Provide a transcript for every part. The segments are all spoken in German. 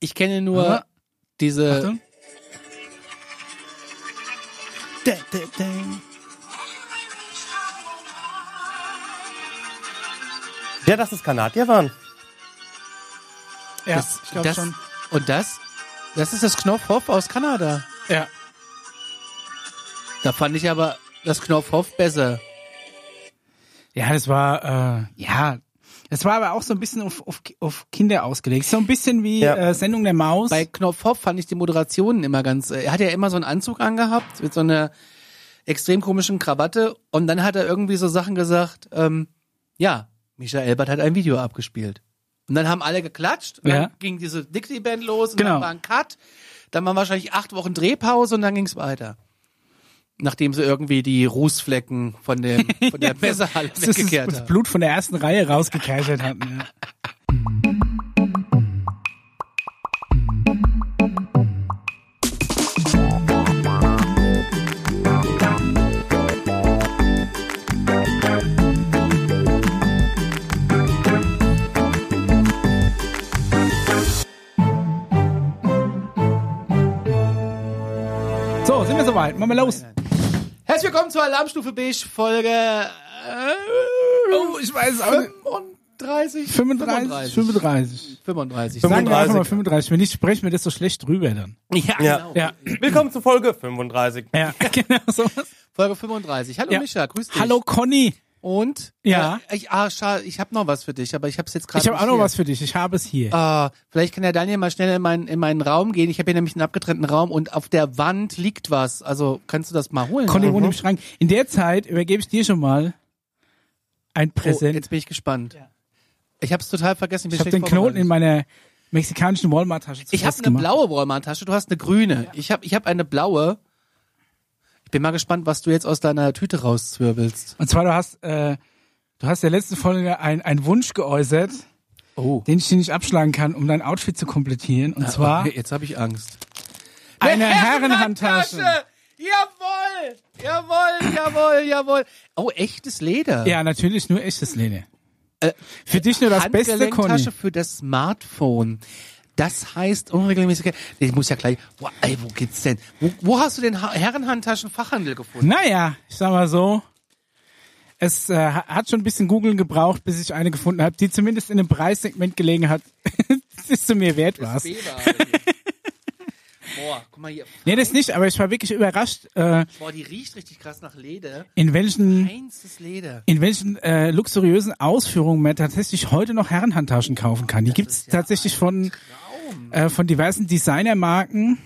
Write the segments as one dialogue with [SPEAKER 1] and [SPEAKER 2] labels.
[SPEAKER 1] Ich kenne nur
[SPEAKER 2] Aha.
[SPEAKER 1] diese.
[SPEAKER 2] Achtung. Dä, dä, dä.
[SPEAKER 3] Ja, dass es Kanadier waren.
[SPEAKER 2] Ja,
[SPEAKER 1] das,
[SPEAKER 2] ich glaube
[SPEAKER 1] das,
[SPEAKER 2] schon.
[SPEAKER 1] Und das? Das ist das Knopfhoff aus Kanada.
[SPEAKER 2] Ja.
[SPEAKER 1] Da fand ich aber das Knopfhoff besser.
[SPEAKER 2] ja, das war, äh, ja, das war aber auch so ein bisschen auf, auf, auf Kinder ausgelegt. So ein bisschen wie
[SPEAKER 3] Ja.
[SPEAKER 2] äh, Sendung der Maus.
[SPEAKER 1] Bei Knopfhoff fand ich die Moderationen immer ganz. äh, Er hat ja immer so einen Anzug angehabt mit so einer extrem komischen Krawatte und dann hat er irgendwie so Sachen gesagt. Ähm, ja, Michael Elbert hat ein Video abgespielt. Und dann haben alle geklatscht. Und
[SPEAKER 2] Ja.
[SPEAKER 1] Dann ging diese Dixie-Band los. Und
[SPEAKER 2] Genau.
[SPEAKER 1] Dann war ein Cut. Dann waren wahrscheinlich acht Wochen Drehpause und dann ging's weiter. Nachdem sie irgendwie die Rußflecken von dem von der Messerhalle
[SPEAKER 2] das, ist
[SPEAKER 1] weggekehrt
[SPEAKER 2] das
[SPEAKER 1] haben.
[SPEAKER 2] Blut von der ersten Reihe ne? rausgekerchert hatten. Ja. So, sind wir soweit. Machen wir los.
[SPEAKER 1] Herzlich willkommen zur Alarmstufe Beige Folge äh,
[SPEAKER 2] Oh, ich weiß es auch nicht.
[SPEAKER 1] 35, 35.
[SPEAKER 2] 35.
[SPEAKER 1] 35.
[SPEAKER 2] 35. Sagen wir einfach mal
[SPEAKER 3] 35.
[SPEAKER 2] 35. Wenn nicht, sprechen wir das so schlecht drüber dann.
[SPEAKER 1] Ja,
[SPEAKER 3] Ja.
[SPEAKER 1] genau.
[SPEAKER 2] Ja,
[SPEAKER 3] Willkommen zu Folge 35.
[SPEAKER 2] ja, genau sowas.
[SPEAKER 1] Folge 35. Hallo
[SPEAKER 2] Ja.
[SPEAKER 1] Micha, grüß dich.
[SPEAKER 2] Hallo Conny.
[SPEAKER 1] Und?
[SPEAKER 2] Ja.
[SPEAKER 1] Äh, ich, ah, schade, ich habe noch was für dich, aber ich habe es jetzt gerade
[SPEAKER 2] Ich habe
[SPEAKER 1] nicht
[SPEAKER 2] auch noch
[SPEAKER 1] hier.
[SPEAKER 2] was für dich. Ich habe es hier.
[SPEAKER 1] Ah, vielleicht kann der Daniel mal schnell in meinen, in meinen Raum gehen. Ich habe hier nämlich einen abgetrennten Raum und auf der Wand liegt was. Also kannst du das mal holen?
[SPEAKER 2] Conny
[SPEAKER 1] oh,
[SPEAKER 2] wohnt im Schrank. In der Zeit übergebe ich dir schon mal ein Präsent.
[SPEAKER 1] Oh, jetzt bin ich gespannt. Ich habe es total vergessen. bin
[SPEAKER 2] ich habe
[SPEAKER 1] schlecht
[SPEAKER 2] den Knoten in
[SPEAKER 1] vorbereitet.
[SPEAKER 2] meiner mexikanischen Walmart-Tasche
[SPEAKER 1] Ich habe eine blaue Wollmantasche, du hast eine grüne. Ich habe ich hab eine blaue. Ich bin mal gespannt, was du jetzt aus deiner Tüte rauszwirbelst.
[SPEAKER 2] Und zwar, du hast, äh, du hast in der letzten Folge ein- einen Wunsch geäußert,
[SPEAKER 1] Oh.
[SPEAKER 2] den ich dir nicht abschlagen kann, um dein Outfit zu komplettieren. Und
[SPEAKER 1] Ah,
[SPEAKER 2] zwar
[SPEAKER 1] Okay, jetzt habe ich Angst.
[SPEAKER 2] eine Herrenhandtasche.
[SPEAKER 1] Jawoll! Jawoll, jawoll, jawoll. Oh, echtes Leder.
[SPEAKER 2] Ja, natürlich nur echtes Lene.
[SPEAKER 1] Äh,
[SPEAKER 2] Für dich nur das Beste, Conny.
[SPEAKER 1] Handgelenktasche für das Smartphone. Das heißt unregelmäßige. Ich muss ja gleich. Wo, ey, wo geht's denn? Wo, wo hast du den ha Herrenhandtaschen-Fachhandel gefunden?
[SPEAKER 2] Naja, ich sag mal so. Es äh, ha- hat schon ein bisschen googeln gebraucht, bis ich eine gefunden habe, die zumindest in einem Preissegment gelegen hat, das zu mir wert war.
[SPEAKER 1] Boah, guck mal hier.
[SPEAKER 2] Nee, das nicht, aber ich war wirklich überrascht, äh,
[SPEAKER 1] Boah, die riecht richtig krass nach Leder.
[SPEAKER 2] in welchen,
[SPEAKER 1] Feinstes Leder.
[SPEAKER 2] in welchen äh, luxuriösen Ausführungen man tatsächlich heute noch Herrenhandtaschen kaufen kann. Die gibt's
[SPEAKER 1] ist ja
[SPEAKER 2] tatsächlich von, äh, von diversen Designermarken.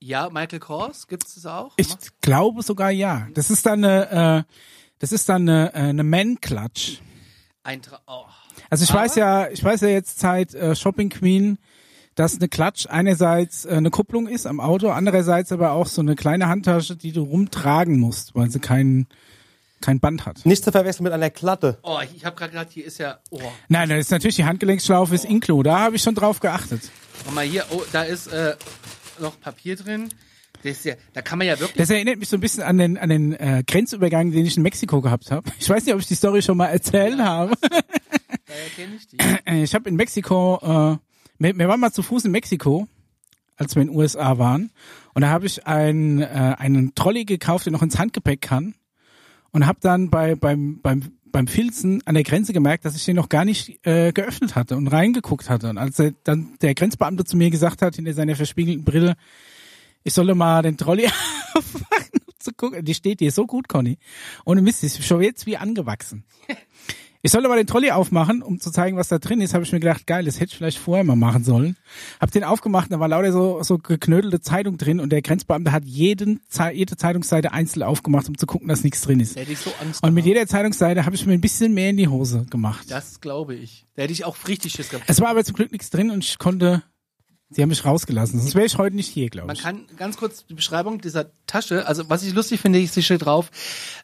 [SPEAKER 1] Ja, Michael Kors, gibt's das auch?
[SPEAKER 2] Ich glaube sogar ja. Das ist dann eine, äh, das ist dann eine, äh, eine Man-Clutch.
[SPEAKER 1] Ein Tra oh.
[SPEAKER 2] Also ich weiß ja, ich weiß ja jetzt seit äh, Shopping Queen, dass eine Klatsch einerseits äh, eine Kupplung ist am Auto, andererseits aber auch so eine kleine Handtasche, die du rumtragen musst, weil sie kein kein Band hat.
[SPEAKER 3] Nicht zu verwechseln mit einer Klatte.
[SPEAKER 1] Oh, ich, ich habe gerade gedacht, hier ist ja. Oh,
[SPEAKER 2] Nein, da ist natürlich die Handgelenkschlaufe ist Inklo, da habe ich schon drauf geachtet.
[SPEAKER 1] guck mal hier, oh, da ist äh, noch Papier drin. Das ist ja, da kann man ja wirklich.
[SPEAKER 2] Das erinnert mich so ein bisschen an den an den äh, Grenzübergang, den ich in Mexiko gehabt habe. Ich weiß nicht, ob ich die Story schon mal erzählt habe.
[SPEAKER 1] Daher kenne ich die.
[SPEAKER 2] Äh, Ich habe in Mexiko, äh, wir, wir waren mal zu Fuß in Mexiko, als wir in den USA waren. Und da habe ich einen, äh, einen Trolley gekauft, der noch ins Handgepäck kann. Und habe dann bei, beim, beim, beim Filzen an der Grenze gemerkt, dass ich den noch gar nicht äh, geöffnet hatte und reingeguckt hatte. Und als er, dann der Grenzbeamte zu mir gesagt hat, hinter seiner verspiegelten Brille, ich solle mal den Trolley aufmachen, um zu gucken. Die steht dir so gut, Conny. Ohne Mist, die ist schon jetzt wie angewachsen. Ich sollte mal den Trolley aufmachen, um zu zeigen, was da drin ist. Habe ich mir gedacht, geil, das hätte ich vielleicht vorher mal machen sollen. Hab den aufgemacht, da war lauter so, so geknödelte Zeitung drin und der Grenzbeamte hat jeden, Ze- jede Zeitungsseite einzeln aufgemacht, um zu gucken, dass nichts drin ist.
[SPEAKER 1] Da hätte ich so Angst.
[SPEAKER 2] Und mit
[SPEAKER 1] gehabt.
[SPEAKER 2] jeder Zeitungsseite habe ich mir ein bisschen mehr in die Hose gemacht.
[SPEAKER 1] das glaube ich. Da hätte ich auch richtig Schiss gehabt.
[SPEAKER 2] Es war aber zum Glück nichts drin und ich konnte, sie haben mich rausgelassen. Sonst wäre ich heute nicht hier, glaube
[SPEAKER 1] Man
[SPEAKER 2] ich.
[SPEAKER 1] kann ganz kurz die Beschreibung dieser Tasche, also was ich lustig finde, ich sehe drauf,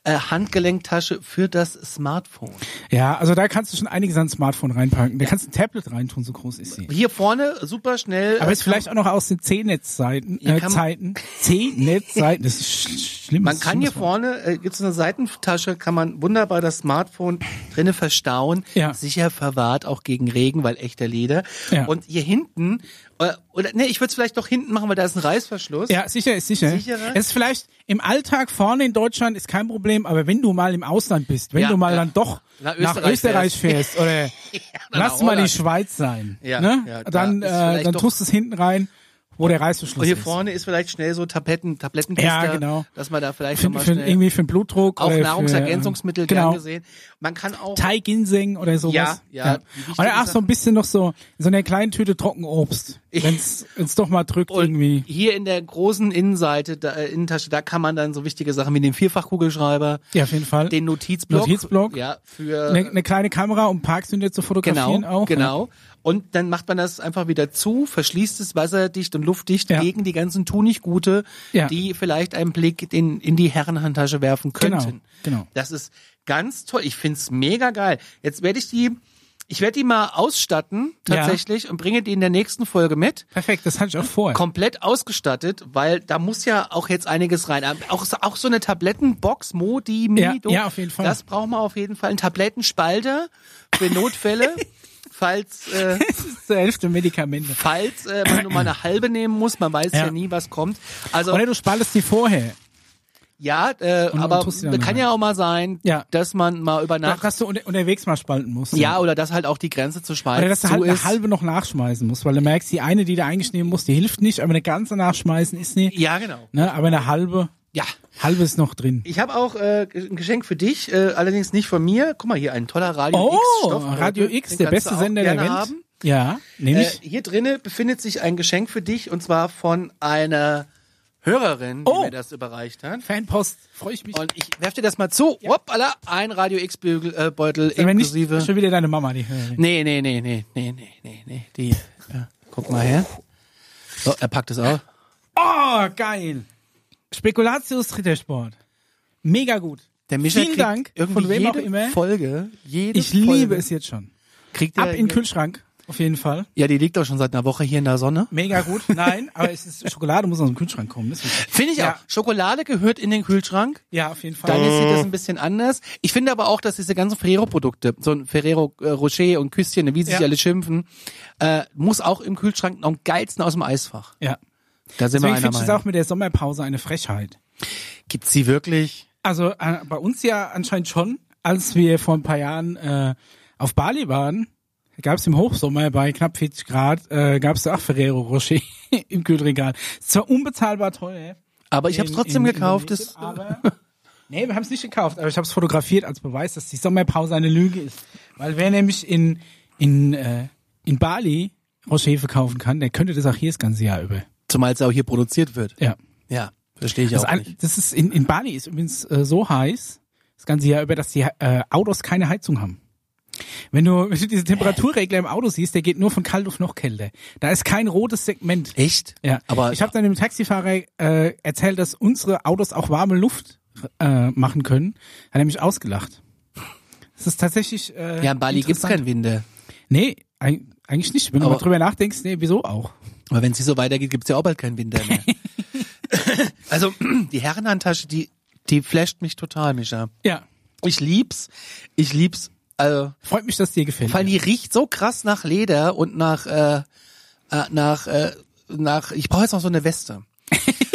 [SPEAKER 1] äh, Handgelenktasche für das Smartphone.
[SPEAKER 2] Ja, also da kannst du schon einiges ans Smartphone reinpacken. Da kannst du ein Tablet reintun, so groß ist sie.
[SPEAKER 1] Hier vorne super schnell.
[SPEAKER 2] Aber ist vielleicht auch noch aus den C-Netz-Seiten,
[SPEAKER 1] Hier
[SPEAKER 2] äh,
[SPEAKER 1] kann-
[SPEAKER 2] Zeiten. C-Netz-Seiten, das ist sch schlimm.
[SPEAKER 1] Man kann hier vorne, äh, gibt es eine Seitentasche, kann man wunderbar das Smartphone drinne verstauen.
[SPEAKER 2] Ja.
[SPEAKER 1] Sicher verwahrt, auch gegen Regen, weil echter Leder.
[SPEAKER 2] Ja.
[SPEAKER 1] Und hier hinten, äh, Äh, oder nee, ich würde es vielleicht doch hinten machen, weil da ist ein Reißverschluss.
[SPEAKER 2] Ja, sicher ist sicher.
[SPEAKER 1] Sicherer?
[SPEAKER 2] Es ist vielleicht im Alltag vorne in Deutschland ist kein Problem, aber wenn du mal im Ausland bist, wenn
[SPEAKER 1] Ja,
[SPEAKER 2] du mal
[SPEAKER 1] ja.
[SPEAKER 2] dann doch
[SPEAKER 1] Nach
[SPEAKER 2] nach
[SPEAKER 1] Österreich
[SPEAKER 2] Österreich, fährst, oder
[SPEAKER 1] nach
[SPEAKER 2] lass mal die
[SPEAKER 1] Holland.
[SPEAKER 2] Schweiz sein,
[SPEAKER 1] Ja,
[SPEAKER 2] ne?
[SPEAKER 1] ja, da
[SPEAKER 2] dann
[SPEAKER 1] ist
[SPEAKER 2] äh,
[SPEAKER 1] vielleicht
[SPEAKER 2] dann
[SPEAKER 1] doch-
[SPEAKER 2] tust du es hinten rein, wo der Reißverschluss
[SPEAKER 1] Und hier
[SPEAKER 2] ist.
[SPEAKER 1] vorne ist vielleicht schnell so Tabletten, Tablettenkiste,
[SPEAKER 2] Ja, genau.
[SPEAKER 1] dass man da vielleicht
[SPEAKER 2] für,
[SPEAKER 1] nochmal
[SPEAKER 2] für,
[SPEAKER 1] schnell
[SPEAKER 2] irgendwie für den Blutdruck
[SPEAKER 1] auch
[SPEAKER 2] oder für,
[SPEAKER 1] Nahrungsergänzungsmittel
[SPEAKER 2] genau.
[SPEAKER 1] gern gesehen. Man kann auch
[SPEAKER 2] Thai Ginseng oder sowas.
[SPEAKER 1] Ja, ja. Die wichtige
[SPEAKER 2] Oder ach so
[SPEAKER 1] Sache-
[SPEAKER 2] ein bisschen noch so in so einer kleinen Tüte Trockenobst, wenn's wenn's doch mal drückt
[SPEAKER 1] Und
[SPEAKER 2] irgendwie.
[SPEAKER 1] hier in der großen Innenseite, da, äh, Innentasche, da kann man dann so wichtige Sachen wie den Vierfachkugelschreiber,
[SPEAKER 2] Ja, auf jeden Fall.
[SPEAKER 1] den Notizblock,
[SPEAKER 2] Notizblock.
[SPEAKER 1] ja, für
[SPEAKER 2] Eine ne kleine Kamera, um Parksünde zu fotografieren
[SPEAKER 1] genau,
[SPEAKER 2] auch.
[SPEAKER 1] genau. Und dann macht man das einfach wieder zu, verschließt es wasserdicht und luftdicht
[SPEAKER 2] Ja.
[SPEAKER 1] gegen die ganzen Tunichtgute,
[SPEAKER 2] Ja.
[SPEAKER 1] die vielleicht einen Blick in, in die Herrenhandtasche werfen könnten.
[SPEAKER 2] Genau, genau.
[SPEAKER 1] Das ist ganz toll. Ich find's mega geil. Jetzt werde ich die, ich werde die mal ausstatten
[SPEAKER 2] Ja.
[SPEAKER 1] tatsächlich und bringe die in der nächsten Folge mit.
[SPEAKER 2] Perfekt, das hatte ich auch vor.
[SPEAKER 1] komplett ausgestattet, weil da muss ja auch jetzt einiges rein. Auch, so- auch so eine Tablettenbox, Modi,
[SPEAKER 2] Ja,
[SPEAKER 1] Mido.
[SPEAKER 2] ja, auf jeden Fall.
[SPEAKER 1] Das brauchen wir auf jeden Fall. Ein Tablettenspalter für Notfälle. falls äh,
[SPEAKER 2] Das ist zur Hälfte Medikamente.
[SPEAKER 1] falls äh, man nur mal eine halbe nehmen muss, man weiß ja,
[SPEAKER 2] Ja.
[SPEAKER 1] nie, was kommt. Also
[SPEAKER 2] Oder du spaltest die vorher.
[SPEAKER 1] ja, äh,
[SPEAKER 2] und
[SPEAKER 1] aber
[SPEAKER 2] tust sie dann
[SPEAKER 1] kann
[SPEAKER 2] rein.
[SPEAKER 1] ja auch mal sein,
[SPEAKER 2] Ja.
[SPEAKER 1] dass man mal über
[SPEAKER 2] Nach,
[SPEAKER 1] Nacht
[SPEAKER 2] dass du unter, unterwegs mal spalten musst.
[SPEAKER 1] ja oder dass halt auch die Grenze zur Schweiz
[SPEAKER 2] Oder dass du
[SPEAKER 1] zu
[SPEAKER 2] halt eine
[SPEAKER 1] ist.
[SPEAKER 2] halbe noch nachschmeißen musst, weil du merkst, die eine, die du eigentlich nehmen musst, die hilft nicht, aber eine ganze nachschmeißen ist nicht.
[SPEAKER 1] ja genau.
[SPEAKER 2] Ne, aber eine halbe,
[SPEAKER 1] Ja.
[SPEAKER 2] halbe ist noch drin.
[SPEAKER 1] Ich habe auch äh, ein Geschenk für dich, äh, allerdings nicht von mir. Guck mal hier, ein toller Radio
[SPEAKER 2] Oh,
[SPEAKER 1] X Stoff.
[SPEAKER 2] Radio X, der beste Sender der Welt.
[SPEAKER 1] Haben.
[SPEAKER 2] Ja, nehme
[SPEAKER 1] Äh,
[SPEAKER 2] ich.
[SPEAKER 1] hier drinne befindet sich ein Geschenk für dich und zwar von einer Hörerin, die
[SPEAKER 2] Oh.
[SPEAKER 1] mir das überreicht hat.
[SPEAKER 2] Fanpost, freue ich mich.
[SPEAKER 1] Und ich werf dir das mal zu. Hoppala, ein Radio X Bügel, äh, Beutel
[SPEAKER 2] wenn nicht,
[SPEAKER 1] inklusive.
[SPEAKER 2] schon wieder deine Mama, die Hörerin.
[SPEAKER 1] nee, nee, nee, nee, nee, nee, nee, nee, die. Ja, guck mal her. So, er packt es auch.
[SPEAKER 2] Oh, geil. Spekulatius Rittersport. Mega gut.
[SPEAKER 1] Der Micha
[SPEAKER 2] Vielen
[SPEAKER 1] kriegt
[SPEAKER 2] Dank,
[SPEAKER 1] irgendwie
[SPEAKER 2] von wem auch
[SPEAKER 1] jede
[SPEAKER 2] immer.
[SPEAKER 1] Folge, jede
[SPEAKER 2] Ich
[SPEAKER 1] Folge
[SPEAKER 2] liebe es jetzt schon.
[SPEAKER 1] Kriegt er
[SPEAKER 2] Ab in den
[SPEAKER 1] hier-
[SPEAKER 2] Kühlschrank, auf jeden Fall.
[SPEAKER 1] Ja, die liegt doch schon seit einer Woche hier in der Sonne.
[SPEAKER 2] Mega gut. Nein, aber es ist, Schokolade muss aus dem Kühlschrank kommen. Ist nicht-
[SPEAKER 1] Finde ich
[SPEAKER 2] Ja.
[SPEAKER 1] auch. Schokolade gehört in den Kühlschrank.
[SPEAKER 2] ja, auf jeden Fall.
[SPEAKER 1] Dann ist das ein bisschen anders. Ich finde aber auch, dass diese ganzen Ferrero-Produkte, so ein Ferrero äh, Rocher und Küsschen, wie sie
[SPEAKER 2] Ja.
[SPEAKER 1] sich alle schimpfen, äh, muss auch im Kühlschrank noch am geilsten aus dem Eisfach.
[SPEAKER 2] ja.
[SPEAKER 1] Da sind
[SPEAKER 2] Deswegen
[SPEAKER 1] wir
[SPEAKER 2] finde
[SPEAKER 1] einer
[SPEAKER 2] ich es
[SPEAKER 1] Meinung.
[SPEAKER 2] auch mit der Sommerpause eine Frechheit.
[SPEAKER 1] Gibt's sie wirklich?
[SPEAKER 2] Also äh, bei uns ja anscheinend schon, als wir vor ein paar Jahren äh, auf Bali waren, gab es im Hochsommer bei knapp 40 Grad, äh, gab es auch Ferrero Rocher im Kühlregal. Ist zwar unbezahlbar teuer.
[SPEAKER 1] Aber ich habe
[SPEAKER 2] in-
[SPEAKER 1] trotzdem
[SPEAKER 2] in
[SPEAKER 1] gekauft.
[SPEAKER 2] Indonesien,
[SPEAKER 1] Das,
[SPEAKER 2] aber, nee, wir haben es nicht gekauft, aber ich habe es fotografiert als Beweis, dass die Sommerpause eine Lüge ist. Weil wer nämlich in, in, äh, in Bali Rocher verkaufen kann, der könnte das auch hier das ganze Jahr über.
[SPEAKER 1] zumal es auch hier produziert wird.
[SPEAKER 2] Ja.
[SPEAKER 1] Ja, verstehe ich
[SPEAKER 2] Das,
[SPEAKER 1] auch
[SPEAKER 2] an-
[SPEAKER 1] nicht.
[SPEAKER 2] das ist in, in Bali ist übrigens äh, so heiß, das ganze Jahr über, dass die äh, Autos keine Heizung haben. Wenn du, wenn du diese Temperaturregler im Auto siehst, der geht nur von kalt auf noch kälter. Da ist kein rotes Segment.
[SPEAKER 1] Echt?
[SPEAKER 2] Ja,
[SPEAKER 1] Aber
[SPEAKER 2] ich habe dann dem Taxifahrer äh, erzählt, dass unsere Autos auch warme Luft äh, machen können. Hat er mich ausgelacht. Das ist tatsächlich. Äh,
[SPEAKER 1] ja, in Bali gibt's
[SPEAKER 2] interessant.
[SPEAKER 1] keinen Winde.
[SPEAKER 2] Nee, eig- eigentlich nicht. Wenn du
[SPEAKER 1] Aber-
[SPEAKER 2] mal drüber nachdenkst, nee, wieso auch?
[SPEAKER 1] Aber wenn es so weitergeht, gibt's ja auch bald keinen Winter mehr. also die Herrenhandtasche, die, die flasht mich total, Micha.
[SPEAKER 2] Ja,
[SPEAKER 1] Ich lieb's. Ich lieb's. Also,
[SPEAKER 2] freut mich, dass dir gefällt.
[SPEAKER 1] vor allem die riecht so krass nach Leder und nach, äh, äh, nach, äh, nach, ich brauche jetzt noch so eine Weste.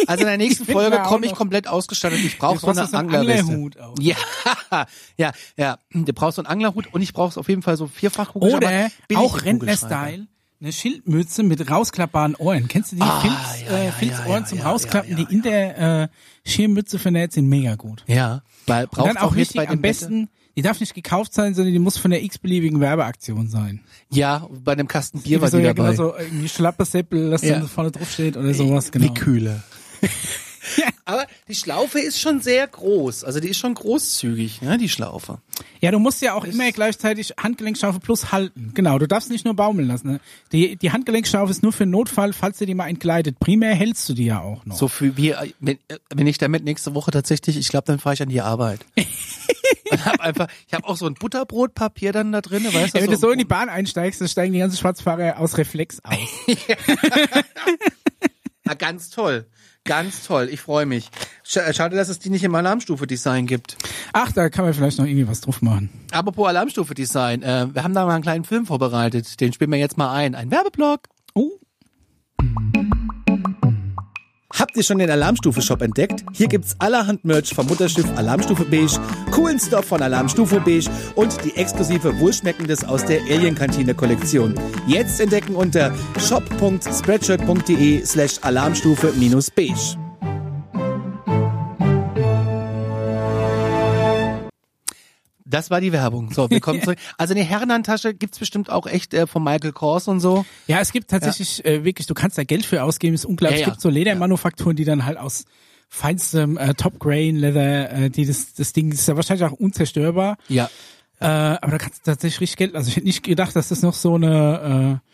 [SPEAKER 1] Also in der nächsten
[SPEAKER 2] finden
[SPEAKER 1] Folge
[SPEAKER 2] wir auch
[SPEAKER 1] komme ich
[SPEAKER 2] noch.
[SPEAKER 1] komplett ausgestattet. Ich brauche
[SPEAKER 2] Du
[SPEAKER 1] so
[SPEAKER 2] brauchst
[SPEAKER 1] eine
[SPEAKER 2] so einen
[SPEAKER 1] Anglerweste.
[SPEAKER 2] Anglerhut auch.
[SPEAKER 1] Ja, ja, ja. Du brauchst so einen Anglerhut und ich brauche auf jeden Fall so vierfach
[SPEAKER 2] Oder auch Rentner-Style, eine Schildmütze mit rausklappbaren Ohren. Kennst du die
[SPEAKER 1] Ah,
[SPEAKER 2] Filz,
[SPEAKER 1] ja, ja,
[SPEAKER 2] äh, Filzohren
[SPEAKER 1] ja, ja,
[SPEAKER 2] zum
[SPEAKER 1] ja,
[SPEAKER 2] Rausklappen,
[SPEAKER 1] ja, ja,
[SPEAKER 2] die in der äh, Schirmmütze vernäht sind? Mega gut.
[SPEAKER 1] Ja, weil
[SPEAKER 2] Und
[SPEAKER 1] braucht
[SPEAKER 2] dann auch
[SPEAKER 1] auch jetzt
[SPEAKER 2] richtig,
[SPEAKER 1] bei
[SPEAKER 2] am
[SPEAKER 1] dem Wetter-
[SPEAKER 2] besten, die darf nicht gekauft sein, sondern die muss von der x-beliebigen Werbeaktion sein.
[SPEAKER 1] Ja, bei dem Kasten Bier war die
[SPEAKER 2] Irgendwie so, ja,
[SPEAKER 1] dabei.
[SPEAKER 2] genau so irgendwie schlappe Seppel, dass
[SPEAKER 1] Ja.
[SPEAKER 2] dann vorne drauf steht oder sowas, genau.
[SPEAKER 1] Wie Kühle. Aber die Schlaufe ist schon sehr groß. Also die ist schon großzügig, ne, die Schlaufe.
[SPEAKER 2] Ja, du musst ja auch immer gleichzeitig Handgelenkschaufe plus halten. Genau, du darfst nicht nur baumeln lassen. Ne? Die, die Handgelenkschaufe ist nur für den Notfall, falls dir die mal entgleitet. Primär hältst du die ja auch noch.
[SPEAKER 1] So für wie, äh, wenn, äh, wenn ich damit nächste Woche tatsächlich, ich glaube, dann fahre ich an die Arbeit. und hab einfach, ich habe auch so ein Butterbrotpapier dann da drin, weißt
[SPEAKER 2] Ja, wenn
[SPEAKER 1] du?
[SPEAKER 2] du so in die
[SPEAKER 1] ein-
[SPEAKER 2] Bahn einsteigst, dann steigen die ganzen Schwarzfahrer aus Reflex aus.
[SPEAKER 1] ah, ganz toll. Ganz toll. Ich freue mich. Sch äh, schade, dass es die nicht im Alarmstufe Design gibt.
[SPEAKER 2] Ach, da kann man vielleicht noch irgendwie was drauf machen.
[SPEAKER 1] Apropos Alarmstufe Design, äh, wir haben da mal einen kleinen Film vorbereitet. Den spielen wir jetzt mal ein. Ein Werbeblock.
[SPEAKER 2] Oh,
[SPEAKER 4] Habt ihr schon den Alarmstufe-Shop entdeckt? Hier gibt's allerhand Merch vom Mutterschiff Alarmstufe Beige, coolen Stuff von Alarmstufe Beige und die exklusive Wohlschmeckendes aus der Alien-Kantine-Kollektion. Jetzt entdecken unter shop.spreadshirt.de slash alarmstufe-beige.
[SPEAKER 1] Das war die Werbung. So, wir kommen zurück. Also eine Herrenhandtasche gibt's bestimmt auch echt äh, von Michael Kors und so.
[SPEAKER 2] Ja, es gibt tatsächlich äh, wirklich, du kannst da Geld für ausgeben, ist unglaublich.
[SPEAKER 1] Ja,
[SPEAKER 2] Es
[SPEAKER 1] ja.
[SPEAKER 2] gibt so Ledermanufakturen, die dann halt aus feinstem äh, Top Grain Leather, äh, die das, das Ding das ist ja wahrscheinlich auch unzerstörbar,
[SPEAKER 1] Ja.
[SPEAKER 2] äh, aber da kannst du tatsächlich richtig Geld. Also ich hätte nicht gedacht, dass das noch so eine, äh,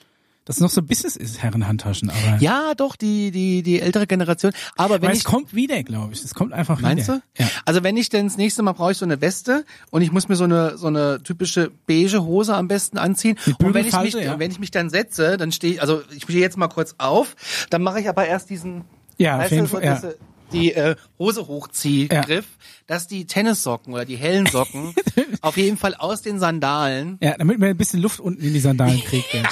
[SPEAKER 2] dass das noch so ein Business ist, Herrenhandtaschen. Aber
[SPEAKER 1] Ja, doch, die, die, die ältere Generation. Aber wenn
[SPEAKER 2] weil
[SPEAKER 1] ich.
[SPEAKER 2] es kommt wieder, glaube ich. Es kommt einfach
[SPEAKER 1] Meinst
[SPEAKER 2] wieder.
[SPEAKER 1] du?
[SPEAKER 2] Ja.
[SPEAKER 1] Also wenn ich denn das nächste Mal brauche ich so eine Weste und ich muss mir so eine so eine typische beige Hose am besten anziehen und wenn ich mich
[SPEAKER 2] Bügelfalte, ja.
[SPEAKER 1] wenn ich mich dann setze, dann stehe ich also ich stehe jetzt mal kurz auf, dann mache ich aber erst diesen
[SPEAKER 2] Ja, auf
[SPEAKER 1] weißt du,
[SPEAKER 2] jeden
[SPEAKER 1] so
[SPEAKER 2] Fall, ja.
[SPEAKER 1] diese- die äh, Hose hochzieh
[SPEAKER 2] Ja.
[SPEAKER 1] Griff, dass die Tennissocken oder die hellen Socken auf jeden Fall aus den Sandalen
[SPEAKER 2] Ja, damit man ein bisschen Luft unten in die Sandalen kriegt. Ja.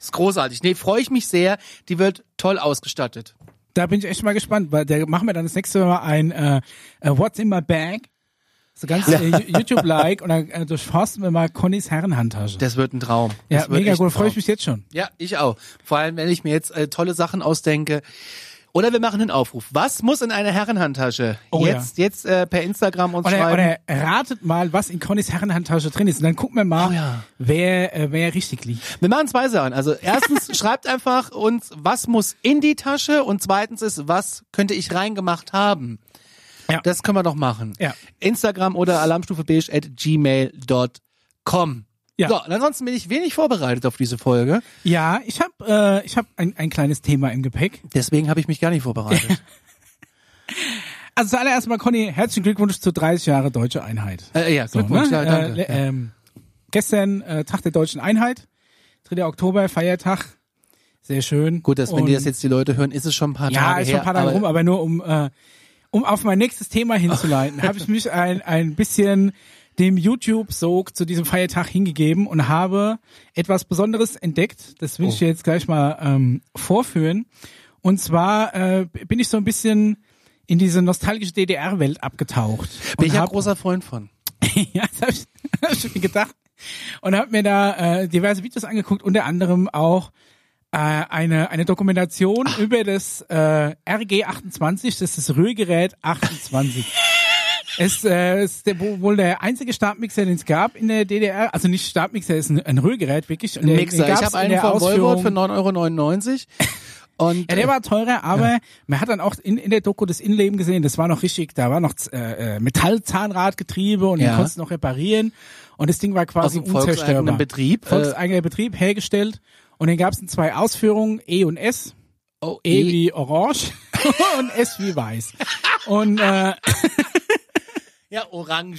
[SPEAKER 1] ist großartig. Nee, freue ich mich sehr, die wird toll ausgestattet.
[SPEAKER 2] Da bin ich echt mal gespannt, weil da machen wir dann das nächste Mal ein äh, äh, What's in my bag? So ganz äh, Yo- YouTube-like und dann äh, durchforsten wir mal Connys Herrenhandtasche.
[SPEAKER 1] Das wird ein Traum.
[SPEAKER 2] ja,
[SPEAKER 1] das wird
[SPEAKER 2] mega
[SPEAKER 1] echt
[SPEAKER 2] cool,
[SPEAKER 1] ein
[SPEAKER 2] freue ich
[SPEAKER 1] Traum.
[SPEAKER 2] mich jetzt schon.
[SPEAKER 1] Ja, ich auch. Vor allem, wenn ich mir jetzt äh, tolle Sachen ausdenke. Oder wir machen einen Aufruf. Was muss in einer Herrenhandtasche?
[SPEAKER 2] Oh ja.
[SPEAKER 1] jetzt jetzt äh, per Instagram uns
[SPEAKER 2] Oder,
[SPEAKER 1] schreiben.
[SPEAKER 2] oder ratet mal, was in Connys Herrenhandtasche drin ist und dann gucken wir mal,
[SPEAKER 1] Oh ja.
[SPEAKER 2] wer, äh, wer richtig liegt.
[SPEAKER 1] Wir machen zwei Sachen. Also erstens schreibt einfach uns, was muss in die Tasche und zweitens ist, was könnte ich reingemacht haben.
[SPEAKER 2] Ja.
[SPEAKER 1] Das können wir doch machen.
[SPEAKER 2] Ja.
[SPEAKER 1] Instagram oder alarmstufebeige at gmail.com.
[SPEAKER 2] Ja.
[SPEAKER 1] So, und ansonsten bin ich wenig vorbereitet auf diese Folge.
[SPEAKER 2] Ja, ich habe äh, ich hab ein, ein kleines Thema im Gepäck.
[SPEAKER 1] Deswegen habe ich mich gar nicht vorbereitet.
[SPEAKER 2] Also zuallererst mal, Conny, herzlichen Glückwunsch zu 30 Jahre Deutsche Einheit.
[SPEAKER 1] äh, ja, Glückwunsch.
[SPEAKER 2] ne?
[SPEAKER 1] Ja, danke.
[SPEAKER 2] Äh, le- ähm, gestern äh, Tag der Deutschen Einheit, 3. Oktober, Feiertag. Sehr schön.
[SPEAKER 1] Gut, dass wenn
[SPEAKER 2] Und-
[SPEAKER 1] die das jetzt die Leute hören, ist es schon ein paar
[SPEAKER 2] Ja,
[SPEAKER 1] Tage
[SPEAKER 2] ist
[SPEAKER 1] her.
[SPEAKER 2] schon ein paar Tage rum, aber nur um, äh, um auf mein nächstes Thema hinzuleiten, habe ich mich ein, ein bisschen dem YouTube-Sog zu diesem Feiertag hingegeben und habe etwas Besonderes entdeckt. Das will ich
[SPEAKER 1] Oh.
[SPEAKER 2] dir jetzt gleich mal ähm, vorführen. Und zwar äh, bin ich so ein bisschen in diese nostalgische DDR-Welt abgetaucht.
[SPEAKER 1] Bin ich
[SPEAKER 2] und
[SPEAKER 1] ja
[SPEAKER 2] hab-
[SPEAKER 1] großer Freund von.
[SPEAKER 2] ja, das habe ich, hab ich mir gedacht. Und habe mir da äh, diverse Videos angeguckt, unter anderem auch äh, eine, eine Dokumentation über das äh, RG28, das ist das Rührgerät 28. Es äh, ist der, wo- wohl der einzige Stabmixer, den es gab in der DDR. Also nicht Stabmixer, ist ein, ein Rührgerät wirklich. Und
[SPEAKER 1] Ein
[SPEAKER 2] den-
[SPEAKER 1] Mixer.
[SPEAKER 2] den
[SPEAKER 1] Ich
[SPEAKER 2] gab's
[SPEAKER 1] habe
[SPEAKER 2] in
[SPEAKER 1] einen
[SPEAKER 2] der
[SPEAKER 1] von Volvo
[SPEAKER 2] Ausführung-
[SPEAKER 1] für 9,99 Euro. Und
[SPEAKER 2] ja, der war teurer, aber man hat dann auch in, in der Doku das Innenleben gesehen, das war noch richtig, da war noch äh, äh, Metallzahnradgetriebe und
[SPEAKER 1] Ja.
[SPEAKER 2] den konntest du noch reparieren und das Ding war quasi
[SPEAKER 1] Aus dem volkseigenen
[SPEAKER 2] unzerstörbar.
[SPEAKER 1] Betrieb, äh,
[SPEAKER 2] Volkseigener Betrieb hergestellt und den gab es in zwei Ausführungen, E und S.
[SPEAKER 1] oh,
[SPEAKER 2] E, wie orange und S wie weiß. Und äh,
[SPEAKER 1] ja, Orange,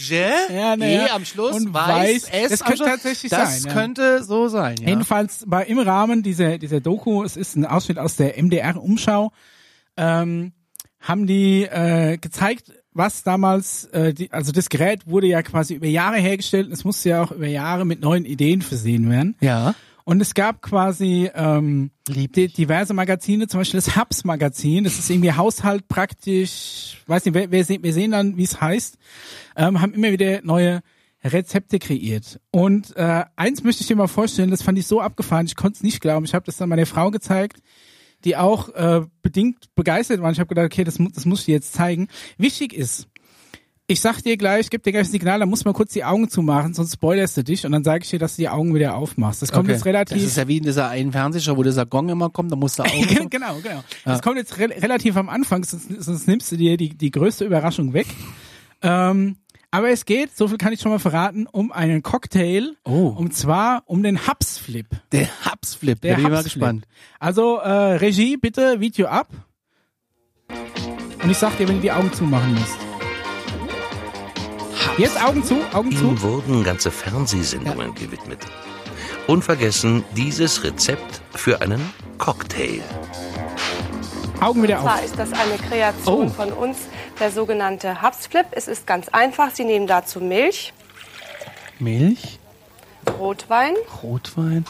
[SPEAKER 2] Ja, na
[SPEAKER 1] E
[SPEAKER 2] ja.
[SPEAKER 1] am Schluss,
[SPEAKER 2] Und
[SPEAKER 1] Weiß,
[SPEAKER 2] Weiß.
[SPEAKER 1] S
[SPEAKER 2] Das
[SPEAKER 1] am
[SPEAKER 2] könnte
[SPEAKER 1] Schluss.
[SPEAKER 2] tatsächlich
[SPEAKER 1] Das
[SPEAKER 2] sein, ja.
[SPEAKER 1] könnte so sein, ja.
[SPEAKER 2] Jedenfalls bei im Rahmen dieser, dieser Doku, es ist ein Ausschnitt aus der MDR-Umschau, ähm, haben die äh, gezeigt, was damals, äh, die, also das Gerät wurde ja quasi über Jahre hergestellt und es musste ja auch über Jahre mit neuen Ideen versehen werden.
[SPEAKER 1] Ja.
[SPEAKER 2] Und es gab quasi ähm,
[SPEAKER 1] Lieb
[SPEAKER 2] di- diverse Magazine, zum Beispiel das Hubs-Magazin, das ist irgendwie Haushalt praktisch, weiß nicht, wir, wir, sehen, wir sehen dann, wie es heißt, ähm, haben immer wieder neue Rezepte kreiert. Und äh, eins möchte ich dir mal vorstellen, das fand ich so abgefahren, ich konnte es nicht glauben, ich habe das dann meiner Frau gezeigt, die auch äh, bedingt begeistert war. Ich habe gedacht, okay, das, mu- das muss ich dir jetzt zeigen. Wichtig ist, ich sag dir gleich, geb dir gleich ein Signal, da muss man kurz die Augen zumachen, sonst spoilerst du dich und dann sage ich dir, dass du die Augen wieder aufmachst. Das kommt
[SPEAKER 1] Okay.
[SPEAKER 2] jetzt relativ
[SPEAKER 1] Das ist ja wie in dieser einen Fernsehshow, wo dieser Gong immer kommt, da musst du auch.
[SPEAKER 2] genau, genau. Das kommt jetzt re relativ am Anfang, sonst, sonst nimmst du dir die, die größte Überraschung weg. ähm, aber es geht, so viel kann ich schon mal verraten, um einen Cocktail.
[SPEAKER 1] Oh.
[SPEAKER 2] Und zwar um den Hubs-Flip.
[SPEAKER 1] Der Hubsflip, da
[SPEAKER 2] Der
[SPEAKER 1] bin ich mal
[SPEAKER 2] Hubs-Flip.
[SPEAKER 1] gespannt.
[SPEAKER 2] Also, äh, Regie, bitte Video ab. Und ich sag dir, wenn du die Augen zumachen musst. Jetzt Augen zu, Augen zu.
[SPEAKER 1] Mm.
[SPEAKER 5] Ihm wurden ganze Fernsehsendungen gewidmet. Unvergessen dieses Rezept für einen Cocktail.
[SPEAKER 2] Augen wieder
[SPEAKER 6] Und zwar
[SPEAKER 2] auf.
[SPEAKER 6] ist das eine Kreation
[SPEAKER 1] Oh.
[SPEAKER 6] von uns, der sogenannte Hubsflip. Es ist ganz einfach. Sie nehmen dazu Milch,
[SPEAKER 1] Milch,
[SPEAKER 6] Rotwein,
[SPEAKER 1] Rotwein,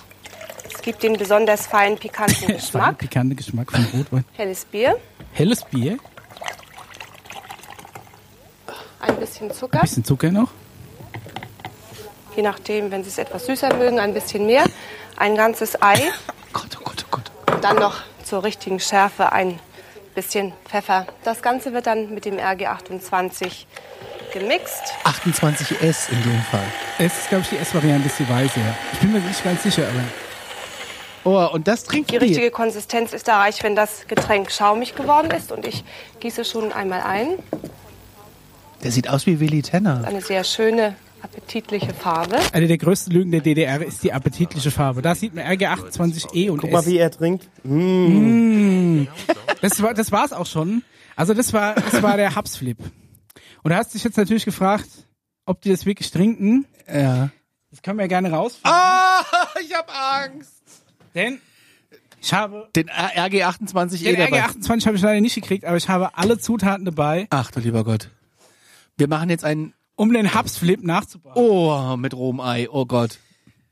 [SPEAKER 6] gibt den besonders feinen, pikanten
[SPEAKER 2] Fein,
[SPEAKER 6] Geschmack.
[SPEAKER 2] pikante Geschmack von Rotwein.
[SPEAKER 6] Helles Bier,
[SPEAKER 2] Helles Bier,
[SPEAKER 6] ein bisschen Zucker.
[SPEAKER 2] ein bisschen Zucker noch.
[SPEAKER 6] Je nachdem, wenn Sie es etwas süßer mögen, ein bisschen mehr. Ein ganzes Ei.
[SPEAKER 1] Gott, oh Gott, oh Gott.
[SPEAKER 6] Und dann noch zur richtigen Schärfe ein bisschen Pfeffer. Das Ganze wird dann mit dem RG28 gemixt.
[SPEAKER 1] 28S in dem Fall.
[SPEAKER 2] Es ist, glaube ich, die S-Variante, ist die weiße. Ja. Ich bin mir nicht ganz sicher, aber
[SPEAKER 1] Oh, und das trinkt
[SPEAKER 6] Die richtige Konsistenz ist erreicht, wenn das Getränk schaumig geworden ist. Und ich gieße schon einmal ein.
[SPEAKER 1] Der sieht aus wie Willy Tanner.
[SPEAKER 6] Eine sehr schöne, appetitliche Farbe.
[SPEAKER 2] eine der größten Lügen der DDR ist die appetitliche Farbe. Da sieht man RG28E E und
[SPEAKER 3] Guck mal,
[SPEAKER 2] S.
[SPEAKER 3] wie er trinkt.
[SPEAKER 2] Das war das war's auch schon. Also das war das war der Hubsflip. Und da hast du dich jetzt natürlich gefragt, ob die das wirklich trinken.
[SPEAKER 1] Ja. Ah!
[SPEAKER 2] Das können wir ja gerne rausfinden.
[SPEAKER 1] Ich hab Angst.
[SPEAKER 2] Denn ich habe
[SPEAKER 1] Den RG28E
[SPEAKER 2] den
[SPEAKER 1] dabei.
[SPEAKER 2] RG28 habe ich leider nicht gekriegt, aber ich habe alle Zutaten dabei,
[SPEAKER 1] Ach du lieber Gott. Wir machen jetzt einen
[SPEAKER 2] um den Hubsflip nachzubauen.
[SPEAKER 1] Oh mit Romei. Oh Gott.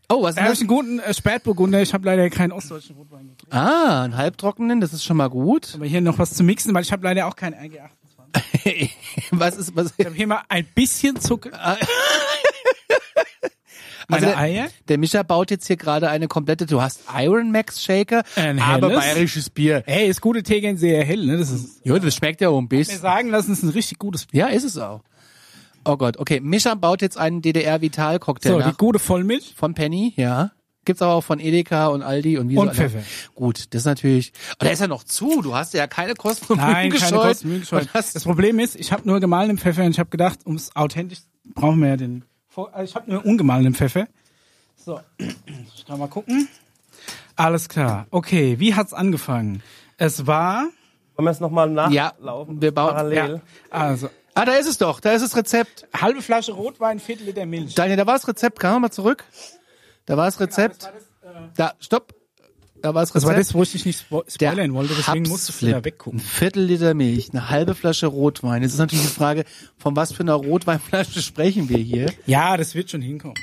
[SPEAKER 1] Oh, was
[SPEAKER 2] Da habe ich
[SPEAKER 1] ist
[SPEAKER 2] einen
[SPEAKER 1] das?
[SPEAKER 2] guten äh, Spätburgunder. Ich habe leider keinen ostdeutschen Rotwein gekriegt.
[SPEAKER 1] Ah, einen halbtrockenen, das ist schon mal gut.
[SPEAKER 2] Aber hier noch was zu mixen, weil ich habe leider auch keinen RG28.
[SPEAKER 1] was ist was
[SPEAKER 2] Ich habe hier mal ein bisschen Zucker. Meine
[SPEAKER 1] Also-
[SPEAKER 2] Eier?
[SPEAKER 1] Der Mischa baut jetzt hier gerade eine komplette Du hast Iron Max Shaker,
[SPEAKER 2] Ein
[SPEAKER 1] aber
[SPEAKER 2] helles?
[SPEAKER 1] bayerisches Bier.
[SPEAKER 2] Ey, ist gute Tegernseer hell, ne? Das ist,
[SPEAKER 1] Ja, das schmeckt ja auch ein
[SPEAKER 2] wir
[SPEAKER 1] bisschen.
[SPEAKER 2] sagen lassen, es ist ein richtig gutes Bier.
[SPEAKER 1] Ja, ist es auch. Oh Gott, okay, Mischa baut jetzt einen DDR Vital Cocktail
[SPEAKER 2] So, die
[SPEAKER 1] nach.
[SPEAKER 2] gute Vollmilch.
[SPEAKER 1] Von Penny, ja. Gibt's aber auch von Edeka und Aldi und wie
[SPEAKER 2] Und
[SPEAKER 1] so alle-
[SPEAKER 2] Pfeffer.
[SPEAKER 1] Gut, das ist natürlich. Aber da ist ja noch zu. Du hast ja keine Kosten und Mühen
[SPEAKER 2] Nein, keine
[SPEAKER 1] gescheut.
[SPEAKER 2] Kosten, Mühen gescheut.
[SPEAKER 1] Und
[SPEAKER 2] Das
[SPEAKER 1] hast-
[SPEAKER 2] Problem ist, ich habe nur gemahlenen Pfeffer und ich habe gedacht, um es authentisch brauchen wir ja den. Vor- also Ich habe nur ungemahlenen Pfeffer. So, ich kann mal gucken. Alles klar. Okay, wie hat's angefangen? Es war
[SPEAKER 3] Wollen wir es nochmal
[SPEAKER 1] Ja,
[SPEAKER 3] nachlaufen?
[SPEAKER 1] wir bauen-
[SPEAKER 3] Parallel.
[SPEAKER 2] also
[SPEAKER 1] Ah, da ist es doch. Da ist das Rezept.
[SPEAKER 2] halbe Flasche Rotwein, Viertel Liter Milch.
[SPEAKER 1] Daniel, da war das Rezept. Komm mal zurück. Da war äh, das Rezept. Da, stopp. Da war das
[SPEAKER 2] Das war
[SPEAKER 1] Rezept.
[SPEAKER 2] Also, das, wo ich dich nicht spo-
[SPEAKER 1] Der
[SPEAKER 2] spoilern wollte, deswegen musstest du
[SPEAKER 1] Hubsflip.
[SPEAKER 2] da
[SPEAKER 1] Ein
[SPEAKER 2] weggucken.
[SPEAKER 1] Viertel Liter Milch, eine halbe Flasche Rotwein. Jetzt ist natürlich die Frage, von was für einer Rotweinflasche sprechen wir hier?
[SPEAKER 2] Ja, das wird schon hinkommen.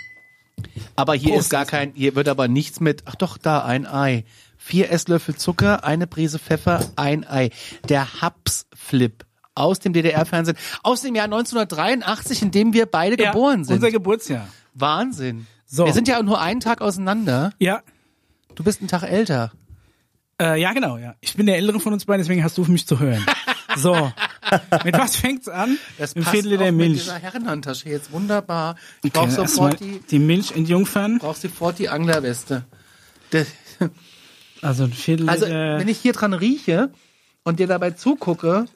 [SPEAKER 1] Aber hier
[SPEAKER 2] Prost,
[SPEAKER 1] ist gar kein, hier wird aber nichts mit, ach doch, da, ein Ei. Vier Esslöffel Zucker, eine Prise Pfeffer, ein Ei. Der Hapsflip aus dem DDR-Fernsehen, aus dem Jahr 1983, in dem wir beide geboren sind.
[SPEAKER 2] Unser Geburtsjahr.
[SPEAKER 1] Wahnsinn.
[SPEAKER 2] So.
[SPEAKER 1] Wir sind ja nur einen Tag auseinander.
[SPEAKER 2] Ja.
[SPEAKER 1] Du bist einen Tag älter.
[SPEAKER 2] Äh, ja, genau, ja. Ich bin der ältere von uns beiden, deswegen hast du für mich zu hören. So. mit was fängt's an? Ein Viertel
[SPEAKER 1] auch
[SPEAKER 2] Liter
[SPEAKER 1] mit
[SPEAKER 2] Milch.
[SPEAKER 1] dieser Herrenhandtasche jetzt wunderbar. Ich brauch
[SPEAKER 2] Okay, erstmal
[SPEAKER 1] sofort die,
[SPEAKER 2] die Milch entjungfern.
[SPEAKER 1] brauch sofort die Anglerweste. Das-
[SPEAKER 2] Also ein Viertel
[SPEAKER 1] Also,
[SPEAKER 2] Liter.
[SPEAKER 1] wenn ich hier dran rieche und dir dabei zugucke,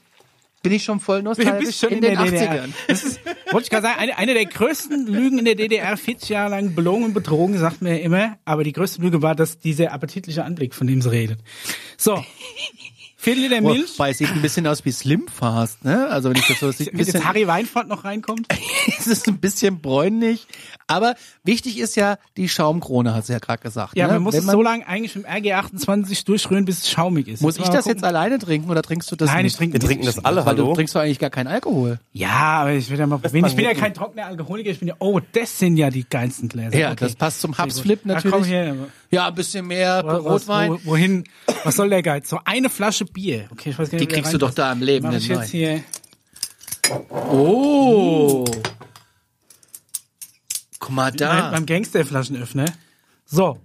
[SPEAKER 1] bin ich schon voll nostalgisch in, den 80ern.
[SPEAKER 2] Das ist, wollte ich gerade sagen, eine, eine der größten Lügen in der DDR, 40 Jahre lang belogen und betrogen, sagt man ja immer. Aber die größte Lüge war, dass dieser appetitliche Anblick, von dem sie redet. So. Viertel Liter Milch.
[SPEAKER 1] Wobei, es sieht ein bisschen aus wie Slimfast, ne? Also, wenn ich das so sieht ein
[SPEAKER 2] Wenn jetzt
[SPEAKER 1] bisschen,
[SPEAKER 2] Harry Weinfurt noch reinkommt.
[SPEAKER 1] es ist ein bisschen bräunlich. Aber wichtig ist ja, die Schaumkrone, hast du ja gerade gesagt.
[SPEAKER 2] Ja,
[SPEAKER 1] ne?
[SPEAKER 2] man muss
[SPEAKER 1] Wenn
[SPEAKER 2] es so lange eigentlich im RG28 durchrühren, bis es schaumig ist.
[SPEAKER 1] muss ich
[SPEAKER 2] mal
[SPEAKER 1] das
[SPEAKER 2] gucken.
[SPEAKER 1] jetzt alleine trinken oder trinkst du das
[SPEAKER 2] Nein, ich
[SPEAKER 1] nicht?
[SPEAKER 2] trinke
[SPEAKER 3] Wir trinken das alle,
[SPEAKER 1] Weil du
[SPEAKER 3] hallo?
[SPEAKER 1] trinkst doch eigentlich gar keinen Alkohol.
[SPEAKER 2] Ja, aber ich will ja mal probieren.
[SPEAKER 3] mal
[SPEAKER 2] Ich bin ja
[SPEAKER 3] mitten.
[SPEAKER 2] kein trockener Alkoholiker. Ich bin ja, oh, das sind ja die geilsten Gläser.
[SPEAKER 1] Ja,
[SPEAKER 2] Okay.
[SPEAKER 1] das passt zum
[SPEAKER 2] Sehr gut.
[SPEAKER 1] Hubsflip
[SPEAKER 2] Na,
[SPEAKER 1] natürlich.
[SPEAKER 2] komm her.
[SPEAKER 1] Ja, ein bisschen mehr
[SPEAKER 2] Was-
[SPEAKER 1] Rotwein.
[SPEAKER 2] Was, wo, wohin? Was soll der Geiz? So eine Flasche Bier. Okay, ich weiß gar
[SPEAKER 1] Die
[SPEAKER 2] nicht, wie der
[SPEAKER 1] kriegst du doch
[SPEAKER 2] reinpasst.
[SPEAKER 1] da am Leben,
[SPEAKER 2] Mach
[SPEAKER 1] ne?
[SPEAKER 2] ich jetzt hier.
[SPEAKER 1] Oh. Guck mal
[SPEAKER 2] Nein,
[SPEAKER 1] da.
[SPEAKER 2] beim Gangsterflaschenöffner. So.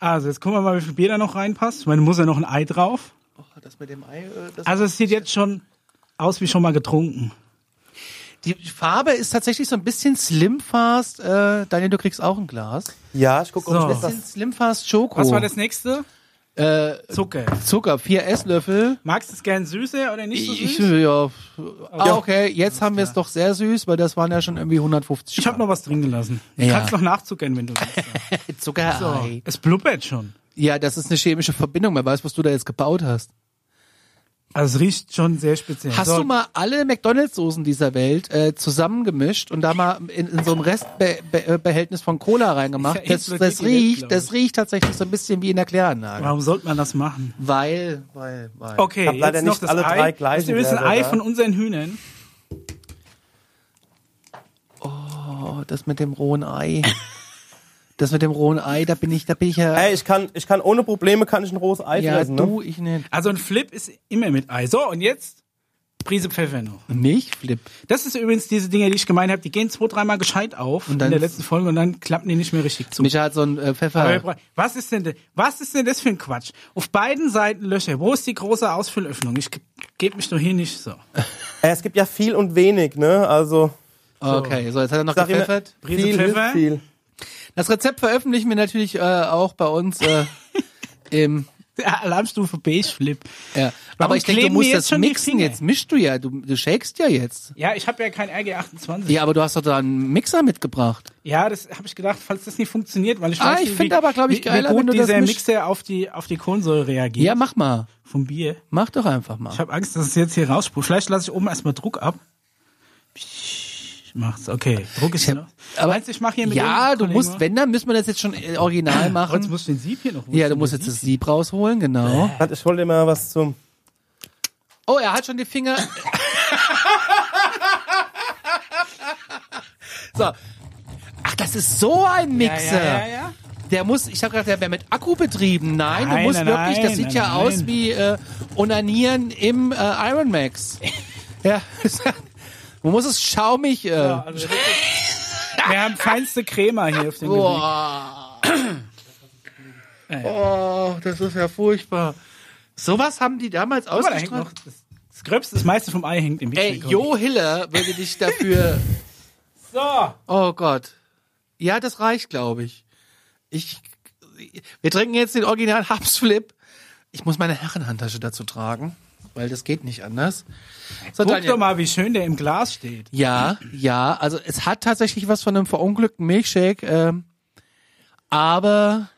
[SPEAKER 2] Also, jetzt gucken wir mal, wie viel Bier da noch reinpasst. Ich meine, muss ja noch ein Ei drauf.
[SPEAKER 1] Oh, das mit dem Ei, äh, das
[SPEAKER 2] Also, es sieht jetzt schon aus wie schon mal getrunken.
[SPEAKER 1] die Farbe ist tatsächlich so ein bisschen Slimfast. Äh, Daniel, du kriegst auch ein Glas.
[SPEAKER 3] Ja, ich gucke, ob
[SPEAKER 2] So.
[SPEAKER 3] ich das
[SPEAKER 1] Bisschen Slimfast Schoko.
[SPEAKER 2] Oh. Was war das nächste? Äh, Zucker.
[SPEAKER 1] Zucker, vier Esslöffel.
[SPEAKER 2] Magst du es gern süßer oder nicht so
[SPEAKER 1] Ich,
[SPEAKER 2] süß?
[SPEAKER 1] ja, f- ah, okay, jetzt haben wir es doch sehr süß, weil das waren ja schon irgendwie 150
[SPEAKER 2] Ich habe noch was drin gelassen. Du
[SPEAKER 1] Ja.
[SPEAKER 2] kannst noch nachzuckern, wenn du willst.
[SPEAKER 1] Gramm. Zuckerei.
[SPEAKER 2] So. Es blubbert schon.
[SPEAKER 1] Ja, das ist eine chemische Verbindung. Wer weiß, was du da jetzt gebaut hast.
[SPEAKER 2] Also es riecht schon sehr speziell.
[SPEAKER 1] Hast
[SPEAKER 2] so,
[SPEAKER 1] du mal alle McDonalds-Soßen dieser Welt äh, zusammengemischt und da mal in, in so ein Restbehältnis äh, von Cola reingemacht?
[SPEAKER 2] Ja,
[SPEAKER 1] Das,
[SPEAKER 2] explodiert
[SPEAKER 1] das
[SPEAKER 2] die Welt,
[SPEAKER 1] riecht,
[SPEAKER 2] glaub ich.
[SPEAKER 1] das riecht tatsächlich so ein bisschen wie in der Kläranlage.
[SPEAKER 2] Warum sollte man das machen?
[SPEAKER 1] Weil, weil, weil.
[SPEAKER 2] Okay,
[SPEAKER 3] hab leider
[SPEAKER 2] jetzt noch
[SPEAKER 3] nicht
[SPEAKER 2] das
[SPEAKER 3] alle
[SPEAKER 2] Ei.
[SPEAKER 3] drei gleichen
[SPEAKER 2] Das ist ein
[SPEAKER 3] Gläser
[SPEAKER 2] Ei
[SPEAKER 3] da.
[SPEAKER 2] von unseren Hühnern.
[SPEAKER 1] Oh, das mit dem rohen Ei. Das mit dem rohen Ei, da bin ich, da bin ich ja.
[SPEAKER 3] Ey, ich kann, ich kann ohne Probleme kann ich ein rohes Ei
[SPEAKER 1] ja,
[SPEAKER 3] fressen, ne?
[SPEAKER 1] du, ich nicht.
[SPEAKER 2] Also ein Flip ist immer mit Ei. So, und jetzt Prise Pfeffer noch.
[SPEAKER 1] Milchflip.
[SPEAKER 2] Das ist übrigens diese Dinger, die ich gemeint habe, die gehen zwei, dreimal gescheit auf
[SPEAKER 1] dann-
[SPEAKER 2] in der letzten Folge und dann klappen die nicht mehr richtig zu.
[SPEAKER 1] Micha hat so ein äh,
[SPEAKER 2] Aber wir
[SPEAKER 1] Pfeffer.
[SPEAKER 2] bra- Was ist denn de- was ist denn das für ein Quatsch? Auf beiden Seiten Löcher. Wo ist die große Ausfüllöffnung? Ich gebe mich doch hier nicht so.
[SPEAKER 3] Ey, es gibt ja viel und wenig, ne? Also
[SPEAKER 1] Okay, so, jetzt hat er noch
[SPEAKER 3] Sag ihm-
[SPEAKER 1] gepfeffert.
[SPEAKER 2] Prise
[SPEAKER 3] viel
[SPEAKER 2] Pfeffer.
[SPEAKER 3] hilft viel.
[SPEAKER 1] Das Rezept veröffentlichen wir natürlich äh, auch bei uns äh, im.
[SPEAKER 2] Ja, Alarmstufe Beige Flip.
[SPEAKER 1] Ja.
[SPEAKER 2] Warum
[SPEAKER 1] Aber ich denke, du
[SPEAKER 2] kleben
[SPEAKER 1] musst
[SPEAKER 2] mir jetzt
[SPEAKER 1] das
[SPEAKER 2] schon die
[SPEAKER 1] mixen.
[SPEAKER 2] Finger?
[SPEAKER 1] Jetzt mischst du ja, du, du shakest ja jetzt.
[SPEAKER 2] Ja, ich habe ja kein RG28.
[SPEAKER 1] Ja, aber du hast doch da einen Mixer mitgebracht.
[SPEAKER 2] Ja, das habe ich gedacht, falls das nicht funktioniert, weil ich
[SPEAKER 1] Ah,
[SPEAKER 2] weiß
[SPEAKER 1] ich
[SPEAKER 2] nicht,
[SPEAKER 1] find
[SPEAKER 2] wie-
[SPEAKER 1] aber, glaub ich,
[SPEAKER 2] wie-
[SPEAKER 1] geiler,
[SPEAKER 2] wie
[SPEAKER 1] wenn
[SPEAKER 2] gut
[SPEAKER 1] du das
[SPEAKER 2] dieser
[SPEAKER 1] misch-
[SPEAKER 2] Mixer auf die auf die Kohlensäure reagiert
[SPEAKER 1] Ja, mach mal.
[SPEAKER 2] vom Bier.
[SPEAKER 1] Mach doch einfach mal.
[SPEAKER 2] Hm? Ich habe Angst, dass es jetzt hier raussprudelt. Vielleicht lasse ich oben erstmal Druck ab. Psch, Macht's okay. Druck ist ja.
[SPEAKER 1] aber-
[SPEAKER 2] Meinst du, ich mache hier mit
[SPEAKER 1] ja,
[SPEAKER 2] dem
[SPEAKER 1] du
[SPEAKER 2] Kollegen
[SPEAKER 1] musst,
[SPEAKER 2] was?
[SPEAKER 1] wenn, dann müssen wir das jetzt schon äh, original
[SPEAKER 2] Oh, jetzt
[SPEAKER 1] machen.
[SPEAKER 2] musst du den Sieb hier noch. Wo
[SPEAKER 1] Ja,
[SPEAKER 2] ist
[SPEAKER 1] du
[SPEAKER 2] denn
[SPEAKER 1] musst
[SPEAKER 2] der
[SPEAKER 1] jetzt das
[SPEAKER 2] Sieb?
[SPEAKER 1] Sieb rausholen, genau.
[SPEAKER 3] Warte, Ich hol dir mal was zum.
[SPEAKER 1] Oh, er hat schon die Finger. so. Ach, das ist so ein Mixer.
[SPEAKER 2] Ja, ja, ja, ja.
[SPEAKER 1] Der muss, ich habe gedacht, der wäre mit Akku betrieben. Nein, du
[SPEAKER 2] Nein,
[SPEAKER 1] musst
[SPEAKER 2] nein,
[SPEAKER 1] wirklich, das
[SPEAKER 2] nein,
[SPEAKER 1] sieht
[SPEAKER 2] nein,
[SPEAKER 1] ja
[SPEAKER 2] nein.
[SPEAKER 1] aus wie äh, Onanieren im äh, Iron Max. ja, man muss es schaumig. Äh,
[SPEAKER 2] Also, wir haben feinste Crema hier auf dem Gebiet.
[SPEAKER 1] boah.
[SPEAKER 2] Äh.
[SPEAKER 1] oh, das ist ja furchtbar. Sowas haben die damals
[SPEAKER 2] Guck mal, da hängt
[SPEAKER 1] ausgestrahlt.
[SPEAKER 2] noch das, das Gröbste, das meiste vom Ei hängt im
[SPEAKER 1] Ey,
[SPEAKER 2] Mixer.
[SPEAKER 1] Jo Hiller würde dich dafür.
[SPEAKER 2] So.
[SPEAKER 1] Oh Gott. Ja, das reicht, glaube ich. Ich. Wir trinken jetzt den Original Habsflip. Ich muss meine Herrenhandtasche dazu tragen, weil das geht nicht anders. So,
[SPEAKER 2] Guck
[SPEAKER 1] Daniel.
[SPEAKER 2] doch mal, wie schön der im Glas steht.
[SPEAKER 1] Ja, ja. Also es hat tatsächlich was von einem verunglückten Milchshake, ähm, aber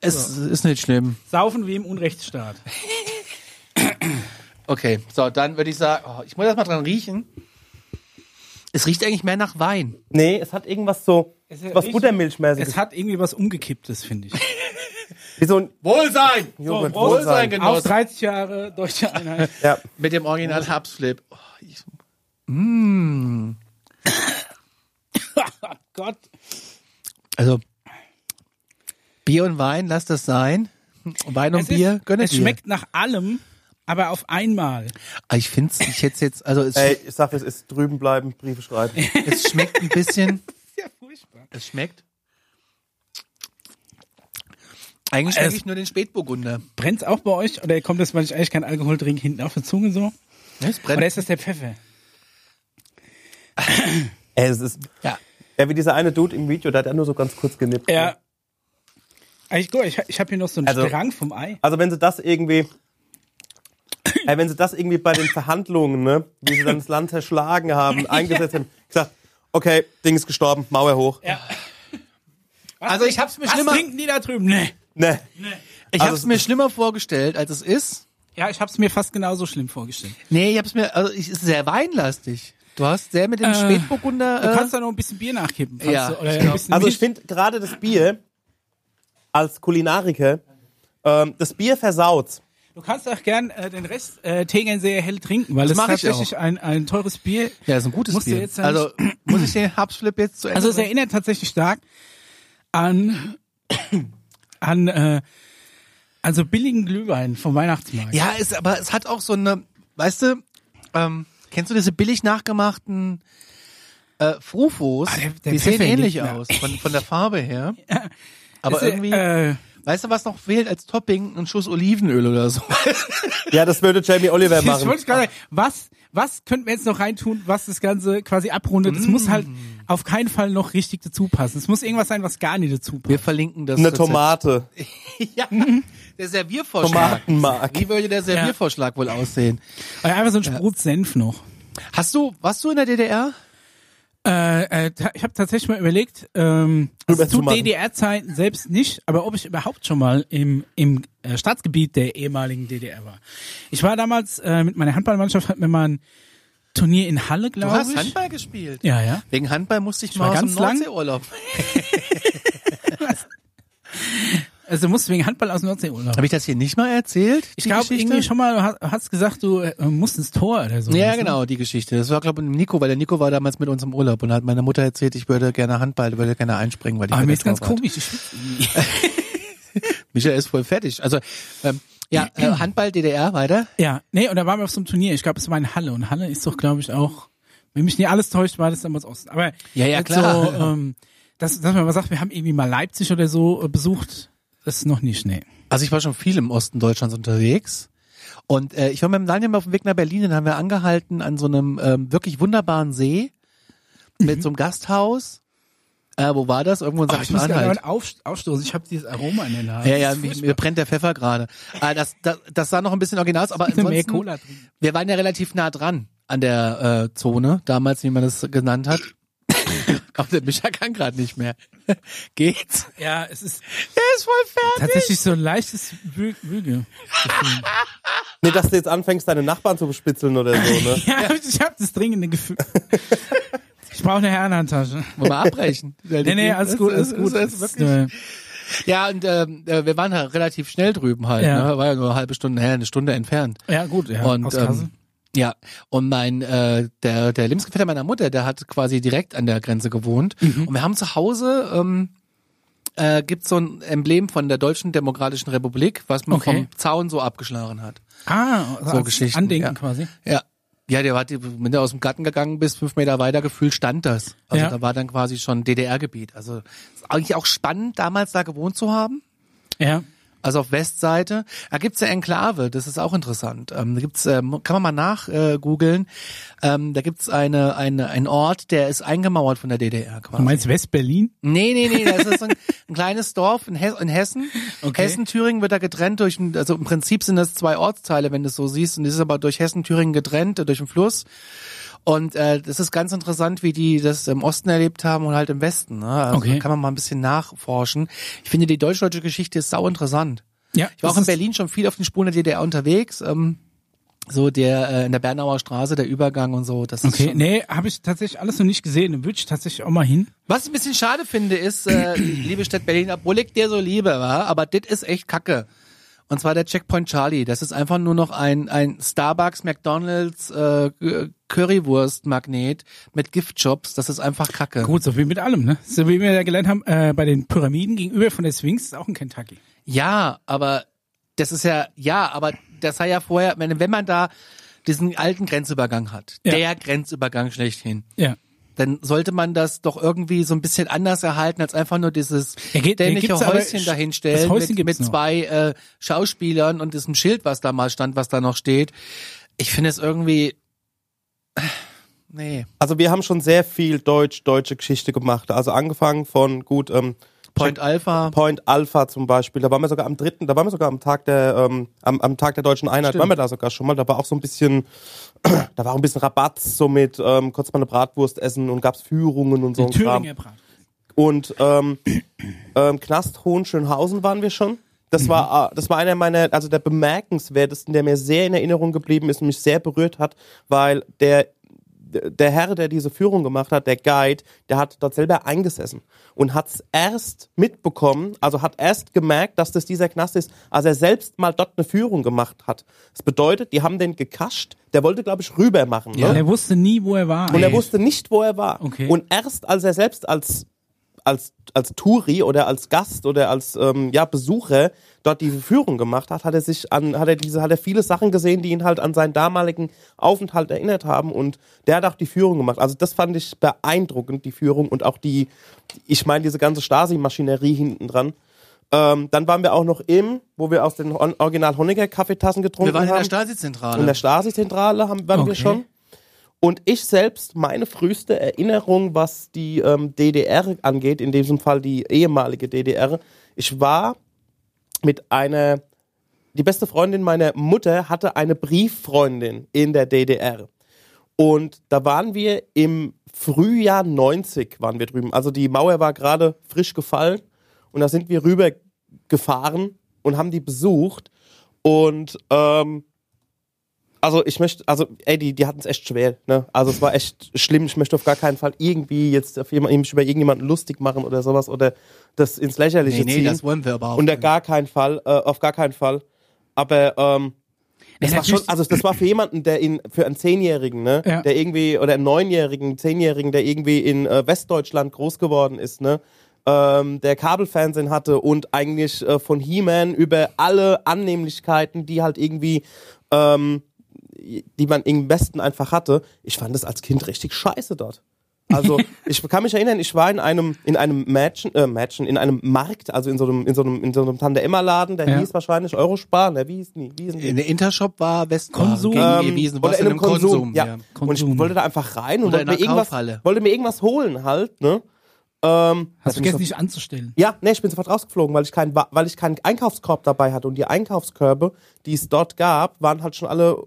[SPEAKER 1] es ist nicht schlimm.
[SPEAKER 2] Saufen wie im Unrechtsstaat.
[SPEAKER 1] Also Okay, so dann würde ich sagen, oh, ich muss erst mal dran riechen. Es riecht eigentlich mehr nach Wein.
[SPEAKER 3] Nee, es hat irgendwas so.
[SPEAKER 2] Es ist
[SPEAKER 3] was
[SPEAKER 2] richtig-
[SPEAKER 3] Buttermilchmäßiges.
[SPEAKER 2] Es hat irgendwie was Umgekipptes, finde ich.
[SPEAKER 3] Wie so ein
[SPEAKER 1] Wohlsein!
[SPEAKER 3] Joghurt.
[SPEAKER 2] Prost.
[SPEAKER 3] Wohlsein.
[SPEAKER 1] Genau
[SPEAKER 2] Auf 30 Jahre deutsche Einheit.
[SPEAKER 3] Ja.
[SPEAKER 1] Mit dem Original Habsflip. Oh, ich,
[SPEAKER 2] Oh Gott.
[SPEAKER 1] also Bier und Wein, lass das sein. Wein und
[SPEAKER 2] Es,
[SPEAKER 1] Bier,
[SPEAKER 2] ist,
[SPEAKER 1] gönne
[SPEAKER 2] es schmeckt nach allem, aber auf einmal.
[SPEAKER 1] Ah, Ich finde es, ich hätte jetzt, also es,
[SPEAKER 3] Ey, ich sag, es ist drüben bleiben, Briefe schreiben.
[SPEAKER 1] es schmeckt ein bisschen.
[SPEAKER 2] Ja, furchtbar.
[SPEAKER 1] Es schmeckt. Eigentlich schmecke ich nur den Spätburgunder.
[SPEAKER 2] Brennt's auch bei euch? Oder kommt das, weil ich eigentlich keinen Alkohol trinke, hinten auf der Zunge so?
[SPEAKER 1] Ne, es
[SPEAKER 2] Oder
[SPEAKER 1] brennt.
[SPEAKER 2] ist das der Pfeffer?
[SPEAKER 3] Ey, es ist.
[SPEAKER 1] Ja.
[SPEAKER 3] Ja, wie dieser eine Dude im Video, der hat ja nur so ganz kurz genippt.
[SPEAKER 2] Ja. Ich, guck, ich, ich habe hier noch so einen
[SPEAKER 3] Also-
[SPEAKER 2] Strang vom Ei.
[SPEAKER 3] Also wenn sie das irgendwie, ey, wenn sie das irgendwie bei den Verhandlungen, ne, wie sie dann das Land zerschlagen haben, eingesetzt haben, gesagt, okay, Ding ist gestorben, Mauer hoch.
[SPEAKER 1] Also ich hab's mir
[SPEAKER 2] Was
[SPEAKER 1] schlimmer,
[SPEAKER 2] trinken die da drüben? Nee.
[SPEAKER 3] Ne.
[SPEAKER 1] ich
[SPEAKER 3] Also
[SPEAKER 1] hab's
[SPEAKER 3] es-
[SPEAKER 1] mir schlimmer vorgestellt, als es ist.
[SPEAKER 2] Ja, ich habe es mir fast genauso schlimm vorgestellt.
[SPEAKER 1] Nee, ich hab's mir, also ich, es ist sehr weinlastig. Du hast sehr mit dem Spätburgunder.
[SPEAKER 2] Du
[SPEAKER 1] äh,
[SPEAKER 2] kannst da noch ein bisschen Bier nachkippen. falls
[SPEAKER 1] ja,
[SPEAKER 2] du, oder
[SPEAKER 1] ich
[SPEAKER 2] ein
[SPEAKER 1] glaub-
[SPEAKER 2] bisschen
[SPEAKER 3] Also ich
[SPEAKER 2] Milch.
[SPEAKER 3] finde gerade das Bier als Kulinariker, ähm, das Bier versaut.
[SPEAKER 2] du kannst auch gern äh, den Rest äh, Tegernseer hell trinken, weil
[SPEAKER 1] Das
[SPEAKER 2] das,
[SPEAKER 1] mach
[SPEAKER 2] ist
[SPEAKER 1] ich
[SPEAKER 2] tatsächlich ein, ein teures Bier.
[SPEAKER 1] ja, ist ein gutes
[SPEAKER 2] Musst du
[SPEAKER 1] Bier.
[SPEAKER 2] jetzt dann-
[SPEAKER 1] also muss ich den Habsflip jetzt zu Ende
[SPEAKER 2] Also es
[SPEAKER 1] bringen?
[SPEAKER 2] erinnert tatsächlich stark an an äh, also billigen Glühwein vom Weihnachtsmarkt.
[SPEAKER 1] Ja, es, aber es hat auch so eine, weißt du, ähm, kennst du diese billig nachgemachten äh, Frufos?
[SPEAKER 2] Ah, der- der
[SPEAKER 1] die sehen
[SPEAKER 2] Pfeffer
[SPEAKER 1] ähnlich
[SPEAKER 2] liegt mir.
[SPEAKER 1] aus, von, von der Farbe her. Aber
[SPEAKER 2] Ist, äh,
[SPEAKER 1] irgendwie,
[SPEAKER 2] äh,
[SPEAKER 1] weißt du, was noch fehlt als Topping? Ein Schuss Olivenöl oder so.
[SPEAKER 3] Ja, das würde Jamie Oliver
[SPEAKER 2] das
[SPEAKER 3] machen.
[SPEAKER 2] wollte ich gerade sagen. Was was könnten wir jetzt noch reintun, was das Ganze quasi abrundet? Es muss halt auf keinen Fall noch richtig dazu passen. Es muss irgendwas sein, was gar nicht dazu passt.
[SPEAKER 1] Wir verlinken das.
[SPEAKER 3] Eine
[SPEAKER 1] Rezept.
[SPEAKER 3] Tomate,
[SPEAKER 1] Ja, der Serviervorschlag.
[SPEAKER 3] Tomatenmark.
[SPEAKER 1] Wie würde der Serviervorschlag wohl aussehen?
[SPEAKER 2] Oder einfach so ein Sprut Senf noch.
[SPEAKER 1] Hast du, warst du in der DDR?
[SPEAKER 2] Äh, äh, ta- ich habe tatsächlich mal überlegt, ähm, also zu
[SPEAKER 3] Rüberzumachen.
[SPEAKER 2] DDR-Zeiten selbst nicht, aber ob ich überhaupt schon mal im, im äh, Staatsgebiet der ehemaligen DDR war. Ich war damals äh, mit meiner Handballmannschaft, hatten wir mal ein Turnier in Halle,
[SPEAKER 1] Du
[SPEAKER 2] glaube
[SPEAKER 1] hast
[SPEAKER 2] ich.
[SPEAKER 1] Handball gespielt.
[SPEAKER 2] Ja, ja.
[SPEAKER 1] Wegen Handball musste ich,
[SPEAKER 2] war
[SPEAKER 1] mal aus dem
[SPEAKER 2] ganz lang.
[SPEAKER 1] Nordseeurlaub.
[SPEAKER 2] Also du musst wegen Handball aus dem Nordseeurlaub.
[SPEAKER 1] Habe ich das hier nicht mal erzählt?
[SPEAKER 2] Ich
[SPEAKER 1] die
[SPEAKER 2] glaube,
[SPEAKER 1] Geschichte?
[SPEAKER 2] irgendwie schon mal ha- hast gesagt, du äh, musst ins Tor oder so.
[SPEAKER 1] Ja,
[SPEAKER 2] weißt du?
[SPEAKER 1] genau, die Geschichte. Das war, glaube ich, mit Nico, weil der Nico war damals mit uns im Urlaub und hat meiner Mutter erzählt, ich würde gerne Handball, würde gerne einspringen, weil ich
[SPEAKER 2] Aber
[SPEAKER 1] bin
[SPEAKER 2] Ah, mir
[SPEAKER 1] der
[SPEAKER 2] ist ganz
[SPEAKER 1] Torwart.
[SPEAKER 2] komisch. Ich schwitze irgendwie.
[SPEAKER 1] Michael ist voll fertig. Also, ähm, ja, äh, Handball DDR weiter.
[SPEAKER 2] Ja, nee, und da waren wir auf so einem Turnier. Ich glaube, es war in Halle. Und Halle ist doch, glaube ich, auch, wenn mich nicht alles täuscht, war das damals Osten. Aber
[SPEAKER 1] Ja, ja,
[SPEAKER 2] jetzt
[SPEAKER 1] klar.
[SPEAKER 2] So, ähm, dass, dass man mal sagt, wir haben irgendwie mal Leipzig oder so äh, besucht, das ist noch nicht, nee.
[SPEAKER 1] Also ich war schon viel im Osten Deutschlands unterwegs. Und äh, ich war mit dem Daniel mal auf dem Weg nach Berlin, dann haben wir angehalten an so einem ähm, wirklich wunderbaren See mit so einem Gasthaus. Äh, wo war das? Irgendwo in
[SPEAKER 2] Oh, Mhm. ich muss
[SPEAKER 1] Sachsen-Anhalt.
[SPEAKER 2] gerade auf, aufstoßen. Ich habe dieses Aroma in der Nase.
[SPEAKER 1] halt. Ja, ja,
[SPEAKER 2] Das ist
[SPEAKER 1] mir, mir
[SPEAKER 2] furchtbar.
[SPEAKER 1] brennt der Pfeffer gerade. Ah, Das, das, das sah noch ein bisschen original aus, aber
[SPEAKER 2] mehr
[SPEAKER 1] ansonsten,
[SPEAKER 2] Cola drin.
[SPEAKER 1] wir waren ja relativ nah dran an der äh, Zone, damals, wie man das genannt hat. Auf der Micha kann gerade nicht mehr. Geht's?
[SPEAKER 2] Ja, es ist
[SPEAKER 1] Er ist voll fertig.
[SPEAKER 2] tatsächlich so ein leichtes Wü- Wüge.
[SPEAKER 3] Nee, dass du jetzt anfängst, deine Nachbarn zu bespitzeln oder so, ne?
[SPEAKER 2] Ja, ich habe das dringende Gefühl. Ich brauche eine Herrenhandtasche.
[SPEAKER 1] Wollen wir abbrechen?
[SPEAKER 2] Nee, nee, alles gut, alles gut.
[SPEAKER 1] Ist,
[SPEAKER 2] Das ist,
[SPEAKER 1] wirklich
[SPEAKER 2] äh,
[SPEAKER 1] ja, und ähm, äh, wir waren ja relativ schnell drüben halt.
[SPEAKER 2] Ja.
[SPEAKER 1] Ne? War ja nur eine halbe Stunde, naja, eine Stunde entfernt.
[SPEAKER 2] Äh, Ja, gut, ja.
[SPEAKER 1] und
[SPEAKER 2] aus Kassel.
[SPEAKER 1] ähm, ja, und mein äh, der der Lebensgefährte meiner Mutter, der hat quasi direkt an der Grenze gewohnt
[SPEAKER 2] Mhm.
[SPEAKER 1] und wir haben zu Hause ähm, äh, gibt so ein Emblem von der Deutschen Demokratischen Republik, was man
[SPEAKER 2] Okay.
[SPEAKER 1] vom Zaun so abgeschlagen hat.
[SPEAKER 2] ah,
[SPEAKER 1] So
[SPEAKER 2] als
[SPEAKER 1] Geschichten.
[SPEAKER 2] Andenken
[SPEAKER 1] ja.
[SPEAKER 2] quasi.
[SPEAKER 1] Ja. Ja, der war, die- wenn du aus dem Garten gegangen bist, fünf Meter weiter gefühlt stand das. Also
[SPEAKER 2] Ja.
[SPEAKER 1] da war dann quasi schon DDR-Gebiet. Also ist eigentlich auch spannend, damals da gewohnt zu haben.
[SPEAKER 2] Ja.
[SPEAKER 1] Also auf Westseite. Da gibt's ja Enklave, das ist auch interessant. Ähm, da gibt's, ähm, kann man mal nachgoogeln. Äh, googeln. ähm, da gibt's eine, eine, einen Ort, der ist eingemauert von der DDR
[SPEAKER 2] Du
[SPEAKER 1] quasi.
[SPEAKER 2] meinst West-Berlin?
[SPEAKER 1] Nee, nee, nee, das ist so ein, ein kleines Dorf in, Hes in Hessen.
[SPEAKER 2] Okay.
[SPEAKER 1] Hessen, Thüringen wird da getrennt durch, ein- also im Prinzip sind das zwei Ortsteile, wenn du es so siehst, und das ist aber durch Hessen, Thüringen getrennt, äh, durch den Fluss. Und äh, das ist ganz interessant, wie die das im Osten erlebt haben und halt im Westen. Ne? Also
[SPEAKER 2] Okay.
[SPEAKER 1] da kann man mal ein bisschen nachforschen. Ich finde, die deutsch-deutsche Geschichte ist sau interessant.
[SPEAKER 2] Ja.
[SPEAKER 1] Ich war
[SPEAKER 2] das
[SPEAKER 1] auch in
[SPEAKER 2] ist-
[SPEAKER 1] Berlin schon viel auf den Spuren der DDR unterwegs. Ähm, so der äh, in der Bernauer Straße, der Übergang und so. Das ist
[SPEAKER 2] Okay,
[SPEAKER 1] schon,
[SPEAKER 2] nee, habe ich tatsächlich alles noch nicht gesehen. Dann würde ich tatsächlich auch mal hin.
[SPEAKER 1] Was ich ein bisschen schade finde, ist, äh, liebe Stadt Berlin, obwohl ich dir so liebe, wa? aber dit ist echt Kacke. Und zwar der Checkpoint Charlie. Das ist einfach nur noch ein, ein Starbucks, McDonalds, äh, Currywurst-Magnet mit Giftjobs. Das ist einfach Kacke.
[SPEAKER 2] Gut, so wie mit allem, ne? So wie wir ja gelernt haben, äh, bei den Pyramiden gegenüber von der Sphinx ist auch ein Kentucky.
[SPEAKER 1] Ja, aber das ist ja, ja, aber das sei ja vorher, wenn, wenn man da diesen alten Grenzübergang hat,
[SPEAKER 2] Ja.
[SPEAKER 1] der Grenzübergang schlechthin.
[SPEAKER 2] Ja.
[SPEAKER 1] dann sollte man das doch irgendwie so ein bisschen anders erhalten, als einfach nur dieses
[SPEAKER 2] Ja, geht- ja,
[SPEAKER 1] dämliche
[SPEAKER 2] gibt's aber-
[SPEAKER 1] Häuschen dahinstellen
[SPEAKER 2] das
[SPEAKER 1] mit,
[SPEAKER 2] Häuschen gibt's
[SPEAKER 1] mit
[SPEAKER 2] noch.
[SPEAKER 1] zwei äh, Schauspielern und diesem Schild, was da mal stand, was da noch steht. Ich finde es irgendwie. Nee.
[SPEAKER 3] Also wir haben schon sehr viel deutsch-deutsche Geschichte gemacht. Also angefangen von, gut, ähm,
[SPEAKER 1] Point Alpha.
[SPEAKER 3] Point Alpha zum Beispiel, da waren wir sogar am dritten, da waren wir sogar am Tag der, ähm, am, am Tag der deutschen Einheit, waren wir da sogar schon mal, da war auch so ein bisschen, da war auch ein bisschen Rabatz, so mit, ähm, konntest mal eine Bratwurst essen und gab's Führungen und so.
[SPEAKER 2] Die
[SPEAKER 3] ein Kram.
[SPEAKER 2] Thüringer Brat.
[SPEAKER 3] Und ähm, ähm, Knast Hohenschönhausen waren wir schon. Das war, äh, das war einer meiner, also der bemerkenswertesten, der mir sehr in Erinnerung geblieben ist und mich sehr berührt hat, weil der, der Herr, der diese Führung gemacht hat, der Guide, der hat dort selber eingesessen und hat es erst mitbekommen, also hat erst gemerkt, dass das dieser Knast ist, als er selbst mal dort eine Führung gemacht hat. Das bedeutet, die haben den gekascht, der wollte, glaube ich, rüber machen.
[SPEAKER 2] Und
[SPEAKER 3] ne?
[SPEAKER 2] er wusste nie, wo er war.
[SPEAKER 3] Und er
[SPEAKER 2] Ey.
[SPEAKER 3] wusste nicht, wo er war.
[SPEAKER 2] Okay.
[SPEAKER 3] Und erst als er selbst als, als, als Touri oder als Gast oder als ähm, ja, Besucher dort diese Führung gemacht hat, hat er sich an, hat er diese, hat er viele Sachen gesehen, die ihn halt an seinen damaligen Aufenthalt erinnert haben. Und der hat auch die Führung gemacht. Also das fand ich beeindruckend, die Führung und auch die, ich meine, diese ganze Stasi-Maschinerie hinten dran. Ähm, dann waren wir auch noch im, wo wir aus den Hon- Original Honegger Kaffeetassen getrunken
[SPEAKER 1] Wir waren in der
[SPEAKER 3] haben. In der
[SPEAKER 1] Stasi-Zentrale.
[SPEAKER 3] Stasi-Zentrale haben- waren wir
[SPEAKER 2] Okay.
[SPEAKER 3] schon. Und ich selbst, meine früheste Erinnerung, was die ähm, DDR angeht, in diesem Fall die ehemalige DDR, ich war mit einer, die beste Freundin meiner Mutter hatte eine Brieffreundin in der DDR. Und da waren wir im Frühjahr 90 waren wir drüben. Also die Mauer war gerade frisch gefallen und da sind wir rüber gefahren und haben die besucht. Und ähm, also ich möchte, also ey, die, die hatten es echt schwer. Ne? Also es war echt schlimm. Ich möchte auf gar keinen Fall irgendwie jetzt auf jemand, mich über irgendjemanden lustig machen oder sowas oder das ins Lächerliche
[SPEAKER 1] Nee, nee,
[SPEAKER 3] ziehen.
[SPEAKER 1] das wollen wir aber auch.
[SPEAKER 3] Unter
[SPEAKER 1] nicht.
[SPEAKER 3] gar keinen Fall, äh, auf gar keinen Fall. Aber ähm, das
[SPEAKER 2] Nee,
[SPEAKER 3] war schon,
[SPEAKER 2] natürlich-
[SPEAKER 3] also das war für jemanden, der in, für einen Zehnjährigen, ne,
[SPEAKER 2] Ja.
[SPEAKER 3] der irgendwie oder einen Neunjährigen, Zehnjährigen, der irgendwie in äh, Westdeutschland groß geworden ist, ne, ähm, der Kabelfernsehen hatte und eigentlich äh, von He-Man über alle Annehmlichkeiten, die halt irgendwie, ähm, die man im Westen einfach hatte, ich fand das als Kind richtig scheiße dort. Also ich kann mich erinnern, ich war in einem in einem Matchen, äh, Matchen, in einem Markt, also in so einem in so einem in so einem Tante Emma Laden, der
[SPEAKER 2] Ja.
[SPEAKER 3] hieß wahrscheinlich Eurospar, ne, wie hießen die? Wie hießen die?
[SPEAKER 1] In der Intershop war Westwaren
[SPEAKER 2] Konsum.
[SPEAKER 1] gegen
[SPEAKER 3] Ähm,
[SPEAKER 1] Ewiesen,
[SPEAKER 3] oder
[SPEAKER 1] was
[SPEAKER 3] in einem Konsum, ja. Und
[SPEAKER 2] Konsum.
[SPEAKER 3] ich wollte da einfach rein und
[SPEAKER 1] Oder
[SPEAKER 3] wollte
[SPEAKER 1] in
[SPEAKER 3] mir,
[SPEAKER 1] einer
[SPEAKER 3] irgendwas,
[SPEAKER 1] Kaufhalle.
[SPEAKER 3] wollte mir irgendwas holen halt, ne? Ähm,
[SPEAKER 2] Hast
[SPEAKER 3] das
[SPEAKER 2] vergessen,
[SPEAKER 3] muss-
[SPEAKER 2] dich anzustellen.
[SPEAKER 3] ja, nee, ich bin sofort rausgeflogen, weil ich keinen weil ich keinen Einkaufskorb dabei hatte und die Einkaufskörbe, die es dort gab, waren halt schon alle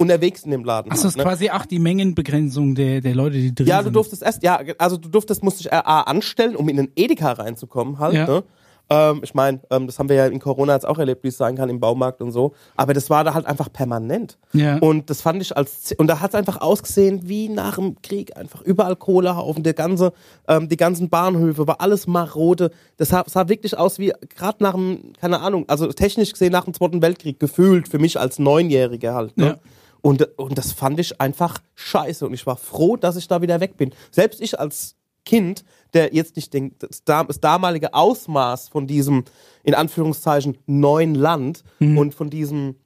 [SPEAKER 3] unterwegs in dem Laden.
[SPEAKER 2] Achso,
[SPEAKER 3] halt,
[SPEAKER 2] ist quasi auch die Mengenbegrenzung der, der Leute, die drin
[SPEAKER 3] Ja, du
[SPEAKER 2] sind.
[SPEAKER 3] durftest erst, ja, also du durftest, musst dich äh, A, anstellen, um in den Edeka reinzukommen halt,
[SPEAKER 2] Ja.
[SPEAKER 3] ne? Ähm, ich meine, ähm, das haben wir ja in Corona jetzt auch erlebt, wie es sein kann, im Baumarkt und so. Aber das war da halt einfach permanent.
[SPEAKER 2] Ja.
[SPEAKER 3] Und das fand ich als, und da hat es einfach ausgesehen wie nach dem Krieg, einfach überall Kohlehaufen, der ganze, ähm, die ganzen Bahnhöfe, war alles marode. Das sah, sah wirklich aus wie, gerade nach dem, keine Ahnung, also technisch gesehen nach dem Zweiten Weltkrieg, gefühlt für mich als Neunjähriger halt. Ne?
[SPEAKER 2] Ja.
[SPEAKER 3] Und, und das fand ich einfach scheiße. Und ich war froh, dass ich da wieder weg bin. Selbst ich als Kind, der jetzt nicht denkt, das, dam- das damalige Ausmaß von diesem, in Anführungszeichen, neuen Land
[SPEAKER 2] Mhm.
[SPEAKER 3] und von diesem,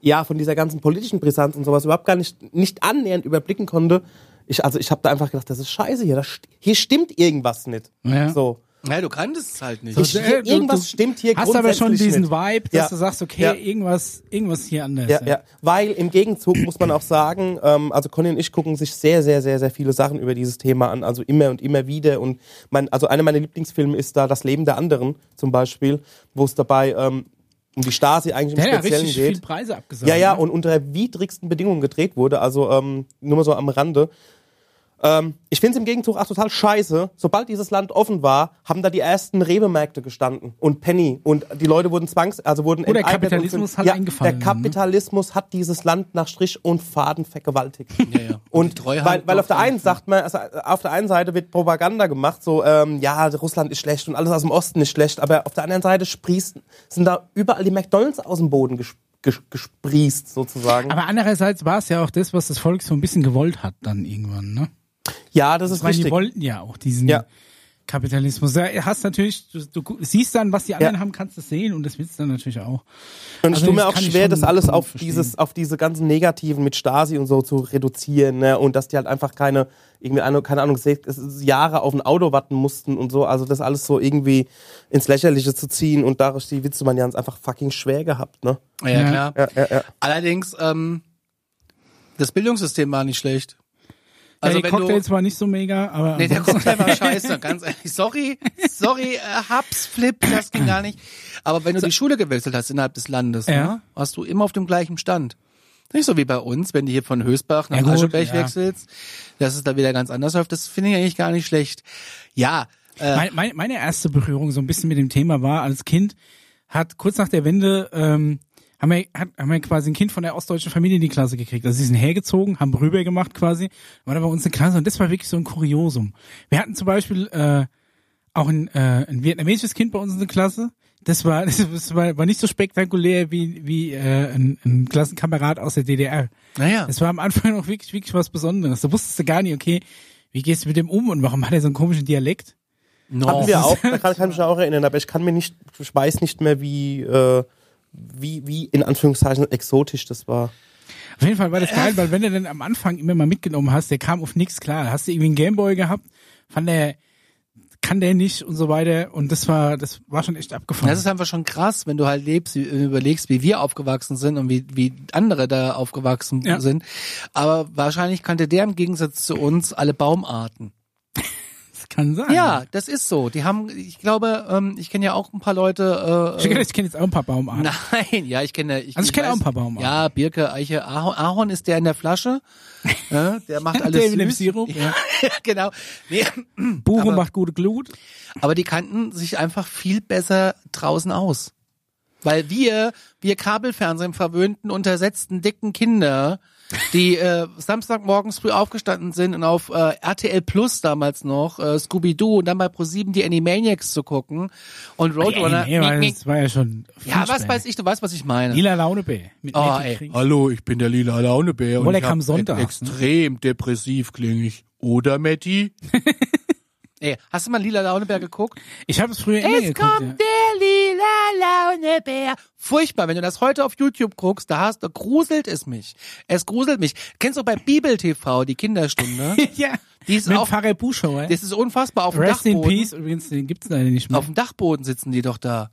[SPEAKER 3] ja, von dieser ganzen politischen Brisanz und sowas überhaupt gar nicht, nicht annähernd überblicken konnte. Ich, also ich habe da einfach gedacht, das ist scheiße hier. Das, st- hier stimmt irgendwas nicht.
[SPEAKER 2] Ja.
[SPEAKER 3] So.
[SPEAKER 1] Ja, du kanntest es halt nicht.
[SPEAKER 3] Ich, hier,
[SPEAKER 2] Also, äh, du-
[SPEAKER 3] irgendwas
[SPEAKER 2] du
[SPEAKER 3] stimmt hier
[SPEAKER 2] Hast aber schon
[SPEAKER 3] grundsätzlich
[SPEAKER 2] diesen
[SPEAKER 3] nicht.
[SPEAKER 2] Vibe, dass
[SPEAKER 3] Ja.
[SPEAKER 2] du sagst, okay,
[SPEAKER 3] Ja.
[SPEAKER 2] irgendwas, irgendwas hier anders.
[SPEAKER 3] Ja, ja. Weil im Gegenzug muss man auch sagen, ähm, also Conny und ich gucken sich sehr, sehr, sehr, sehr viele Sachen über dieses Thema an, also immer und immer wieder. Und mein, also einer meiner Lieblingsfilme ist da Das Leben der anderen zum Beispiel, wo es dabei ähm, um die Stasi eigentlich
[SPEAKER 2] Der
[SPEAKER 3] im
[SPEAKER 2] hat ja
[SPEAKER 3] Speziellen
[SPEAKER 2] richtig viel
[SPEAKER 3] geht.
[SPEAKER 2] Preise abgesagt.
[SPEAKER 3] Ja, ja,
[SPEAKER 2] ne?
[SPEAKER 3] und unter widrigsten Bedingungen gedreht wurde, also ähm, nur mal so am Rande. Ähm, ich finde es im Gegenzug auch total scheiße. Sobald dieses Land offen war, haben da die ersten Rewe-Märkte gestanden und Penny und die Leute wurden zwangs, also wurden
[SPEAKER 1] Oh,
[SPEAKER 2] Oder
[SPEAKER 3] enteignet und
[SPEAKER 2] Kapitalismus
[SPEAKER 3] sind-
[SPEAKER 2] hat eingefallen,
[SPEAKER 3] Der
[SPEAKER 2] ne?
[SPEAKER 3] Kapitalismus hat dieses Land nach Strich und Faden vergewaltigt.
[SPEAKER 1] ja.
[SPEAKER 3] Und,
[SPEAKER 1] Die Treuhand
[SPEAKER 3] weil, weil auf der
[SPEAKER 1] braucht
[SPEAKER 3] einen sagt man, also auf der einen Seite wird Propaganda gemacht, so ähm, ja, Russland ist schlecht und alles aus dem Osten ist schlecht, aber auf der anderen Seite sprießen, sind da überall die McDonalds aus dem Boden ges ges gesprießt, sozusagen.
[SPEAKER 2] Aber andererseits war es ja auch das, was das Volk so ein bisschen gewollt hat dann irgendwann, ne?
[SPEAKER 3] ja, das
[SPEAKER 2] Ich
[SPEAKER 3] ist
[SPEAKER 2] meine, die
[SPEAKER 3] richtig.
[SPEAKER 2] wollten ja auch diesen
[SPEAKER 3] Ja.
[SPEAKER 2] Kapitalismus. Da hast natürlich, du, du gu- siehst dann, was die anderen
[SPEAKER 3] Ja.
[SPEAKER 2] haben, kannst es sehen und das willst du dann natürlich auch.
[SPEAKER 3] Und ich
[SPEAKER 2] Also
[SPEAKER 3] tue
[SPEAKER 2] das
[SPEAKER 3] mir auch
[SPEAKER 2] kann ich
[SPEAKER 3] schwer,
[SPEAKER 2] schon
[SPEAKER 3] das alles
[SPEAKER 2] gut
[SPEAKER 3] auf
[SPEAKER 2] verstehen.
[SPEAKER 3] dieses, auf diese ganzen Negativen mit Stasi und so zu reduzieren, ne? Und dass die halt einfach keine, irgendwie, eine, keine Ahnung, se- es ist Jahre auf ein Auto warten mussten und so. Also das alles so irgendwie ins Lächerliche zu ziehen und dadurch die Witze man ja einfach fucking schwer gehabt, ne?
[SPEAKER 1] Ja, ja, klar.
[SPEAKER 3] Ja, ja, ja.
[SPEAKER 1] Allerdings, ähm, das Bildungssystem war nicht schlecht.
[SPEAKER 2] Also ja, die
[SPEAKER 1] wenn du-
[SPEAKER 2] Cocktails waren nicht so mega, aber
[SPEAKER 1] Nee, der
[SPEAKER 2] ansonsten-
[SPEAKER 1] Cocktail war scheiße, ganz ehrlich. Sorry, sorry, äh, Hubs, Flip, das ging gar nicht. Aber wenn du die Schule gewechselt hast innerhalb des Landes,
[SPEAKER 2] Ja.
[SPEAKER 1] ne, warst du immer auf dem gleichen Stand. Nicht so wie bei uns, wenn du hier von Hösbach nach
[SPEAKER 2] Ja, gut,
[SPEAKER 1] Aschenberg
[SPEAKER 2] ja.
[SPEAKER 1] wechselst, dass es da wieder ganz anders läuft. Das finde ich eigentlich gar nicht schlecht. Ja, äh,
[SPEAKER 2] Mein, mein, meine erste Berührung so ein bisschen mit dem Thema war, als Kind hat kurz nach der Wende ähm, haben, wir, hat, haben wir quasi ein Kind von der ostdeutschen Familie in die Klasse gekriegt. Also sie sind hergezogen, haben rüber gemacht quasi, war da bei uns eine Klasse und das war wirklich so ein Kuriosum. Wir hatten zum Beispiel äh, auch ein, äh, ein vietnamesisches Kind bei uns in der Klasse. Das war, das war, war nicht so spektakulär wie, wie äh, ein, ein Klassenkamerad aus der DDR.
[SPEAKER 1] naja.
[SPEAKER 2] Es war am Anfang noch wirklich, wirklich was Besonderes. Da wusstest du gar nicht, okay, wie gehst du mit dem um und warum hat er so einen komischen Dialekt?
[SPEAKER 1] No.
[SPEAKER 3] Hatten wir auch, da kann, kann ich mich auch erinnern, aber ich kann mir nicht, ich weiß nicht mehr, wie, äh, wie, wie in Anführungszeichen exotisch das war.
[SPEAKER 2] Auf jeden Fall war das
[SPEAKER 1] Äh,
[SPEAKER 2] geil, weil wenn du dann am Anfang immer mal mitgenommen hast, der kam auf nichts klar. Hast du irgendwie einen Gameboy gehabt, fand der, kann der nicht und so weiter. Und das war, das war schon echt abgefahren.
[SPEAKER 1] Das ist einfach schon krass, wenn du halt lebst, wie- überlegst, wie wir aufgewachsen sind und wie, wie andere da aufgewachsen
[SPEAKER 2] Ja.
[SPEAKER 1] sind. Aber wahrscheinlich kannte der im Gegensatz zu uns alle Baumarten.
[SPEAKER 2] Das kann sein.
[SPEAKER 1] Ja, das ist so. Die haben, ich glaube, ähm, ich kenne ja auch ein paar Leute.
[SPEAKER 2] Ich
[SPEAKER 1] Äh, äh,
[SPEAKER 2] kenne ich kenn jetzt auch ein paar Baumarten.
[SPEAKER 1] nein, ja, ich kenne.
[SPEAKER 2] Also ich kenne auch
[SPEAKER 1] weiß-
[SPEAKER 2] ein paar Baumarten.
[SPEAKER 1] Ja, Birke, Eiche, Ahorn, Ahorn ist der in der Flasche. Ja, der macht alles süß.
[SPEAKER 2] Der mit dem Sirup,
[SPEAKER 1] Ja, genau. Nee,
[SPEAKER 2] Buche
[SPEAKER 1] Aber-
[SPEAKER 2] macht gute Glut.
[SPEAKER 1] aber die kannten sich einfach viel besser draußen aus. Weil wir, wir Kabelfernsehen verwöhnten, untersetzten dicken Kinder, die äh, Samstagmorgens früh aufgestanden sind und auf äh, RTL Plus damals noch äh, Scooby-Doo und dann bei ProSieben die Animaniacs zu gucken und Roadrunner.
[SPEAKER 2] nee, weil
[SPEAKER 1] Nick, nick.
[SPEAKER 2] das war ja schon.
[SPEAKER 1] Ja, was weiß ich, du weißt, was ich meine.
[SPEAKER 2] Lila Launebär. Mit
[SPEAKER 1] Oh,
[SPEAKER 2] Mädchen
[SPEAKER 1] ey.
[SPEAKER 2] kriegen.
[SPEAKER 1] Hallo, ich bin der lila Launebär
[SPEAKER 2] Obwohl,
[SPEAKER 1] und
[SPEAKER 2] er
[SPEAKER 1] ich
[SPEAKER 2] kam
[SPEAKER 1] hab
[SPEAKER 2] sonntags,
[SPEAKER 1] e-
[SPEAKER 2] ne?
[SPEAKER 1] extrem depressiv klinge ich. Oder Matti? ey, hast du mal lila Launebär geguckt?
[SPEAKER 2] Ich habe es früher immer
[SPEAKER 1] es
[SPEAKER 2] geguckt.
[SPEAKER 1] kommt
[SPEAKER 2] ja.
[SPEAKER 1] der lila Launebär. Furchtbar, wenn du das heute auf YouTube guckst, da hast, da gruselt es mich. Es gruselt mich. Kennst du bei Bibel TV die Kinderstunde?
[SPEAKER 2] ja.
[SPEAKER 1] Die ist
[SPEAKER 2] Mit
[SPEAKER 1] auch,
[SPEAKER 2] Pfarrer Buschauer.
[SPEAKER 1] das ist unfassbar auf dem
[SPEAKER 2] Rest in
[SPEAKER 1] Dachboden.
[SPEAKER 2] Peace. Übrigens, den gibt's leider nicht mehr.
[SPEAKER 1] Auf dem Dachboden sitzen die doch da.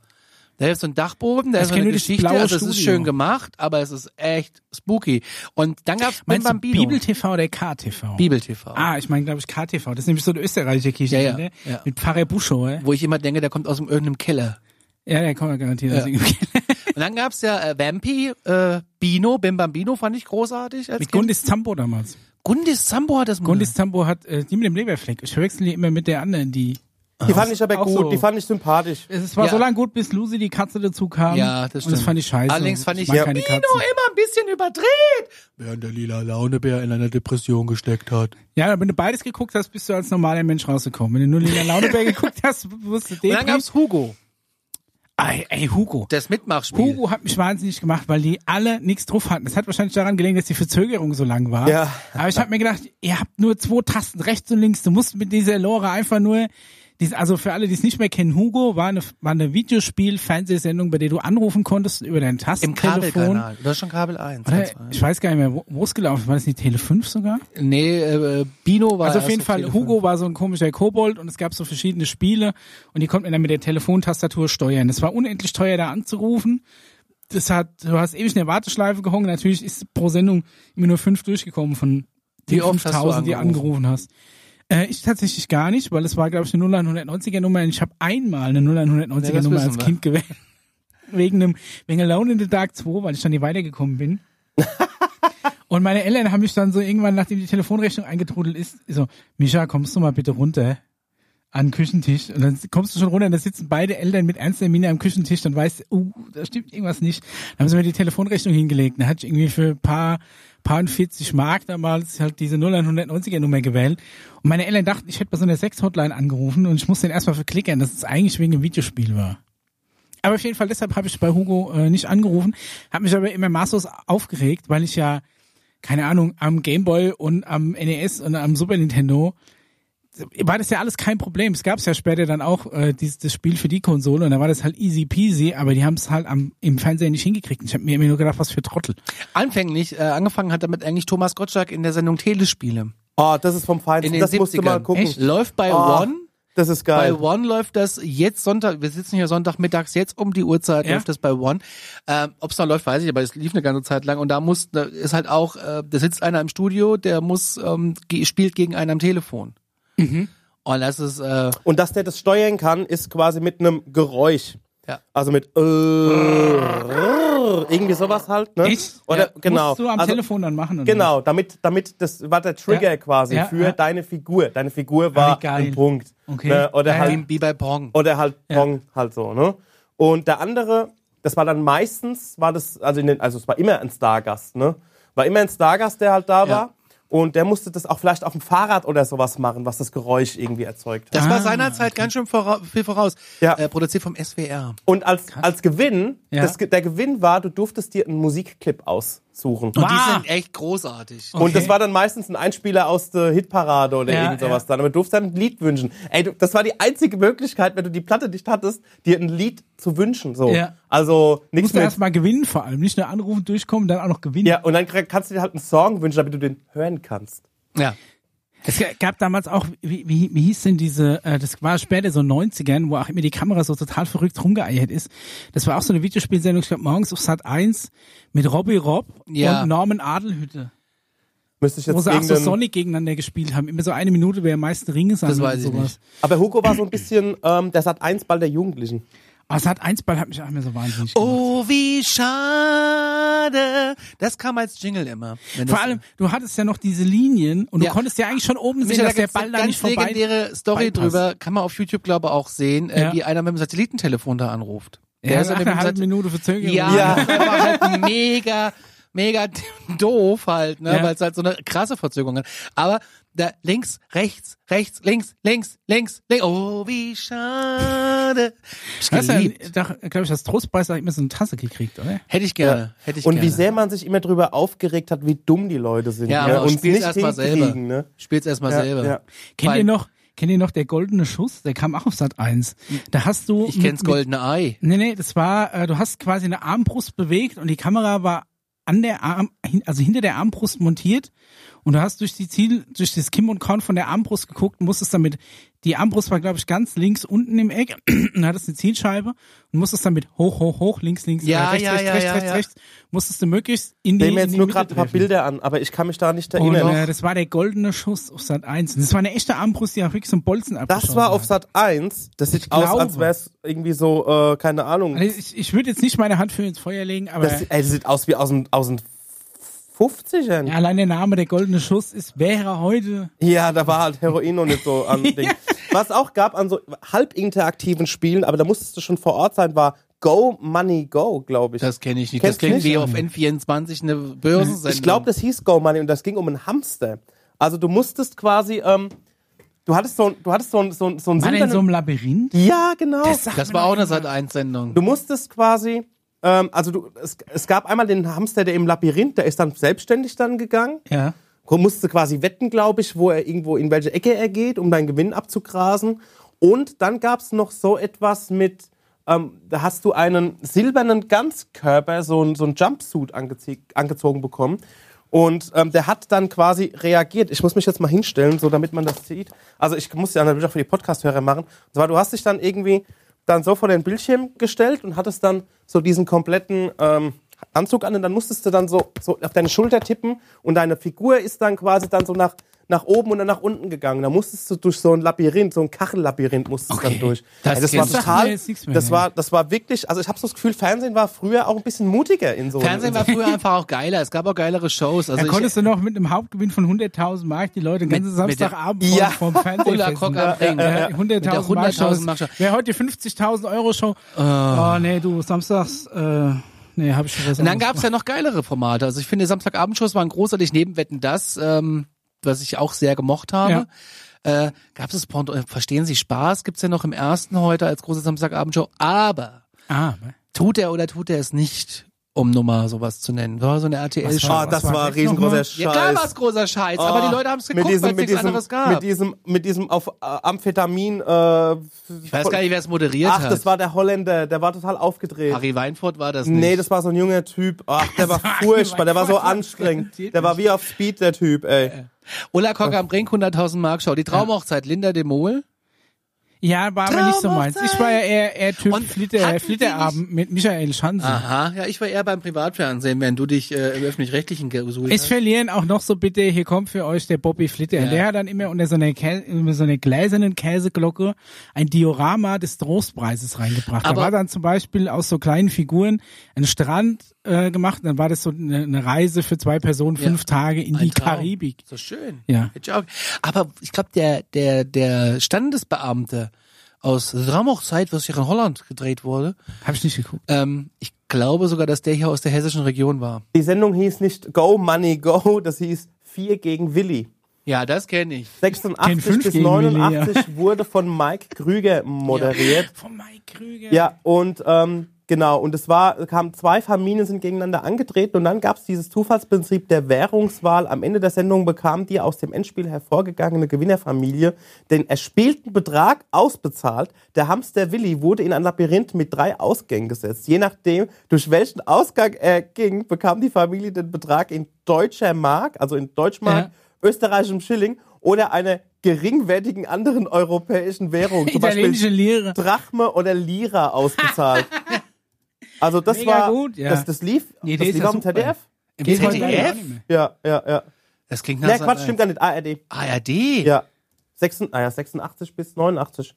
[SPEAKER 1] Da ist so ein Dachboden, da
[SPEAKER 2] Ich
[SPEAKER 1] ist so
[SPEAKER 2] kenn
[SPEAKER 1] eine
[SPEAKER 2] nur das
[SPEAKER 1] Geschichte,
[SPEAKER 2] blaue
[SPEAKER 1] also es ist
[SPEAKER 2] Studio.
[SPEAKER 1] schön gemacht, aber es ist echt spooky. Und dann gab's Bim
[SPEAKER 2] Meinst du
[SPEAKER 1] Bambino.
[SPEAKER 2] Bibel TV oder KTV?
[SPEAKER 1] Bibel TV.
[SPEAKER 2] Ah, ich meine, glaube ich, KTV. Das ist nämlich so eine österreichische Kirche,
[SPEAKER 1] Ja, ja,
[SPEAKER 2] ne?
[SPEAKER 1] ja.
[SPEAKER 2] mit Pfarrer Buschauer.
[SPEAKER 1] Wo ich immer denke, der kommt aus dem- irgendeinem Keller.
[SPEAKER 2] Ja, der kommt ja garantiert. aus
[SPEAKER 1] Ja.
[SPEAKER 2] dem-
[SPEAKER 1] Und dann gab's ja äh, Vampi, äh, Bino, Bim Bambino fand ich großartig. Als
[SPEAKER 2] mit
[SPEAKER 1] kind.
[SPEAKER 2] Gundis Zambo damals.
[SPEAKER 1] Gundis Sambo hat das
[SPEAKER 2] Gundis Zambo hat äh, die mit dem Leberfleck. Ich verwechsel die immer mit der anderen, die.
[SPEAKER 3] Die fand ich aber
[SPEAKER 2] Auch
[SPEAKER 3] gut,
[SPEAKER 2] so.
[SPEAKER 3] die fand ich sympathisch.
[SPEAKER 2] Es war
[SPEAKER 1] Ja.
[SPEAKER 2] so lange gut, bis Lucy die Katze dazu kam.
[SPEAKER 1] Ja, das
[SPEAKER 2] Und das
[SPEAKER 1] stimmt.
[SPEAKER 2] fand ich scheiße.
[SPEAKER 1] Allerdings fand ich
[SPEAKER 2] mag
[SPEAKER 1] ja.
[SPEAKER 2] keine
[SPEAKER 1] Bino
[SPEAKER 2] Katzen.
[SPEAKER 1] immer ein bisschen überdreht. Während der lila Launebär in einer Depression gesteckt hat.
[SPEAKER 2] Ja, wenn du beides geguckt hast, bist du als normaler Mensch rausgekommen. Wenn du nur Lila Launeberg geguckt hast, wusstest du
[SPEAKER 1] Und
[SPEAKER 2] den.
[SPEAKER 1] dann gab's Hugo,
[SPEAKER 2] ey, ey, Hugo.
[SPEAKER 1] das Mitmachspiel.
[SPEAKER 2] Hugo hat mich wahnsinnig gemacht, weil die alle nichts drauf hatten. Das hat wahrscheinlich daran gelegen, dass die Verzögerung so lang war.
[SPEAKER 3] Ja.
[SPEAKER 2] Aber ich habe mir gedacht, ihr habt nur zwei Tasten rechts und links. Du musst mit dieser Lore einfach nur, dies- also für alle, die es nicht mehr kennen, Hugo war eine, war eine Videospiel-Fernsehsendung, bei der du anrufen konntest über dein
[SPEAKER 1] Im
[SPEAKER 2] Tastentelefon.
[SPEAKER 1] Kabelkanal. Oder schon Kabel 1.
[SPEAKER 2] Oder,
[SPEAKER 1] ganz eins.
[SPEAKER 2] ich weiß gar nicht mehr, wo- wo es gelaufen ist. War das nicht Tele 5 sogar?
[SPEAKER 1] Nee, äh, Bino war
[SPEAKER 2] Also auf
[SPEAKER 1] erst
[SPEAKER 2] jeden Fall,
[SPEAKER 1] Telefon.
[SPEAKER 2] Hugo war so ein komischer Kobold und es gab so verschiedene Spiele und die konnte man dann mit der Telefontastatur steuern. Es war unendlich teuer, da anzurufen. Das hat, du hast ewig in der Warteschleife gehungen. Natürlich ist pro Sendung immer nur fünf durchgekommen von den
[SPEAKER 1] Wie oft hast du
[SPEAKER 2] 5000, die
[SPEAKER 1] angerufen?
[SPEAKER 2] angerufen hast. Äh, ich tatsächlich gar nicht, weil es war, glaube ich, eine 0190er Nummer und ich habe einmal eine 0190er
[SPEAKER 1] Ja, das
[SPEAKER 2] Nummer
[SPEAKER 1] wissen
[SPEAKER 2] als
[SPEAKER 1] wir.
[SPEAKER 2] Kind gewählt. Wegen einem wegen Alone in the Dark 2, weil ich dann nie weitergekommen bin. Und meine Eltern haben mich dann so irgendwann, nachdem die Telefonrechnung eingetrudelt ist, so, Micha, kommst du mal bitte runter an den Küchentisch? Und dann kommst du schon runter und da sitzen beide Eltern mit ernster Miene am Küchentisch, dann weißt du, uh, da stimmt irgendwas nicht. Dann haben sie mir die Telefonrechnung hingelegt. Dann hatte ich irgendwie für ein paar, paar und 40 Mark damals halt diese 0190er Nummer gewählt. Und meine Eltern dachten, ich hätte bei so einer Sex-Hotline angerufen und ich musste den erstmal verklickern, dass es eigentlich wegen dem Videospiel war. Aber auf jeden Fall, deshalb habe ich bei Hugo äh, nicht angerufen, habe mich aber immer maßlos aufgeregt, weil ich ja, keine Ahnung, am Gameboy und am NES und am Super Nintendo war das ja alles kein Problem. Es gab es ja später dann auch äh, dieses, das Spiel für die Konsole und da war das halt easy peasy, aber die haben es halt am, im Fernsehen nicht hingekriegt. Und Ich habe mir immer nur gedacht, was für Trottel.
[SPEAKER 1] Anfänglich, äh, angefangen hat damit eigentlich Thomas Gottschalk in der Sendung Telespiele.
[SPEAKER 3] Ah, das ist vom Feinsten,
[SPEAKER 1] In den
[SPEAKER 3] das
[SPEAKER 1] 70ern.
[SPEAKER 3] musst du mal gucken.
[SPEAKER 2] Echt?
[SPEAKER 1] Läuft bei
[SPEAKER 3] Ah,
[SPEAKER 1] One.
[SPEAKER 3] Das ist
[SPEAKER 1] Bei
[SPEAKER 3] geil.
[SPEAKER 1] One läuft das jetzt Sonntag, wir sitzen hier Sonntagmittags, jetzt um die Uhrzeit
[SPEAKER 2] Ja.
[SPEAKER 1] läuft das bei One. Ähm, Ob es noch läuft, weiß ich, aber es lief eine ganze Zeit lang und da muss, da ist halt auch, äh, da sitzt einer im Studio, der muss, ähm, ge- spielt gegen einen am Telefon.
[SPEAKER 2] Mhm.
[SPEAKER 1] Und das ist, äh,
[SPEAKER 3] Und dass der das steuern kann, ist quasi mit einem Geräusch.
[SPEAKER 1] Ja.
[SPEAKER 3] Also mit äh, irgendwie sowas halt, ne?
[SPEAKER 2] Echt?
[SPEAKER 3] Oder
[SPEAKER 1] Ja.
[SPEAKER 3] genau.
[SPEAKER 2] Musst du am
[SPEAKER 3] also,
[SPEAKER 2] Telefon dann machen. Oder?
[SPEAKER 3] Genau, damit, damit, das war der Trigger
[SPEAKER 2] Ja.
[SPEAKER 3] quasi
[SPEAKER 2] Ja,
[SPEAKER 3] für
[SPEAKER 2] ja.
[SPEAKER 3] deine Figur. Deine Figur
[SPEAKER 2] Ah,
[SPEAKER 3] war
[SPEAKER 2] wie geil.
[SPEAKER 3] ein Punkt.
[SPEAKER 2] Okay.
[SPEAKER 3] Ne? Oder
[SPEAKER 2] Ja,
[SPEAKER 3] halt
[SPEAKER 1] wie bei Pong.
[SPEAKER 3] oder halt Pong halt so, ne? Und der andere, das war dann meistens, war das, also, in den, also es war immer ein Stargast, ne? War immer ein Stargast, der halt da war. Und der musste das auch vielleicht auf dem Fahrrad oder sowas machen, was das Geräusch irgendwie erzeugt hat.
[SPEAKER 1] Das
[SPEAKER 2] Ah.
[SPEAKER 1] war seinerzeit ganz schön vora viel voraus.
[SPEAKER 3] Ja.
[SPEAKER 1] Äh, produziert vom SWR.
[SPEAKER 3] Und als, als Gewinn,
[SPEAKER 2] Ja.
[SPEAKER 3] das, Ge- der Gewinn war, du durftest dir einen Musikclip aussuchen.
[SPEAKER 1] Die
[SPEAKER 2] Ah.
[SPEAKER 1] sind echt großartig.
[SPEAKER 2] Oh.
[SPEAKER 3] Und das war dann meistens ein Einspieler aus der Hitparade oder
[SPEAKER 2] Ja,
[SPEAKER 3] irgend sowas
[SPEAKER 2] ja.
[SPEAKER 3] dann. Aber du durfst dann ein Lied wünschen. Ey, du, das war die einzige Möglichkeit, wenn du die Platte nicht hattest, dir ein Lied zu wünschen. So.
[SPEAKER 2] Ja.
[SPEAKER 3] Also nichts
[SPEAKER 2] Musst du
[SPEAKER 3] mit
[SPEAKER 2] erstmal gewinnen vor allem. Nicht nur anrufen, durchkommen, dann auch noch gewinnen.
[SPEAKER 3] Ja, und dann kr- kannst du dir halt einen Song wünschen, damit du den hören kannst.
[SPEAKER 1] Ja.
[SPEAKER 2] Es gab damals auch, wie, wie, wie hieß denn diese, äh, das war später so 90ern, wo auch immer die Kamera so total verrückt rumgeeiert ist. Das war auch so eine Videospielsendung, ich glaube morgens auf Sat 1 mit Robbie Robb
[SPEAKER 1] Ja.
[SPEAKER 2] und Norman Adelhütte.
[SPEAKER 3] Müsste ich jetzt
[SPEAKER 2] Wo sie auch so
[SPEAKER 3] irgendeinen-
[SPEAKER 2] Sonic gegeneinander gespielt haben. Immer so eine Minute, wer am meisten Ringe sammelt.
[SPEAKER 1] Das weiß
[SPEAKER 2] und
[SPEAKER 1] ich
[SPEAKER 2] sowas.
[SPEAKER 1] nicht.
[SPEAKER 3] Aber Hugo war so ein bisschen, ähm, der Sat 1 Ball der Jugendlichen.
[SPEAKER 2] Aber Sat 1 Ball hat mich auch immer so wahnsinnig gemacht.
[SPEAKER 1] Oh, wie schade. Das kam als Jingle immer. Wenn
[SPEAKER 2] Vor
[SPEAKER 1] das-
[SPEAKER 2] allem, du hattest ja noch diese Linien und
[SPEAKER 1] Ja.
[SPEAKER 2] du konntest ja eigentlich schon oben sehen,
[SPEAKER 1] Michael,
[SPEAKER 2] dass der
[SPEAKER 1] gibt's
[SPEAKER 2] Ball
[SPEAKER 1] eine
[SPEAKER 2] da nicht
[SPEAKER 1] ganz
[SPEAKER 2] vorbei
[SPEAKER 1] legendäre Story
[SPEAKER 2] vorbeipasst.
[SPEAKER 1] drüber, kann man auf YouTube, glaube ich, auch sehen, äh,
[SPEAKER 2] Ja.
[SPEAKER 1] wie einer mit dem Satellitentelefon da anruft.
[SPEAKER 2] Der
[SPEAKER 1] Der
[SPEAKER 2] ja,
[SPEAKER 1] ist
[SPEAKER 2] ist
[SPEAKER 1] ja mit
[SPEAKER 2] eine
[SPEAKER 1] dem
[SPEAKER 2] halbe
[SPEAKER 1] Satz-
[SPEAKER 2] Minute Verzögerung.
[SPEAKER 1] Ja,
[SPEAKER 3] Ja.
[SPEAKER 1] das war halt mega, mega doof halt, ne?
[SPEAKER 2] Ja.
[SPEAKER 1] weil es halt so eine krasse Verzögerung hat. Aber da links, rechts, rechts, links, links, links, links. Oh, wie schade. Hab Ich
[SPEAKER 2] Hast du,
[SPEAKER 1] geliebt.
[SPEAKER 2] glaube ich, das Trostpreis da immer so eine Tasse gekriegt, oder?
[SPEAKER 1] Hätte ich gerne. Hätte ich
[SPEAKER 3] Und
[SPEAKER 1] gerne.
[SPEAKER 3] wie sehr man sich immer drüber aufgeregt hat, wie dumm die Leute sind.
[SPEAKER 1] Ja,
[SPEAKER 3] ne?
[SPEAKER 1] aber
[SPEAKER 3] Und
[SPEAKER 1] spiel's
[SPEAKER 3] nicht
[SPEAKER 1] erst mal selber.
[SPEAKER 3] hinkriegen. Ne?
[SPEAKER 1] Spiel's erstmal
[SPEAKER 3] Ja,
[SPEAKER 1] selber.
[SPEAKER 3] ja.
[SPEAKER 2] Kennt
[SPEAKER 1] Weil-
[SPEAKER 2] ihr noch, kennt ihr noch der goldene Schuss? Der kam auch auf Sat 1. Da hast du.
[SPEAKER 1] Ich kenn's
[SPEAKER 2] mit-
[SPEAKER 1] goldene Ei.
[SPEAKER 2] Nee, nee, das war, äh, du hast quasi eine Armbrust bewegt und die Kamera war an der Arm, hin- also hinter der Armbrust montiert und du hast durch die Ziel, durch das Kim und Korn von der Armbrust geguckt, und musstest damit, die Armbrust war glaube ich ganz links unten im Eck, und hattest eine Zielscheibe und musstest damit hoch, hoch, hoch, links, links,
[SPEAKER 1] Ja,
[SPEAKER 2] äh, rechts,
[SPEAKER 1] ja,
[SPEAKER 2] rechts,
[SPEAKER 1] ja,
[SPEAKER 2] rechts,
[SPEAKER 1] ja,
[SPEAKER 2] rechts,
[SPEAKER 1] ja.
[SPEAKER 2] rechts, musstest du möglichst in die,
[SPEAKER 3] Nehmen wir
[SPEAKER 2] in
[SPEAKER 3] jetzt
[SPEAKER 2] die
[SPEAKER 3] nur
[SPEAKER 2] Mitte
[SPEAKER 3] gerade ein paar
[SPEAKER 2] treffen.
[SPEAKER 3] Bilder an, aber ich kann mich da nicht
[SPEAKER 2] Und,
[SPEAKER 3] erinnern.
[SPEAKER 2] äh, das war der goldene Schuss auf Sat 1. Und Das war eine echte Armbrust, die auch wirklich so einen Bolzen
[SPEAKER 3] Das
[SPEAKER 2] abgeschossen
[SPEAKER 3] war auf
[SPEAKER 2] hat.
[SPEAKER 3] Sat 1. Das sieht
[SPEAKER 2] Ich
[SPEAKER 3] aus,
[SPEAKER 2] glaube.
[SPEAKER 3] als wäre es irgendwie so, äh, keine Ahnung.
[SPEAKER 2] Also ich, ich würde jetzt nicht meine Hand für ins Feuer legen, aber
[SPEAKER 3] Das, ey, das sieht aus wie aus den, aus den 50ern.
[SPEAKER 2] Ja,
[SPEAKER 3] Ja.
[SPEAKER 2] allein der Name der goldene Schuss ist, wäre heute.
[SPEAKER 3] da war halt Heroin noch nicht so am Ding. Was auch gab an so halb interaktiven Spielen, aber da musstest du schon vor Ort sein, war Go Money Go, glaube ich.
[SPEAKER 1] Das kenne ich nicht.
[SPEAKER 3] Kennst
[SPEAKER 1] das klingt
[SPEAKER 3] nicht?
[SPEAKER 1] wie auf N24 eine Börsensendung.
[SPEAKER 3] Ich glaube, das hieß Go Money und das ging um einen Hamster. Also du musstest quasi, ähm, du hattest so, ein- du hattest so, ein- so, ein- so ein
[SPEAKER 2] War der in so einem Labyrinth?
[SPEAKER 3] Ja, genau.
[SPEAKER 2] sagt
[SPEAKER 1] das
[SPEAKER 2] mir
[SPEAKER 1] war
[SPEAKER 2] doch
[SPEAKER 1] auch eine
[SPEAKER 2] niemand.
[SPEAKER 1] Sat1-Sendung.
[SPEAKER 3] Du musstest quasi, ähm, also du, es, es gab einmal den Hamster, der im Labyrinth, der ist dann selbstständig dann gegangen.
[SPEAKER 1] Also
[SPEAKER 2] Ja.
[SPEAKER 3] musste quasi wetten, glaube ich, wo er irgendwo in welche Ecke er geht, um deinen Gewinn abzugrasen. Und dann gab es noch so etwas mit, ähm, da hast du einen silbernen Ganzkörper, so ein, so ein Jumpsuit angezie- angezogen bekommen. Und ähm, der hat dann quasi reagiert. Ich muss mich jetzt mal hinstellen, so damit man das sieht. Also ich muss ja natürlich auch für die Podcast-Hörer machen. Und zwar, du hast dich dann irgendwie dann so vor den Bildschirm gestellt und hattest dann so diesen kompletten ähm, Anzug an und dann musstest du dann so, so auf deine Schulter tippen und deine Figur ist dann quasi dann so nach, nach oben und dann nach unten gegangen. Da musstest du durch so ein Labyrinth, so ein Kachellabyrinth musstest du dann durch.
[SPEAKER 1] Das
[SPEAKER 3] Ey, das
[SPEAKER 1] kenn
[SPEAKER 3] war
[SPEAKER 1] ich.
[SPEAKER 2] Sagt mir
[SPEAKER 3] total,
[SPEAKER 2] jetzt nichts mehr,
[SPEAKER 3] das
[SPEAKER 2] nee.
[SPEAKER 3] war, das war wirklich, also ich habe so das Gefühl, Fernsehen war früher auch ein bisschen mutiger in so
[SPEAKER 1] Fernsehen
[SPEAKER 3] in
[SPEAKER 1] war
[SPEAKER 3] so,
[SPEAKER 1] früher einfach auch geiler. Es gab auch geilere Shows. Also
[SPEAKER 2] Da
[SPEAKER 1] ich-
[SPEAKER 2] konntest du noch mit einem Hauptgewinn von 100.000 Mark die Leute den ganzen
[SPEAKER 1] Mit- mit der-
[SPEAKER 2] Samstagabend vor-
[SPEAKER 3] Ja.
[SPEAKER 2] vorm Fernsehen
[SPEAKER 1] Ulla
[SPEAKER 2] fetzen.
[SPEAKER 1] Kock abbringen.
[SPEAKER 2] Ja,
[SPEAKER 1] Ja, ja.
[SPEAKER 2] 100.000
[SPEAKER 1] Mit der
[SPEAKER 2] Mark
[SPEAKER 1] 100.000
[SPEAKER 2] Show.
[SPEAKER 1] Mark Show.
[SPEAKER 2] Wer heute die 50.000 Euro Show. Oh, nee, du, samstags, äh, nee, hab ich schon was
[SPEAKER 1] Und dann
[SPEAKER 2] anderes
[SPEAKER 1] gab's ja noch geilere Formate. Also ich finde, Samstagabendshows waren großartig. Neben Wetten, das, ähm, was ich auch sehr gemocht habe. Äh, gab's es Porn äh, Verstehen Sie Spaß? Gibt's ja noch im ersten heute als große Samstagabendshow. Aber
[SPEAKER 2] gemacht. Ah,
[SPEAKER 1] tut er oder tut er es nicht, um Nummer sowas zu nennen? War so eine RTL-Show.
[SPEAKER 3] Ah,
[SPEAKER 2] Was
[SPEAKER 3] das
[SPEAKER 2] war
[SPEAKER 3] war
[SPEAKER 2] das
[SPEAKER 3] riesengroßer
[SPEAKER 2] nochmal?
[SPEAKER 3] Scheiß. Oh, Ah,
[SPEAKER 1] Ja, klar war's großer Scheiß, aber die Leute haben's
[SPEAKER 3] mit
[SPEAKER 1] geguckt, weil
[SPEAKER 3] diesem-
[SPEAKER 1] es
[SPEAKER 3] mit
[SPEAKER 1] nichts
[SPEAKER 3] diesem-
[SPEAKER 1] anderes gab.
[SPEAKER 3] Mit diesem, mit diesem auf äh, Amphetamin. Äh,
[SPEAKER 1] ich weiß gar nicht, wer es moderiert
[SPEAKER 3] Ach,
[SPEAKER 1] hat.
[SPEAKER 3] das war der Holländer, der war total aufgedreht.
[SPEAKER 1] Harry Weinfurt war das nicht.
[SPEAKER 3] Nee, das war so ein junger Typ. Ach, der war
[SPEAKER 2] war-
[SPEAKER 3] furchtbar, der war so
[SPEAKER 2] das war-
[SPEAKER 3] anstrengend. Der war wie auf Speed, der Typ, ey.
[SPEAKER 1] Ulla Kock am Brink, 100.000 Mark Show. Die Traumhochzeit, Linda de Mol.
[SPEAKER 2] ja, war aber nicht so meins. Ich war ja eher, eher
[SPEAKER 1] Und
[SPEAKER 2] Typ
[SPEAKER 1] hatten Ah. die
[SPEAKER 2] Flitter,
[SPEAKER 1] nicht-
[SPEAKER 2] Flitterabend mit Michael Schanze.
[SPEAKER 1] Aha, ja, ich war eher beim Privatfernsehen, während du dich äh, im öffentlich-rechtlichen gesucht
[SPEAKER 2] Es
[SPEAKER 1] hast.
[SPEAKER 2] verlieren auch noch so bitte, hier kommt für euch der Bobby Flitter. Der hat dann immer unter so einer, Kä über so einer gläsernen Käseglocke ein Diorama des Trostpreises reingebracht.
[SPEAKER 1] Aber-
[SPEAKER 2] da war dann zum Beispiel aus so kleinen Figuren ein Strand äh, gemacht, dann war das so eine, eine Reise für zwei Personen, fünf Tage in
[SPEAKER 1] Ein
[SPEAKER 2] die
[SPEAKER 1] Traum.
[SPEAKER 2] Karibik.
[SPEAKER 1] So schön.
[SPEAKER 2] Ja.
[SPEAKER 1] Hätte ich auch. Aber ich glaube, der, der, der Standesbeamte aus Traumhochzeit, was hier in Holland gedreht wurde,
[SPEAKER 2] Hab ich nicht geguckt.
[SPEAKER 1] ähm, ich glaube sogar, dass der hier aus der hessischen Region war.
[SPEAKER 3] Die Sendung hieß nicht Go Money Go, das hieß 4 gegen Willi.
[SPEAKER 1] Ja, das kenne ich.
[SPEAKER 2] Kenn
[SPEAKER 3] 86
[SPEAKER 2] fünf
[SPEAKER 3] bis
[SPEAKER 2] gegen Willi,
[SPEAKER 3] 89 wurde von Mike Krüger moderiert.
[SPEAKER 2] Von Mike Krüger.
[SPEAKER 3] Ja, und ähm, genau, und es war, kamen zwei Familien sind gegeneinander angetreten und dann gab es dieses Zufallsprinzip der Währungswahl. Am Ende der Sendung bekam die aus dem Endspiel hervorgegangene Gewinnerfamilie den erspielten Betrag ausbezahlt. Der Hamster Willi wurde in ein Labyrinth mit drei Ausgängen gesetzt. Je nachdem, durch welchen Ausgang er ging, bekam die Familie den Betrag in deutscher Mark, also in Deutschmark, österreichischem Schilling oder einer geringwertigen anderen europäischen Währung. zum Beispiel
[SPEAKER 2] Italienische Lehre.
[SPEAKER 3] Drachme oder Lira ausgezahlt. also das
[SPEAKER 2] Mega
[SPEAKER 3] war
[SPEAKER 2] gut, ja.
[SPEAKER 3] das, das lief,
[SPEAKER 2] Die Idee
[SPEAKER 3] das
[SPEAKER 2] ist
[SPEAKER 3] lief
[SPEAKER 2] ja
[SPEAKER 3] auf dem
[SPEAKER 2] super.
[SPEAKER 3] ZDF.
[SPEAKER 2] Im
[SPEAKER 1] Geht
[SPEAKER 2] ZDF?
[SPEAKER 1] heute
[SPEAKER 3] Ja, ja, ja.
[SPEAKER 1] Das klingt nach
[SPEAKER 3] Nee,
[SPEAKER 1] Sat.
[SPEAKER 3] Quatsch, stimmt gar nicht. ARD.
[SPEAKER 1] ARD.
[SPEAKER 3] Ja. 86, ah ja, 86 bis 89.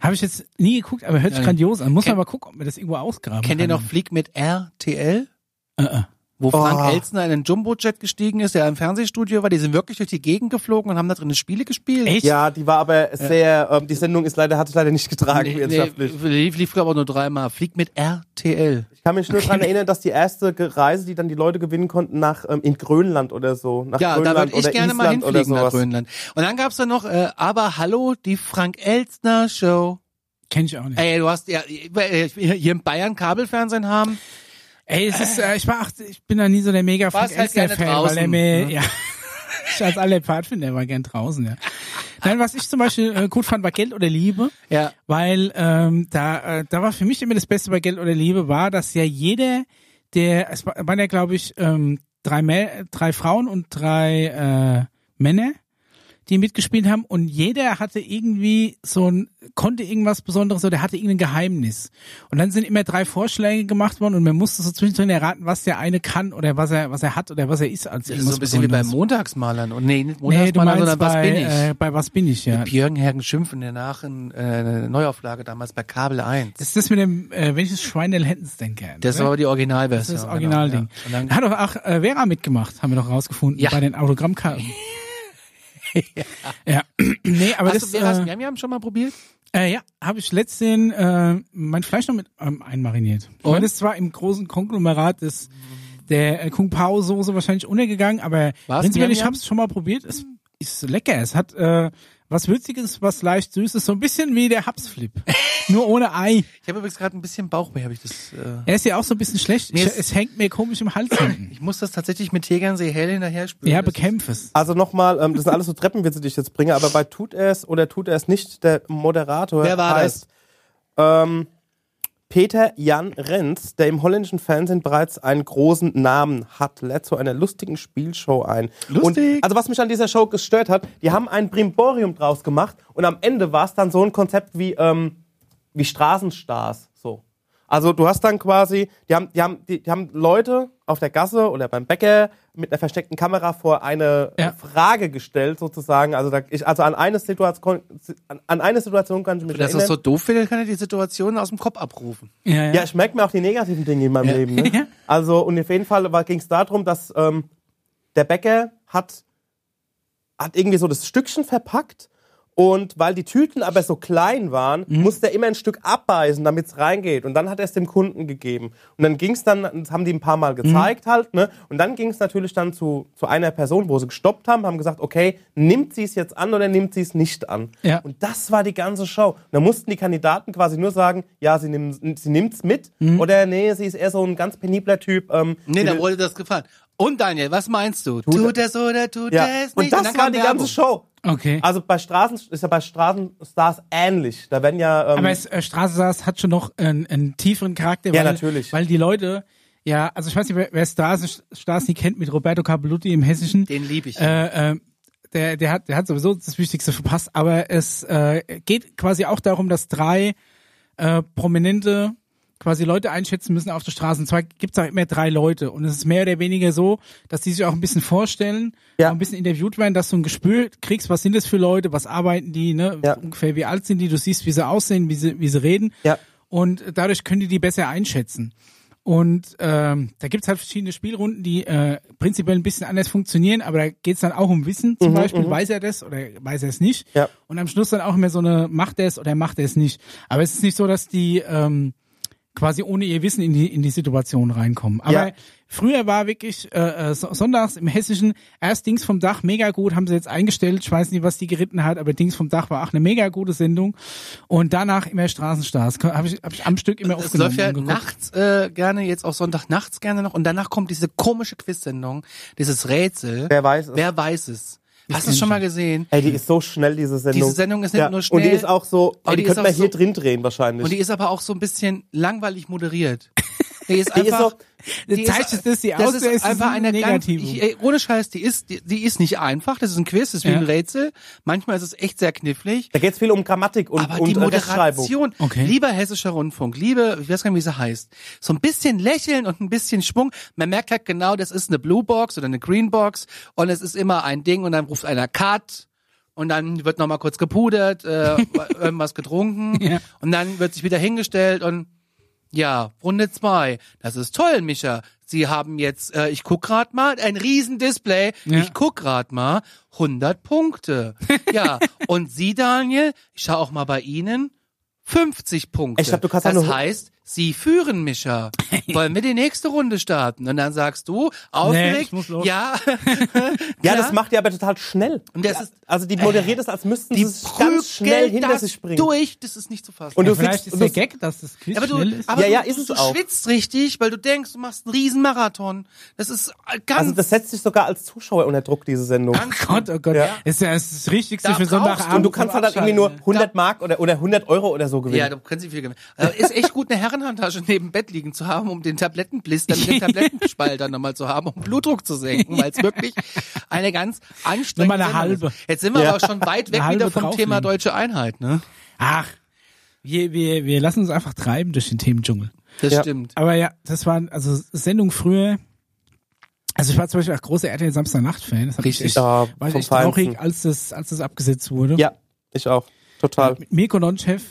[SPEAKER 2] Hab ich jetzt nie geguckt, aber hört
[SPEAKER 1] Ja,
[SPEAKER 2] sich
[SPEAKER 1] nee.
[SPEAKER 2] grandios an. Muss
[SPEAKER 1] Kennt-
[SPEAKER 2] man mal gucken, ob man das irgendwo ausgraben
[SPEAKER 1] Kennt ihr
[SPEAKER 2] kann.
[SPEAKER 1] noch Flieg mit RTL?
[SPEAKER 2] Äh, äh.
[SPEAKER 1] wo
[SPEAKER 3] Oh.
[SPEAKER 1] Frank Elstner in einen Jumbojet gestiegen ist, der im Fernsehstudio war. Die sind wirklich durch die Gegend geflogen und haben da drin Spiele gespielt.
[SPEAKER 2] Echt?
[SPEAKER 3] Ja, die war aber sehr, ähm, die Sendung ist leider, hat sich leider nicht getragen,
[SPEAKER 1] Nee, nee,
[SPEAKER 3] wirtschaftlich.
[SPEAKER 1] lief, lief aber nur dreimal. Fliegt mit RTL.
[SPEAKER 3] Ich kann mich nur daran erinnern, dass die erste Ge- Reise, die dann die Leute gewinnen konnten, nach ähm, in Grönland oder so. Nach
[SPEAKER 1] Ja,
[SPEAKER 3] Grönland
[SPEAKER 1] da würde ich
[SPEAKER 3] oder
[SPEAKER 1] gerne
[SPEAKER 3] Island
[SPEAKER 1] mal
[SPEAKER 3] oder
[SPEAKER 1] hinfliegen nach
[SPEAKER 3] sowas.
[SPEAKER 1] Grönland. Und dann gab's da noch äh, Aber Hallo, die Frank Elstner Show.
[SPEAKER 2] Kenn ich auch nicht.
[SPEAKER 1] Ey, du hast ja äh, hier in Bayern Kabelfernsehen haben.
[SPEAKER 2] Ey, es ist, äh, ich war acht, ich bin da nie so der mega Frank
[SPEAKER 1] Warst halt gerne
[SPEAKER 2] Elstner Fan, weil er
[SPEAKER 1] draußen,
[SPEAKER 2] mir,
[SPEAKER 1] ne?
[SPEAKER 2] ja, ich als alle Part finde, er war gern draußen, ja. Nein, was ich zum Beispiel äh, gut fand, war Geld oder Liebe,
[SPEAKER 1] Ja.
[SPEAKER 2] weil ähm, da, äh, da war für mich immer das Beste bei Geld oder Liebe war, dass ja jeder, der, es wa- waren ja glaube ich ähm, drei, Mä drei Frauen und drei äh, Männer, die mitgespielt haben und jeder hatte irgendwie so ein, konnte irgendwas Besonderes oder hatte irgendein Geheimnis. Und dann sind immer drei Vorschläge gemacht worden und man musste so zwischendrin erraten, was der eine kann oder was er, was er hat oder was er ist als
[SPEAKER 1] So
[SPEAKER 2] irgendwas
[SPEAKER 1] ein bisschen wie bei
[SPEAKER 2] Besonderes.
[SPEAKER 1] Montagsmalern. Und nee, nicht
[SPEAKER 2] Nee, du
[SPEAKER 1] Montagsmalern, sondern
[SPEAKER 2] meinst bei,
[SPEAKER 1] was bin ich?
[SPEAKER 2] Äh, bei Was bin ich, ja.
[SPEAKER 1] Björn Hergen Schimpf in der Nach in, äh, Neuauflage damals bei Kabel 1.
[SPEAKER 2] Das ist das mit dem, äh, welches Schweinel hätten sie denn gern?
[SPEAKER 1] Das war
[SPEAKER 2] oder?
[SPEAKER 1] aber die
[SPEAKER 2] das
[SPEAKER 1] Originalversion.
[SPEAKER 2] ist das Originalding.
[SPEAKER 1] Genau, ja. Und
[SPEAKER 2] Da
[SPEAKER 1] dann,
[SPEAKER 2] hat doch auch äh, Vera mitgemacht, haben wir doch rausgefunden,
[SPEAKER 1] Ja.
[SPEAKER 2] bei den Autogrammkarten. ja. nee, aber
[SPEAKER 1] hast
[SPEAKER 2] das,
[SPEAKER 1] du Veras
[SPEAKER 2] äh,
[SPEAKER 1] Miam Miam schon mal probiert?
[SPEAKER 2] Äh, ja, habe ich letztens äh, mein Fleisch noch mit ähm, einmariniert.
[SPEAKER 1] Und?
[SPEAKER 2] Und das zwar im großen Konglomerat des der äh, Kung Pao Soße wahrscheinlich untergegangen, aber
[SPEAKER 1] War's
[SPEAKER 2] prinzipiell
[SPEAKER 1] Miam
[SPEAKER 2] ich
[SPEAKER 1] Miam?
[SPEAKER 2] habe es schon mal probiert. Es ist lecker. Es hat äh, was Würziges, was leicht Süßes, so ein bisschen wie der Hapsflip, nur ohne Ei.
[SPEAKER 1] Ich habe übrigens gerade ein bisschen Bauchweh, habe ich das. Äh,
[SPEAKER 2] Er ist ja auch so ein bisschen schlecht.
[SPEAKER 1] Mir
[SPEAKER 2] Ich,
[SPEAKER 1] ist-
[SPEAKER 2] es hängt mir komisch im Hals hinten.
[SPEAKER 1] ich muss das tatsächlich mit Tegernsee hell hinterher spülen.
[SPEAKER 2] Ja,
[SPEAKER 1] Das ist-
[SPEAKER 2] bekämpf es.
[SPEAKER 3] Also nochmal, ähm, das sind alles so Treppenwitze, die ich jetzt bringe, aber bei tut er es oder tut er es nicht, der Moderator
[SPEAKER 1] Wer war
[SPEAKER 3] heißt Ähm, Peter Jan Renz, der im holländischen Fernsehen bereits einen großen Namen hat, lädt zu einer lustigen Spielshow ein.
[SPEAKER 1] Lustig.
[SPEAKER 3] Und, also was mich an dieser Show gestört hat, die haben ein Brimborium draus gemacht und am Ende war es dann so ein Konzept wie, ähm, wie Straßenstars. So. Also du hast dann quasi, die haben, die, haben, die, die haben Leute auf der Gasse oder beim Bäcker mit einer versteckten Kamera vor eine
[SPEAKER 2] Ja.
[SPEAKER 3] Frage gestellt sozusagen. Also, da, ich, also an, eine Situation, an, an eine Situation kann ich mich
[SPEAKER 1] Dass
[SPEAKER 3] erinnern.
[SPEAKER 1] das so doof findet, kann er die Situation aus dem Kopf abrufen.
[SPEAKER 2] Ja,
[SPEAKER 3] Ja, ich merke mir auch die negativen Dinge in meinem Leben.
[SPEAKER 2] Ja.
[SPEAKER 3] Ne? Also, und auf jeden Fall ging es darum, dass ähm, der Bäcker hat, hat irgendwie so das Stückchen verpackt. Und weil die Tüten aber so klein waren,
[SPEAKER 2] Mhm.
[SPEAKER 3] musste er immer ein Stück abbeißen, damit es reingeht. Und dann hat er es dem Kunden gegeben. Und dann ging es dann, das haben die ein paar Mal
[SPEAKER 2] Mhm.
[SPEAKER 3] gezeigt halt, ne? Und dann ging es natürlich dann zu, zu einer Person, wo sie gestoppt haben, haben gesagt, okay, nimmt sie es jetzt an oder nimmt sie es nicht an?
[SPEAKER 2] Ja.
[SPEAKER 3] Und das war die ganze Show. Und da mussten die Kandidaten quasi nur sagen, ja, sie, nimm, sie nimmt's mit oder nee, sie ist eher so ein ganz penibler Typ. Ähm,
[SPEAKER 1] Mhm. Nee,
[SPEAKER 3] sie
[SPEAKER 1] da
[SPEAKER 3] will-
[SPEAKER 1] wurde das gefahren. Und Daniel, was meinst du? Tut, es oder tut
[SPEAKER 3] ja.
[SPEAKER 1] es nicht?
[SPEAKER 3] Und das
[SPEAKER 1] dann
[SPEAKER 3] war
[SPEAKER 1] kam
[SPEAKER 3] die
[SPEAKER 1] Werbung.
[SPEAKER 3] ganze Show.
[SPEAKER 2] Okay.
[SPEAKER 3] Also bei Straßen ist ja bei Straßenstars ähnlich. Da werden ja ähm,
[SPEAKER 2] Aber es, äh, Straße saß hat schon noch einen, einen tieferen Charakter,
[SPEAKER 3] Ja,
[SPEAKER 2] weil,
[SPEAKER 3] natürlich.
[SPEAKER 2] weil die Leute, ja, also ich weiß nicht, wer, wer Stars, Stars nie kennt mit Roberto Capelluti im Hessischen.
[SPEAKER 1] Den lieb ich.
[SPEAKER 2] Äh, äh, der, der, hat, der hat sowieso das Wichtigste verpasst, aber es äh, geht quasi auch darum, dass drei äh, prominente quasi Leute einschätzen müssen auf der Straße. Und zwar gibt es auch immer drei Leute und es ist mehr oder weniger so, dass die sich auch ein bisschen vorstellen,
[SPEAKER 3] Ja.
[SPEAKER 2] auch ein bisschen interviewt werden, dass du ein Gespür kriegst, was sind das für Leute, was arbeiten die, ne?
[SPEAKER 3] Ja.
[SPEAKER 2] ungefähr wie alt sind die, du siehst, wie sie aussehen, wie sie, wie sie reden
[SPEAKER 3] Ja.
[SPEAKER 2] und dadurch können die die besser einschätzen. Und ähm, da gibt's halt verschiedene Spielrunden, die äh, prinzipiell ein bisschen anders funktionieren, aber da geht's dann auch um Wissen zum Beispiel. Weiß er das oder weiß er es nicht?
[SPEAKER 3] Mhm, Ja.
[SPEAKER 2] Und am Schluss dann auch immer so eine, macht er es oder macht er es nicht. Aber es ist nicht so, dass die ähm, quasi ohne ihr Wissen in die, in die Situation reinkommen. Aber
[SPEAKER 3] Ja.
[SPEAKER 2] früher war wirklich äh, äh, so- sonntags im Hessischen erst Dings vom Dach, mega gut, haben sie jetzt eingestellt. Ich weiß nicht, was die geritten hat, aber Dings vom Dach war auch eine mega gute Sendung. Und danach immer Straßenstars. Habe ich, hab ich am Stück immer
[SPEAKER 1] Das
[SPEAKER 2] aufgenommen.
[SPEAKER 1] läuft ja
[SPEAKER 2] und geguckt.
[SPEAKER 1] nachts äh, gerne, jetzt auch Sonntag nachts gerne noch. Und danach kommt diese komische Quiz-Sendung, dieses Rätsel.
[SPEAKER 3] Wer weiß es.
[SPEAKER 1] Wer weiß es? Hast du es schon mal gesehen?
[SPEAKER 3] Ey, die ist so schnell, diese Sendung.
[SPEAKER 1] Diese Sendung ist nicht nur
[SPEAKER 3] Und die
[SPEAKER 1] schnell,
[SPEAKER 3] ist auch so,
[SPEAKER 1] aber
[SPEAKER 3] ey,
[SPEAKER 1] die
[SPEAKER 3] die,
[SPEAKER 1] ist
[SPEAKER 3] könnte man
[SPEAKER 1] auch
[SPEAKER 3] hier
[SPEAKER 1] so-
[SPEAKER 3] drin drehen wahrscheinlich.
[SPEAKER 1] Und die ist aber auch so ein bisschen langweilig moderiert. Die ist
[SPEAKER 3] Die ist
[SPEAKER 1] einfach.
[SPEAKER 3] so-
[SPEAKER 1] die
[SPEAKER 2] Zeigt es das, die
[SPEAKER 1] das
[SPEAKER 2] Auswahl
[SPEAKER 1] ist
[SPEAKER 2] ist
[SPEAKER 1] einfach
[SPEAKER 2] ein
[SPEAKER 1] eine ganz,
[SPEAKER 2] Negativum.
[SPEAKER 1] ich, ey, ohne Scheiß, die ist, die, die ist nicht einfach. Das ist ein Quiz, das ist wie
[SPEAKER 2] Ja.
[SPEAKER 1] ein Rätsel. Manchmal ist es echt sehr knifflig.
[SPEAKER 3] da geht's viel um Grammatik und,
[SPEAKER 1] Aber
[SPEAKER 3] und
[SPEAKER 1] die
[SPEAKER 3] äh, Rechtschreibung.
[SPEAKER 1] Moderation,
[SPEAKER 2] Okay.
[SPEAKER 1] lieber Hessischer Rundfunk, liebe, ich weiß gar nicht, wie sie heißt, so ein bisschen lächeln und ein bisschen Schwung. Man merkt halt genau, das ist eine Blue Box oder eine Green Box und es ist immer ein Ding und dann ruft einer Cut und dann wird nochmal kurz gepudert, äh, irgendwas getrunken
[SPEAKER 2] Ja.
[SPEAKER 1] und dann wird sich wieder hingestellt und ja, Runde zwei. Das ist toll, Micha. Sie haben jetzt, äh, ich guck grad mal, ein Riesendisplay.
[SPEAKER 2] Ja.
[SPEAKER 1] Ich guck grad mal, 100 Punkte. Ja, und Sie, Daniel, ich schau auch mal bei Ihnen, 50 Punkte.
[SPEAKER 3] Ich glaub, du kannst
[SPEAKER 1] das
[SPEAKER 3] auch nur-
[SPEAKER 1] heißt, Sie führen, Micha. Wollen wir die nächste Runde starten? Und dann sagst du, aufgeregt,
[SPEAKER 2] ich muss los.
[SPEAKER 1] ja,
[SPEAKER 3] Ja,
[SPEAKER 1] Ja.
[SPEAKER 3] das macht die aber total schnell.
[SPEAKER 1] Und das ist- Äh,
[SPEAKER 3] also die moderiert das, als müssten sie
[SPEAKER 1] die
[SPEAKER 3] es ganz schnell
[SPEAKER 1] prügelt
[SPEAKER 3] hinter
[SPEAKER 1] das
[SPEAKER 3] sich bringen.
[SPEAKER 1] durch, das ist nicht zu fassen.
[SPEAKER 3] Und du
[SPEAKER 2] Vielleicht
[SPEAKER 3] fliegst-
[SPEAKER 2] ist der
[SPEAKER 3] du-
[SPEAKER 2] Gag, dass das Quiz
[SPEAKER 1] Ja, aber du,
[SPEAKER 2] schnell ist.
[SPEAKER 1] aber
[SPEAKER 3] Ja, ja,
[SPEAKER 1] du,
[SPEAKER 3] ist es
[SPEAKER 1] du
[SPEAKER 3] auch.
[SPEAKER 1] schwitzt richtig, weil du denkst, du machst einen riesen Marathon. Das ist ganz
[SPEAKER 3] Also das setzt dich sogar als Zuschauer unter Druck, diese Sendung.
[SPEAKER 2] Oh Gott, oh Gott.
[SPEAKER 3] Ja.
[SPEAKER 2] Ist ja das Richtigste
[SPEAKER 1] Da
[SPEAKER 2] für
[SPEAKER 1] brauchst du-
[SPEAKER 2] Sonntagabend.
[SPEAKER 3] Und du kannst halt
[SPEAKER 2] zum
[SPEAKER 3] dann irgendwie nur
[SPEAKER 2] Abschalten.
[SPEAKER 3] 100 Mark oder, oder 100 Euro oder so gewinnen.
[SPEAKER 1] ne? Ja, da können Sie viel gewinnen. Also ist echt gut, eine Herrenhandtasche neben Bett liegen zu haben, um den Tablettenblister mit dem Tablettenspalter nochmal zu haben, um Blutdruck zu senken, weil es wirklich eine ganz anstrengende
[SPEAKER 2] Nur mal eine
[SPEAKER 1] Sendung ist.
[SPEAKER 2] halbe.
[SPEAKER 1] Jetzt sind wir
[SPEAKER 3] Ja.
[SPEAKER 1] aber schon weit weg
[SPEAKER 2] Eine
[SPEAKER 1] wieder
[SPEAKER 2] halbe
[SPEAKER 1] vom
[SPEAKER 2] drauflegen.
[SPEAKER 1] Thema deutsche Einheit, ne?
[SPEAKER 2] Ach, wir, wir, wir lassen uns einfach treiben durch den Themendschungel.
[SPEAKER 1] Das
[SPEAKER 3] Ja.
[SPEAKER 1] stimmt.
[SPEAKER 2] Aber ja, das waren also Sendung früher. Also ich war zum Beispiel auch großer RTL Samstagnacht-Fan. Das hat mich
[SPEAKER 1] Richtig.
[SPEAKER 2] echt,
[SPEAKER 3] Ja,
[SPEAKER 2] war ich
[SPEAKER 3] vom
[SPEAKER 2] echt traurig,
[SPEAKER 3] Feinsten.
[SPEAKER 2] als das, als das abgesetzt wurde.
[SPEAKER 3] Ja, ich auch. Total.
[SPEAKER 2] Mirko Nonchef,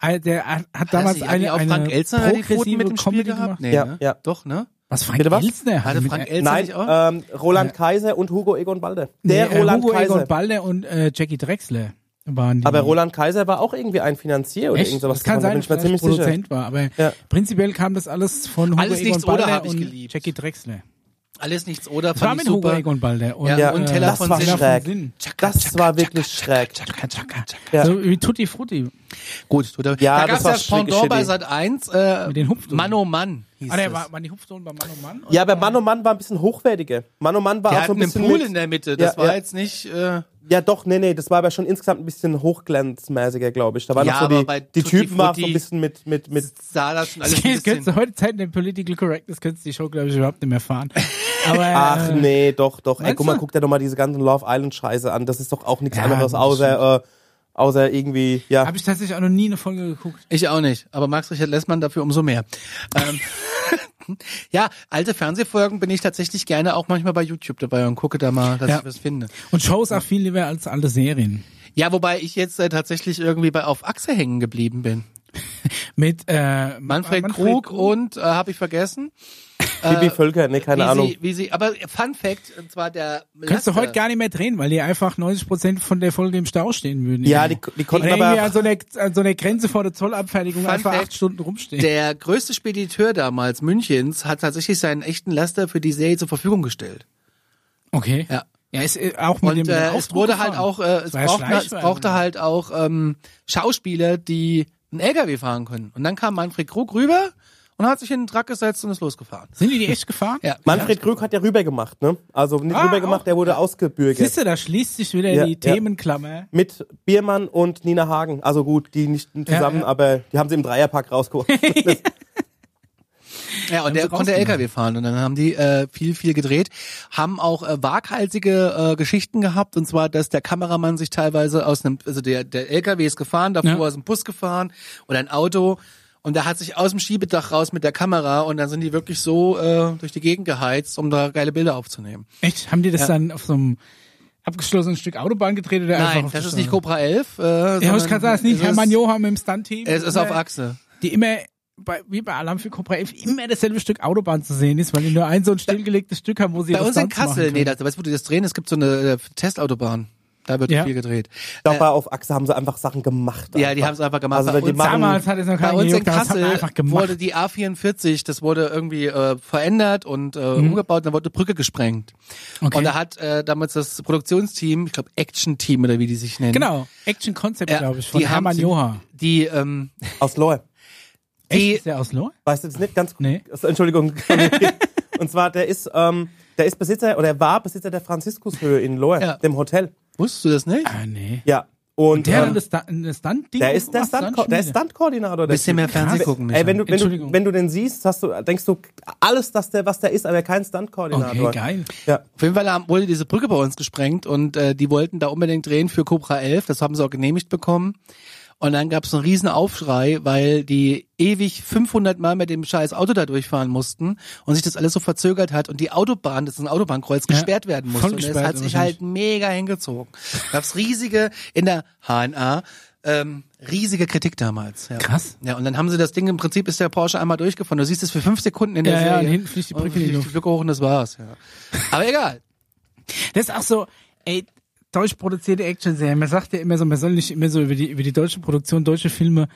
[SPEAKER 2] äh, der hat, hat
[SPEAKER 1] Hat
[SPEAKER 2] damals
[SPEAKER 1] das nicht
[SPEAKER 2] eine,
[SPEAKER 1] irgendwie
[SPEAKER 2] eine
[SPEAKER 1] auch Frank Elzner die Quoten
[SPEAKER 2] progressive
[SPEAKER 1] mit dem Spiel
[SPEAKER 2] Comedy
[SPEAKER 1] gehabt?
[SPEAKER 2] gemacht.
[SPEAKER 1] Nee,
[SPEAKER 3] Ja,
[SPEAKER 1] ne?
[SPEAKER 3] ja.
[SPEAKER 1] Doch, ne?
[SPEAKER 2] Was, Frank
[SPEAKER 3] Bitte was?
[SPEAKER 2] Elzner?
[SPEAKER 1] Hatte
[SPEAKER 2] Mit-
[SPEAKER 1] Frank
[SPEAKER 2] äh,
[SPEAKER 1] Elzner
[SPEAKER 3] Nein,
[SPEAKER 1] nicht auch?
[SPEAKER 3] ähm, Roland Kaiser und Hugo Egon Balder. Der
[SPEAKER 2] nee, äh,
[SPEAKER 3] Roland
[SPEAKER 2] Hugo
[SPEAKER 3] Kaiser.
[SPEAKER 2] Egon Balder und äh, Jackie Drexler waren die.
[SPEAKER 3] aber Roland Kaiser war auch irgendwie ein Finanzier oder
[SPEAKER 2] Echt?
[SPEAKER 3] irgend sowas.
[SPEAKER 2] das kann
[SPEAKER 3] Da
[SPEAKER 2] sein,
[SPEAKER 3] bin ich mir
[SPEAKER 2] dass er
[SPEAKER 3] ziemlich sicher.
[SPEAKER 2] Produzent war, aber
[SPEAKER 3] Ja.
[SPEAKER 2] prinzipiell kam das alles von Hugo
[SPEAKER 1] Alles
[SPEAKER 2] Egon
[SPEAKER 1] nichts oder
[SPEAKER 2] Balder
[SPEAKER 1] hab ich
[SPEAKER 2] und
[SPEAKER 1] geliebt.
[SPEAKER 2] Jackie Drexler.
[SPEAKER 1] Alles nichts, oder?
[SPEAKER 2] Das war
[SPEAKER 1] Fand ich
[SPEAKER 2] mit Hugo
[SPEAKER 1] super.
[SPEAKER 2] Egon Balder und, äh,
[SPEAKER 1] Ja,
[SPEAKER 3] Ja,
[SPEAKER 1] und Teller
[SPEAKER 3] das
[SPEAKER 1] von
[SPEAKER 3] war
[SPEAKER 1] Sinn.
[SPEAKER 3] schräg.
[SPEAKER 2] Sinn.
[SPEAKER 3] Das war wirklich schräg.
[SPEAKER 2] Chaka, chaka.
[SPEAKER 3] Ja.
[SPEAKER 2] So wie Tutti Frutti.
[SPEAKER 1] Gut, tut er. da
[SPEAKER 3] Ja, das
[SPEAKER 1] gab's
[SPEAKER 3] war
[SPEAKER 1] das
[SPEAKER 3] schräg
[SPEAKER 1] Pendant bei
[SPEAKER 3] shitty.
[SPEAKER 1] Sat 1, äh,
[SPEAKER 2] Mit den Hupfdosen.
[SPEAKER 1] Mann oh Mann hieß
[SPEAKER 2] Ah, der
[SPEAKER 1] das.
[SPEAKER 2] war, waren die Hupfdosen bei Mann und Mann?
[SPEAKER 3] Ja, aber Mann und Mann war ein bisschen hochwertiger. Mann und Mann war
[SPEAKER 1] Der
[SPEAKER 3] auch
[SPEAKER 1] hat
[SPEAKER 3] so ein
[SPEAKER 1] einen
[SPEAKER 3] bisschen.
[SPEAKER 1] Pool
[SPEAKER 3] mit-
[SPEAKER 1] in der Mitte. Das
[SPEAKER 3] Ja,
[SPEAKER 1] war
[SPEAKER 3] ja.
[SPEAKER 1] jetzt nicht. Äh,
[SPEAKER 3] Ja, doch, nee, nee, das war aber schon insgesamt ein bisschen hochglanzmäßiger, glaube ich. Da waren
[SPEAKER 1] Ja,
[SPEAKER 3] noch so
[SPEAKER 1] aber
[SPEAKER 3] die,
[SPEAKER 1] bei
[SPEAKER 3] die
[SPEAKER 1] Tutti
[SPEAKER 3] Typen waren so
[SPEAKER 1] Frutti-
[SPEAKER 3] ein bisschen mit, mit, mit.
[SPEAKER 1] sah das schon alles ein
[SPEAKER 2] Das
[SPEAKER 1] bisschen.
[SPEAKER 2] könntest du heute Zeit dem Political Correctness, könntest du die Show, glaube ich, überhaupt nicht mehr fahren. Aber,
[SPEAKER 3] Ach
[SPEAKER 2] äh,
[SPEAKER 3] nee, doch, doch. Ey,
[SPEAKER 2] meinst
[SPEAKER 3] guck mal,
[SPEAKER 2] du?
[SPEAKER 3] guck dir doch mal diese ganzen Love Island Scheiße an. Das ist doch auch nichts
[SPEAKER 2] Ja,
[SPEAKER 3] anderes
[SPEAKER 2] das
[SPEAKER 3] außer, äh, außer irgendwie, ja.
[SPEAKER 2] Habe ich tatsächlich auch noch nie eine Folge geguckt.
[SPEAKER 1] Ich auch nicht, aber Max-Richard Lessmann dafür umso mehr. ähm, ja, alte Fernsehfolgen bin ich tatsächlich gerne auch manchmal bei YouTube dabei und gucke da mal, dass
[SPEAKER 2] Ja.
[SPEAKER 1] ich was finde.
[SPEAKER 2] Und Shows auch viel lieber als alle Serien.
[SPEAKER 1] Ja, wobei ich jetzt äh, tatsächlich irgendwie bei Auf Achse hängen geblieben bin.
[SPEAKER 2] Mit äh,
[SPEAKER 1] Manfred, Krug, und, äh, habe ich vergessen,
[SPEAKER 2] äh,
[SPEAKER 3] Bibi Völker, nee, keine
[SPEAKER 1] wie
[SPEAKER 3] Ahnung.
[SPEAKER 1] sie, wie sie, aber Fun Fact, und zwar der...
[SPEAKER 2] Könntest du
[SPEAKER 1] Laster.
[SPEAKER 2] heute gar nicht mehr drehen, weil die einfach 90% von der Folge im Stau stehen würden.
[SPEAKER 3] ja, die, die
[SPEAKER 2] Oder
[SPEAKER 3] konnten
[SPEAKER 2] irgendwie an
[SPEAKER 3] aber.
[SPEAKER 2] so einer, an so einer Grenze vor der Zollabfertigung
[SPEAKER 1] Fun
[SPEAKER 2] einfach
[SPEAKER 1] Fact,
[SPEAKER 2] acht Stunden rumstehen.
[SPEAKER 1] Der größte Spediteur damals Münchens hat tatsächlich seinen echten Laster für die Serie zur Verfügung gestellt.
[SPEAKER 2] okay.
[SPEAKER 1] Ja.
[SPEAKER 2] Ja, ist äh, auch mit dem
[SPEAKER 1] Und
[SPEAKER 2] mit dem
[SPEAKER 1] äh, es
[SPEAKER 2] Aufdruck
[SPEAKER 1] wurde halt
[SPEAKER 2] gefahren.
[SPEAKER 1] auch, äh, es,
[SPEAKER 2] war ja
[SPEAKER 1] brauchte, es
[SPEAKER 2] Schleichwerbung.
[SPEAKER 1] brauchte halt auch ähm, Schauspieler, die einen LKW fahren können. Und dann kam Manfred Krug rüber und hat sich in den Truck gesetzt und ist losgefahren.
[SPEAKER 2] Sind die die echt gefahren?
[SPEAKER 1] Ja.
[SPEAKER 3] Manfred Krüg hat ja rüber gemacht, ne? Also nicht
[SPEAKER 2] Ah,
[SPEAKER 3] rüber gemacht, der wurde ausgebürgert.
[SPEAKER 2] Siehst du, da schließt sich wieder
[SPEAKER 3] Ja,
[SPEAKER 2] die
[SPEAKER 3] ja.
[SPEAKER 2] Themenklammer.
[SPEAKER 3] Mit Biermann und Nina Hagen. Also gut, die nicht zusammen,
[SPEAKER 2] ja.
[SPEAKER 3] aber die haben sie im Dreierpack rausgeholt. Das-
[SPEAKER 1] Ja, und der
[SPEAKER 2] sie
[SPEAKER 1] konnte
[SPEAKER 2] rausgemacht.
[SPEAKER 1] LKW fahren und dann haben die äh, viel, viel gedreht, haben auch äh, waghalsige äh, Geschichten gehabt und zwar, dass der Kameramann sich teilweise aus einem, also der, der LKW ist gefahren, davor
[SPEAKER 2] Ja.
[SPEAKER 1] aus dem Bus gefahren oder ein Auto und da hat sich aus dem Schiebedach raus mit der Kamera und dann sind die wirklich so äh, durch die Gegend geheizt, um da geile Bilder aufzunehmen.
[SPEAKER 2] Echt? Haben die das dann auf so einem abgeschlossenen Stück Autobahn gedreht oder einfach
[SPEAKER 1] Nein,
[SPEAKER 2] auf
[SPEAKER 1] das
[SPEAKER 2] der
[SPEAKER 1] ist nicht
[SPEAKER 2] Straße?
[SPEAKER 1] Cobra 11. Äh, ja,
[SPEAKER 2] Ja, ich kann sagen, es ist nicht Hermann Johann mit dem Stunt-Team.
[SPEAKER 1] Es ist auf Achse.
[SPEAKER 2] Die immer, bei, wie bei Alarm für Cobra 11, immer dasselbe Stück Autobahn zu sehen ist, weil die nur ein so ein stillgelegtes Stück haben, wo sie
[SPEAKER 1] Bei
[SPEAKER 2] ihre
[SPEAKER 1] uns in
[SPEAKER 2] Stunts machen
[SPEAKER 1] Kassel,
[SPEAKER 2] können.
[SPEAKER 1] nee, da, weißt du, wo die das drehen? Es gibt so eine äh, Testautobahn. Da wird
[SPEAKER 2] Ja.
[SPEAKER 1] viel gedreht. Äh,
[SPEAKER 3] Doch, war auf Achse haben sie einfach Sachen gemacht.
[SPEAKER 1] Ja,
[SPEAKER 3] einfach.
[SPEAKER 1] die haben es einfach gemacht.
[SPEAKER 3] Also,
[SPEAKER 1] bei
[SPEAKER 3] die
[SPEAKER 1] uns,
[SPEAKER 3] machen-
[SPEAKER 2] Damals hat es noch
[SPEAKER 1] bei
[SPEAKER 2] keiner
[SPEAKER 1] uns in
[SPEAKER 2] gejuckt, aber das hat man
[SPEAKER 1] Kassel
[SPEAKER 2] einfach gemacht.
[SPEAKER 1] wurde die A44, das wurde irgendwie äh, verändert und äh, umgebaut, dann wurde eine Brücke gesprengt.
[SPEAKER 2] Mhm. Okay.
[SPEAKER 1] Und da hat äh, damals das Produktionsteam, ich glaube Action-Team oder wie die sich nennen.
[SPEAKER 2] Genau, Action Concept,
[SPEAKER 1] Ja,
[SPEAKER 2] glaube ich, von
[SPEAKER 1] die haben
[SPEAKER 2] Hermann
[SPEAKER 1] sie-
[SPEAKER 2] Joha.
[SPEAKER 1] Die, ähm,
[SPEAKER 3] Aus Lohr.
[SPEAKER 1] die
[SPEAKER 2] Ist der aus Lohr?
[SPEAKER 3] Weißt du das nicht ganz
[SPEAKER 2] Nee.
[SPEAKER 3] Also, Entschuldigung. Und zwar, der ist, ähm, der ist Besitzer oder war Besitzer der Franziskushöhe in Lohr,
[SPEAKER 1] Ja.
[SPEAKER 3] dem Hotel.
[SPEAKER 1] wusstest du das nicht?
[SPEAKER 2] Ah, nee.
[SPEAKER 3] Ja. Und,
[SPEAKER 2] Der
[SPEAKER 3] ähm,
[SPEAKER 2] hat das Stu- das Stunt-Ding
[SPEAKER 3] der ist der
[SPEAKER 2] gemacht,
[SPEAKER 3] Stunt, der ist
[SPEAKER 2] Stuntschmiede.
[SPEAKER 3] Stunt-Koordinator. der
[SPEAKER 1] Bisschen
[SPEAKER 3] Typ.
[SPEAKER 1] mehr Fernsehen
[SPEAKER 3] Krass.
[SPEAKER 1] gucken,
[SPEAKER 3] Ey, wenn du, wenn
[SPEAKER 2] Entschuldigung.
[SPEAKER 3] du, wenn du den siehst, hast du, denkst du alles, dass der, was der ist, aber kein Stunt-Koordinator.
[SPEAKER 2] Okay, geil.
[SPEAKER 3] Ja.
[SPEAKER 1] Auf jeden Fall haben- wurde diese Brücke bei uns gesprengt und äh, die wollten da unbedingt drehen für Cobra 11. Das haben sie auch genehmigt bekommen. Und dann gab es einen riesen Aufschrei, weil die ewig 500 Mal mit dem scheiß Auto da durchfahren mussten und sich das alles so verzögert hat und die Autobahn, das ist ein Autobahnkreuz,
[SPEAKER 2] Ja,
[SPEAKER 1] gesperrt werden musste.
[SPEAKER 2] voll
[SPEAKER 1] Und das
[SPEAKER 2] gesperrt
[SPEAKER 1] hat sich
[SPEAKER 2] wahrscheinlich.
[SPEAKER 1] halt mega hingezogen. Gab's riesige in der HNA. Ähm, riesige Kritik damals. Ja.
[SPEAKER 2] Krass.
[SPEAKER 1] Ja, und dann haben sie das Ding, im Prinzip ist der Porsche einmal durchgefahren. Du siehst es für fünf Sekunden in der
[SPEAKER 2] Ja, ja,
[SPEAKER 1] Serie.
[SPEAKER 2] und hinten fliegt die Brücke in die
[SPEAKER 1] fliegt
[SPEAKER 2] Luft.
[SPEAKER 1] Brücke hoch und das war's. Ja. Aber egal.
[SPEAKER 2] Das ist auch so, ey, deutsch produzierte Action-Serien. Man sagt ja immer so, man soll nicht immer so über die, über die deutsche Produktion, deutsche Filme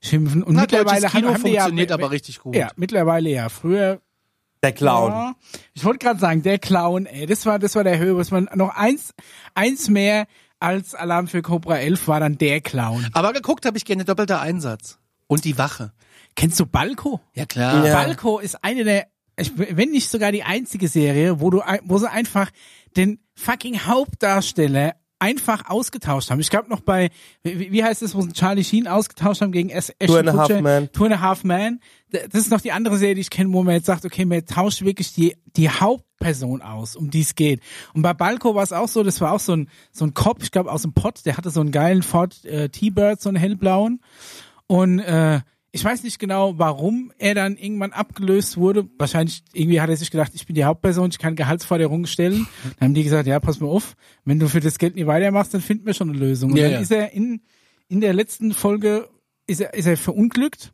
[SPEAKER 2] schimpfen. Und
[SPEAKER 1] Na,
[SPEAKER 2] mittlerweile
[SPEAKER 1] deutsches Kino
[SPEAKER 2] haben, haben die ja,
[SPEAKER 1] funktioniert aber richtig gut.
[SPEAKER 2] Ja, mittlerweile ja. Früher
[SPEAKER 3] Der Clown.
[SPEAKER 2] Ja. Ich wollte gerade sagen, der Clown, ey, das war, das war der Höhe, was man noch eins, eins mehr als Alarm für Cobra 11 war dann der Clown.
[SPEAKER 1] Aber geguckt habe ich gerne doppelter Einsatz. Und die Wache.
[SPEAKER 2] Kennst du Balko?
[SPEAKER 1] Ja klar.
[SPEAKER 3] Ja.
[SPEAKER 2] Balko ist eine der, ich, wenn nicht sogar die einzige Serie, wo du, ein- wo sie einfach den fucking Hauptdarsteller einfach ausgetauscht haben. Ich glaube noch bei, wie, wie heißt es, wo sie Charlie Sheen ausgetauscht haben gegen Ash Ashton
[SPEAKER 3] Two and a Half
[SPEAKER 2] Kutcher?
[SPEAKER 3] Men.
[SPEAKER 2] Two and a Half Man. Das ist noch die andere Serie, die ich kenne, wo man jetzt sagt, okay, man tauscht wirklich die, die Hauptperson aus, um die es geht. Und bei Balko war es auch so, das war auch so ein, so ein Cop, ich glaube aus dem Pott, der hatte so einen geilen Ford äh, T-Bird, so einen hellblauen. Und äh, ich weiß nicht genau, warum er dann irgendwann abgelöst wurde. Wahrscheinlich irgendwie hat er sich gedacht, ich bin die Hauptperson, ich kann Gehaltsforderungen stellen. Dann haben die gesagt, ja, pass mal auf, wenn du für das Geld nie weitermachst, dann finden wir schon eine Lösung. Und
[SPEAKER 1] Ja,
[SPEAKER 2] dann
[SPEAKER 1] ja.
[SPEAKER 2] ist er in, in der letzten Folge ist er, ist er verunglückt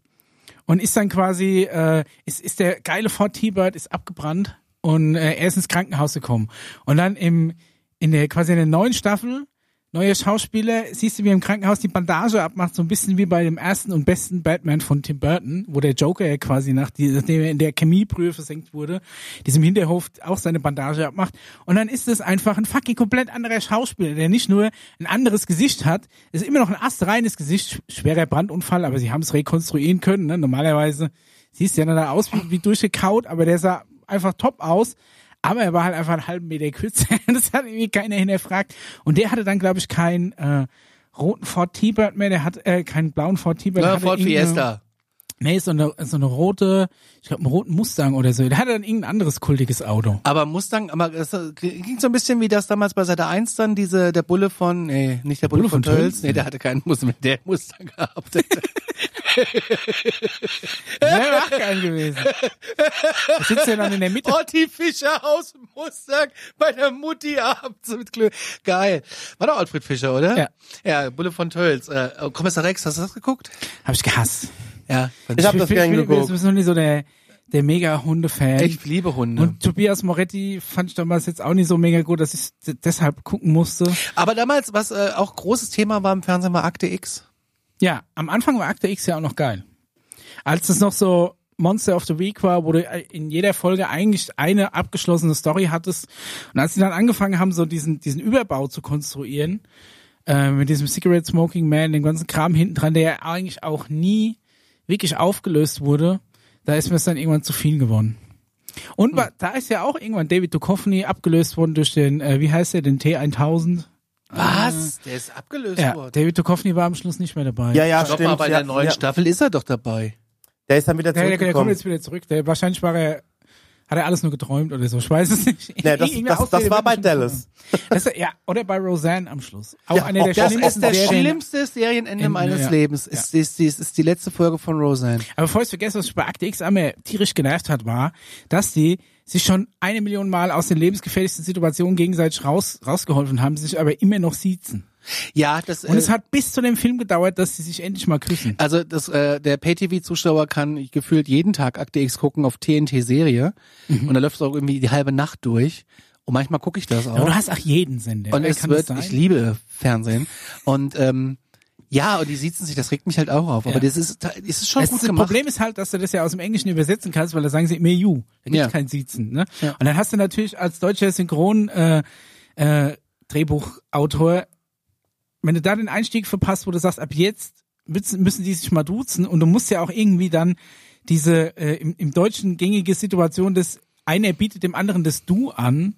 [SPEAKER 2] und ist dann quasi, äh, ist, ist der geile Ford T-Bird ist abgebrannt und äh, er ist ins Krankenhaus gekommen. Und dann im, in der, quasi in der neuen Staffel, neue Schauspieler, siehst du, wie er im Krankenhaus die Bandage abmacht, so ein bisschen wie bei dem ersten und besten Batman von Tim Burton, wo der Joker ja quasi nach, die, nachdem er in der Chemiebrühe versenkt wurde, diesem Hinterhof auch seine Bandage abmacht. Und dann ist es einfach ein fucking komplett anderer Schauspieler, der nicht nur ein anderes Gesicht hat, es ist immer noch ein astreines Gesicht, sch- schwerer Brandunfall, aber sie haben es rekonstruieren können, ne? Normalerweise siehst du ja dann da aus wie, wie durchgekaut, aber der sah einfach top aus. Aber er war halt einfach einen halben Meter kürzer. Das hat irgendwie keiner hinterfragt. Und der hatte dann, glaube ich, keinen äh, roten Ford T-Bird mehr. Der hat äh, keinen blauen Ford T-Bird.
[SPEAKER 1] Ja,
[SPEAKER 2] Der hatte
[SPEAKER 1] ne, Ford
[SPEAKER 2] irgendeine-
[SPEAKER 1] Fiesta.
[SPEAKER 2] Nee, so eine, so eine rote, ich glaube, einen roten Mustang oder so. Der hatte dann irgendein anderes kultiges Auto.
[SPEAKER 1] Aber Mustang, aber es äh, ging so ein bisschen wie das damals bei Seite 1 dann, diese, der Bulle von, nee, nicht der Bulle,
[SPEAKER 2] Bulle
[SPEAKER 1] von,
[SPEAKER 2] von
[SPEAKER 1] Tölz,
[SPEAKER 2] Tölz?
[SPEAKER 1] nee, der hatte keinen Mustang, der hat Mustang gehabt.
[SPEAKER 2] Der wäre auch geil gewesen. Da sitzt er dann in der Mitte.
[SPEAKER 1] Otti Fischer aus dem Mustang bei der Mutti abends mit Glüh. Geil. War doch Alfred Fischer, oder?
[SPEAKER 2] Ja.
[SPEAKER 1] Ja, Bulle von Tölz. Äh, Kommissar Rex, hast du das geguckt?
[SPEAKER 2] Hab ich gehasst.
[SPEAKER 1] Ja.
[SPEAKER 3] Ich hab das
[SPEAKER 2] bin-
[SPEAKER 3] gern
[SPEAKER 2] bin-
[SPEAKER 3] geguckt.
[SPEAKER 2] Du bist noch nicht so der, der Mega-Hunde-Fan.
[SPEAKER 1] Ich liebe Hunde.
[SPEAKER 2] Und Tobias Moretti fand ich damals jetzt auch nicht so mega gut, dass ich d- deshalb gucken musste.
[SPEAKER 1] Aber damals, was äh, auch großes Thema war im Fernsehen, war Akte X.
[SPEAKER 2] Ja, am Anfang war Akte X ja auch noch geil. Als es noch so Monster of the Week war, wo du äh, in jeder Folge eigentlich eine abgeschlossene Story hattest. Und als sie dann angefangen haben, so diesen, diesen Überbau zu konstruieren, äh, mit diesem Cigarette Smoking Man, dem ganzen Kram hinten dran, der ja eigentlich auch nie wirklich aufgelöst wurde, da ist mir es dann irgendwann zu viel geworden. Und wa- da ist ja auch irgendwann David Duchovny abgelöst worden durch den, äh, wie heißt der, den T1000.
[SPEAKER 1] Was? Der ist abgelöst
[SPEAKER 2] Ja,
[SPEAKER 1] worden.
[SPEAKER 2] David Duchovny war am Schluss nicht mehr dabei.
[SPEAKER 3] Ja, ja,
[SPEAKER 1] Doch
[SPEAKER 3] stimmt.
[SPEAKER 1] mal, bei
[SPEAKER 3] ja,
[SPEAKER 1] der neuen
[SPEAKER 3] ja.
[SPEAKER 1] Staffel ist er doch dabei.
[SPEAKER 3] Der ist dann wieder
[SPEAKER 2] Der, der, der kommt
[SPEAKER 3] zurückgekommen.
[SPEAKER 2] jetzt wieder zurück. Der, wahrscheinlich war er, hat er alles nur geträumt oder so. Ich weiß es nicht.
[SPEAKER 3] Nee, das-
[SPEAKER 2] Irgendeine
[SPEAKER 3] das- das
[SPEAKER 2] Ausrede
[SPEAKER 3] war
[SPEAKER 2] wird
[SPEAKER 3] bei
[SPEAKER 2] bestimmt
[SPEAKER 3] Dallas.
[SPEAKER 2] sein. Das, ist- ja, oder bei Roseanne am Schluss. Auch
[SPEAKER 3] Ja,
[SPEAKER 2] einer der
[SPEAKER 3] auch das
[SPEAKER 2] schlimmsten
[SPEAKER 3] ist der
[SPEAKER 2] Serien.
[SPEAKER 1] schlimmste Serienende
[SPEAKER 2] Ende,
[SPEAKER 1] meines
[SPEAKER 2] ja.
[SPEAKER 1] Lebens. Ist, ist, ist, ist die letzte Folge von Roseanne.
[SPEAKER 2] Aber bevor ich vergesse, was ich bei Akte X einmal tierisch genervt hat, war, dass die sich schon eine Million Mal aus den lebensgefährlichsten Situationen gegenseitig raus, rausgeholfen haben, sich aber immer noch siezen.
[SPEAKER 1] Ja, das
[SPEAKER 2] Und
[SPEAKER 1] äh,
[SPEAKER 2] es hat bis zu dem Film gedauert, dass sie sich endlich mal küssen.
[SPEAKER 1] Also das, äh, der Pay-TV-Zuschauer kann gefühlt jeden Tag Akte X gucken auf TNT-Serie und da läuft es auch irgendwie die halbe Nacht durch und manchmal gucke ich das auch.
[SPEAKER 2] Aber du hast auch jeden Sender.
[SPEAKER 1] und
[SPEAKER 2] oder?
[SPEAKER 1] es
[SPEAKER 2] Kann
[SPEAKER 1] wird,
[SPEAKER 2] das sein?
[SPEAKER 1] ich liebe Fernsehen und ähm, ja und die siezen sich, das regt mich halt auch auf, aber
[SPEAKER 2] Ja.
[SPEAKER 1] das ist, das ist schon
[SPEAKER 2] Das
[SPEAKER 1] gut
[SPEAKER 2] ist-
[SPEAKER 1] gemacht.
[SPEAKER 2] Problem ist halt, dass du das ja aus dem Englischen übersetzen kannst, weil da sagen sie immer you. Da gibt's
[SPEAKER 1] Ja.
[SPEAKER 2] kein Siezen. Ne?
[SPEAKER 1] Ja.
[SPEAKER 2] Und dann hast du natürlich als deutscher Synchron äh, äh, Drehbuchautor, wenn du da den Einstieg verpasst, wo du sagst, ab jetzt müssen müssen die sich mal duzen und du musst ja auch irgendwie dann diese äh, im, im Deutschen gängige Situation des einer bietet dem anderen das Du an,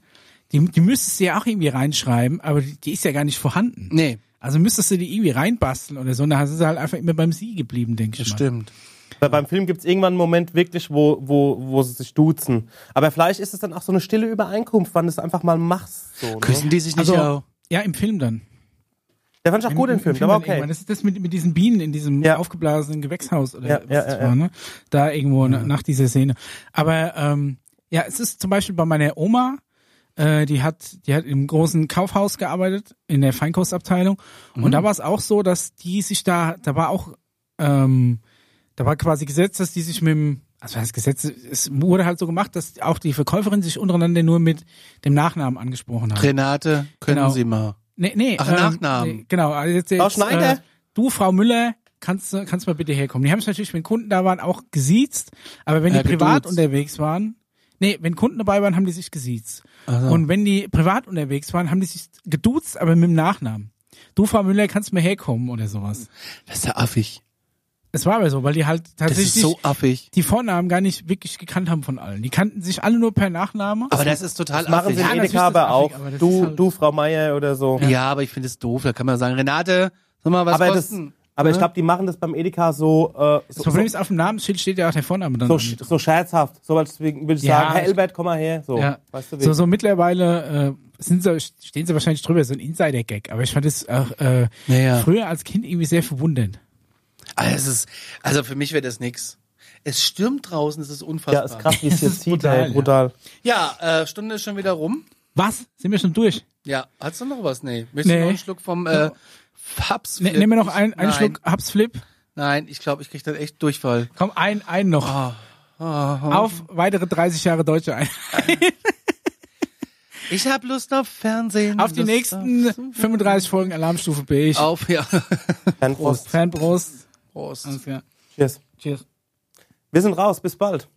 [SPEAKER 2] die, die müsstest du ja auch irgendwie reinschreiben, aber die, die ist ja gar nicht vorhanden.
[SPEAKER 1] Nee,
[SPEAKER 2] Also müsstest du die irgendwie reinbasteln oder so, und da sind sie halt einfach immer beim Sie geblieben, denke ich
[SPEAKER 1] das
[SPEAKER 2] mal.
[SPEAKER 1] stimmt.
[SPEAKER 3] Weil beim Film gibt's irgendwann einen Moment wirklich, wo, wo, wo sie sich duzen. Aber vielleicht ist es dann auch so eine stille Übereinkunft, wann du es einfach mal machst. So, ne?
[SPEAKER 1] Küssen die sich nicht
[SPEAKER 2] Also,
[SPEAKER 1] auch?
[SPEAKER 2] ja, im Film dann.
[SPEAKER 3] Der fand ich auch gut, den Film. Der war
[SPEAKER 2] dann irgendwann.
[SPEAKER 3] okay.
[SPEAKER 2] Das ist das mit, mit diesen Bienen in diesem
[SPEAKER 3] Ja.
[SPEAKER 2] aufgeblasenen Gewächshaus oder
[SPEAKER 3] Ja,
[SPEAKER 2] was
[SPEAKER 3] ja,
[SPEAKER 2] das
[SPEAKER 3] ja,
[SPEAKER 2] war,
[SPEAKER 3] ja.
[SPEAKER 2] ne? Da irgendwo na- nach dieser Szene. Aber ähm, ja, es ist zum Beispiel bei meiner Oma, äh, die hat, die hat im großen Kaufhaus gearbeitet, in der Feinkostabteilung. Und
[SPEAKER 3] Mhm.
[SPEAKER 2] da war es auch so, dass die sich da, da war auch, ähm, da war quasi Gesetz, dass die sich mit dem, also das Gesetz, es wurde halt so gemacht, dass auch die Verkäuferin sich untereinander nur mit dem Nachnamen angesprochen hat.
[SPEAKER 1] Renate, können
[SPEAKER 2] Genau.
[SPEAKER 1] Sie mal.
[SPEAKER 2] Nee, nee. ähm,
[SPEAKER 1] Ach, Nachnamen.
[SPEAKER 2] nee, genau. Also jetzt, jetzt,
[SPEAKER 3] Frau Schneider?
[SPEAKER 2] Äh, du, Frau Müller, kannst, du- kannst mal bitte herkommen. Die haben es natürlich, wenn Kunden da waren, auch gesiezt. Aber wenn
[SPEAKER 1] Ja,
[SPEAKER 2] die privat
[SPEAKER 1] geduzt.
[SPEAKER 2] unterwegs waren, nee, wenn Kunden dabei waren, haben die sich gesiezt. Und wenn die privat unterwegs waren, haben die sich geduzt, aber mit dem Nachnamen. Du, Frau Müller, kannst mal herkommen oder sowas.
[SPEAKER 1] Das ist ja affig.
[SPEAKER 2] Es war aber so, weil die halt
[SPEAKER 1] Das
[SPEAKER 2] tatsächlich
[SPEAKER 1] ist so affig.
[SPEAKER 2] die Vornamen gar nicht wirklich gekannt haben von allen. Die kannten sich alle nur per Nachname.
[SPEAKER 1] Aber das ist total
[SPEAKER 3] Das machen
[SPEAKER 1] affig. ne?
[SPEAKER 3] sie eh in
[SPEAKER 2] Ja, natürlich
[SPEAKER 3] Edeka
[SPEAKER 2] ist das
[SPEAKER 3] aber auch.
[SPEAKER 2] affig, aber das ist
[SPEAKER 3] Du,
[SPEAKER 2] halt-
[SPEAKER 3] du, Frau Meier oder so.
[SPEAKER 1] ja. aber ich finde es doof. Da kann man sagen, Renate, sag mal, was
[SPEAKER 3] aber das,
[SPEAKER 1] kosten? Ne?
[SPEAKER 3] aber ich glaube, die machen das beim Edeka so, äh, so,
[SPEAKER 2] Das Problem
[SPEAKER 3] so,
[SPEAKER 2] ist, auf dem Namensschild steht ja auch der Vorname dann.
[SPEAKER 3] so,
[SPEAKER 2] an.
[SPEAKER 3] sch- so scherzhaft. So, deswegen würde ich
[SPEAKER 2] Ja,
[SPEAKER 3] sagen, Herr
[SPEAKER 2] ich-
[SPEAKER 3] Elbert, komm mal her. So,
[SPEAKER 2] Ja.
[SPEAKER 3] weißt du, wie?
[SPEAKER 2] so, so mittlerweile äh, sind sie, stehen sie wahrscheinlich drüber, so ein Insider-Gag. Aber ich fand es auch äh,
[SPEAKER 1] Ja, ja.
[SPEAKER 2] früher als Kind irgendwie sehr verwundert.
[SPEAKER 1] Also, es ist, also für mich wäre das nix. Es stürmt draußen, es ist
[SPEAKER 3] ja,
[SPEAKER 1] unfassbar.
[SPEAKER 3] ist krass, wie es
[SPEAKER 2] Das
[SPEAKER 3] jetzt
[SPEAKER 2] ist
[SPEAKER 3] zieht,
[SPEAKER 2] brutal,
[SPEAKER 3] brutal.
[SPEAKER 2] ja.
[SPEAKER 3] Ey, brutal.
[SPEAKER 1] Ja, äh, Stunde ist schon wieder rum.
[SPEAKER 2] Was? Sind wir schon durch?
[SPEAKER 1] Ja, hast du noch was? Nee. Möchtest du
[SPEAKER 2] Nee.
[SPEAKER 1] noch einen Schluck vom äh, Fabs?
[SPEAKER 2] Ne, nehmen wir noch einen, einen
[SPEAKER 1] Nein.
[SPEAKER 2] Schluck Habs Flip.
[SPEAKER 1] Nein, ich glaube, ich krieg dann echt Durchfall.
[SPEAKER 2] Komm, ein, einen noch.
[SPEAKER 1] Ah.
[SPEAKER 2] Auf weitere 30 Jahre Deutsche ein.
[SPEAKER 1] Ich hab Lust auf Fernsehen.
[SPEAKER 2] Auf die
[SPEAKER 1] Lust
[SPEAKER 2] nächsten 35 Folgen Alarmstufe B. Ich
[SPEAKER 1] Auf, auf ja.
[SPEAKER 3] Dann Prost.
[SPEAKER 2] Fanprost.
[SPEAKER 1] Prost.
[SPEAKER 2] Alles klar.
[SPEAKER 3] Cheers.
[SPEAKER 2] Cheers.
[SPEAKER 3] Wir sind raus, bis bald.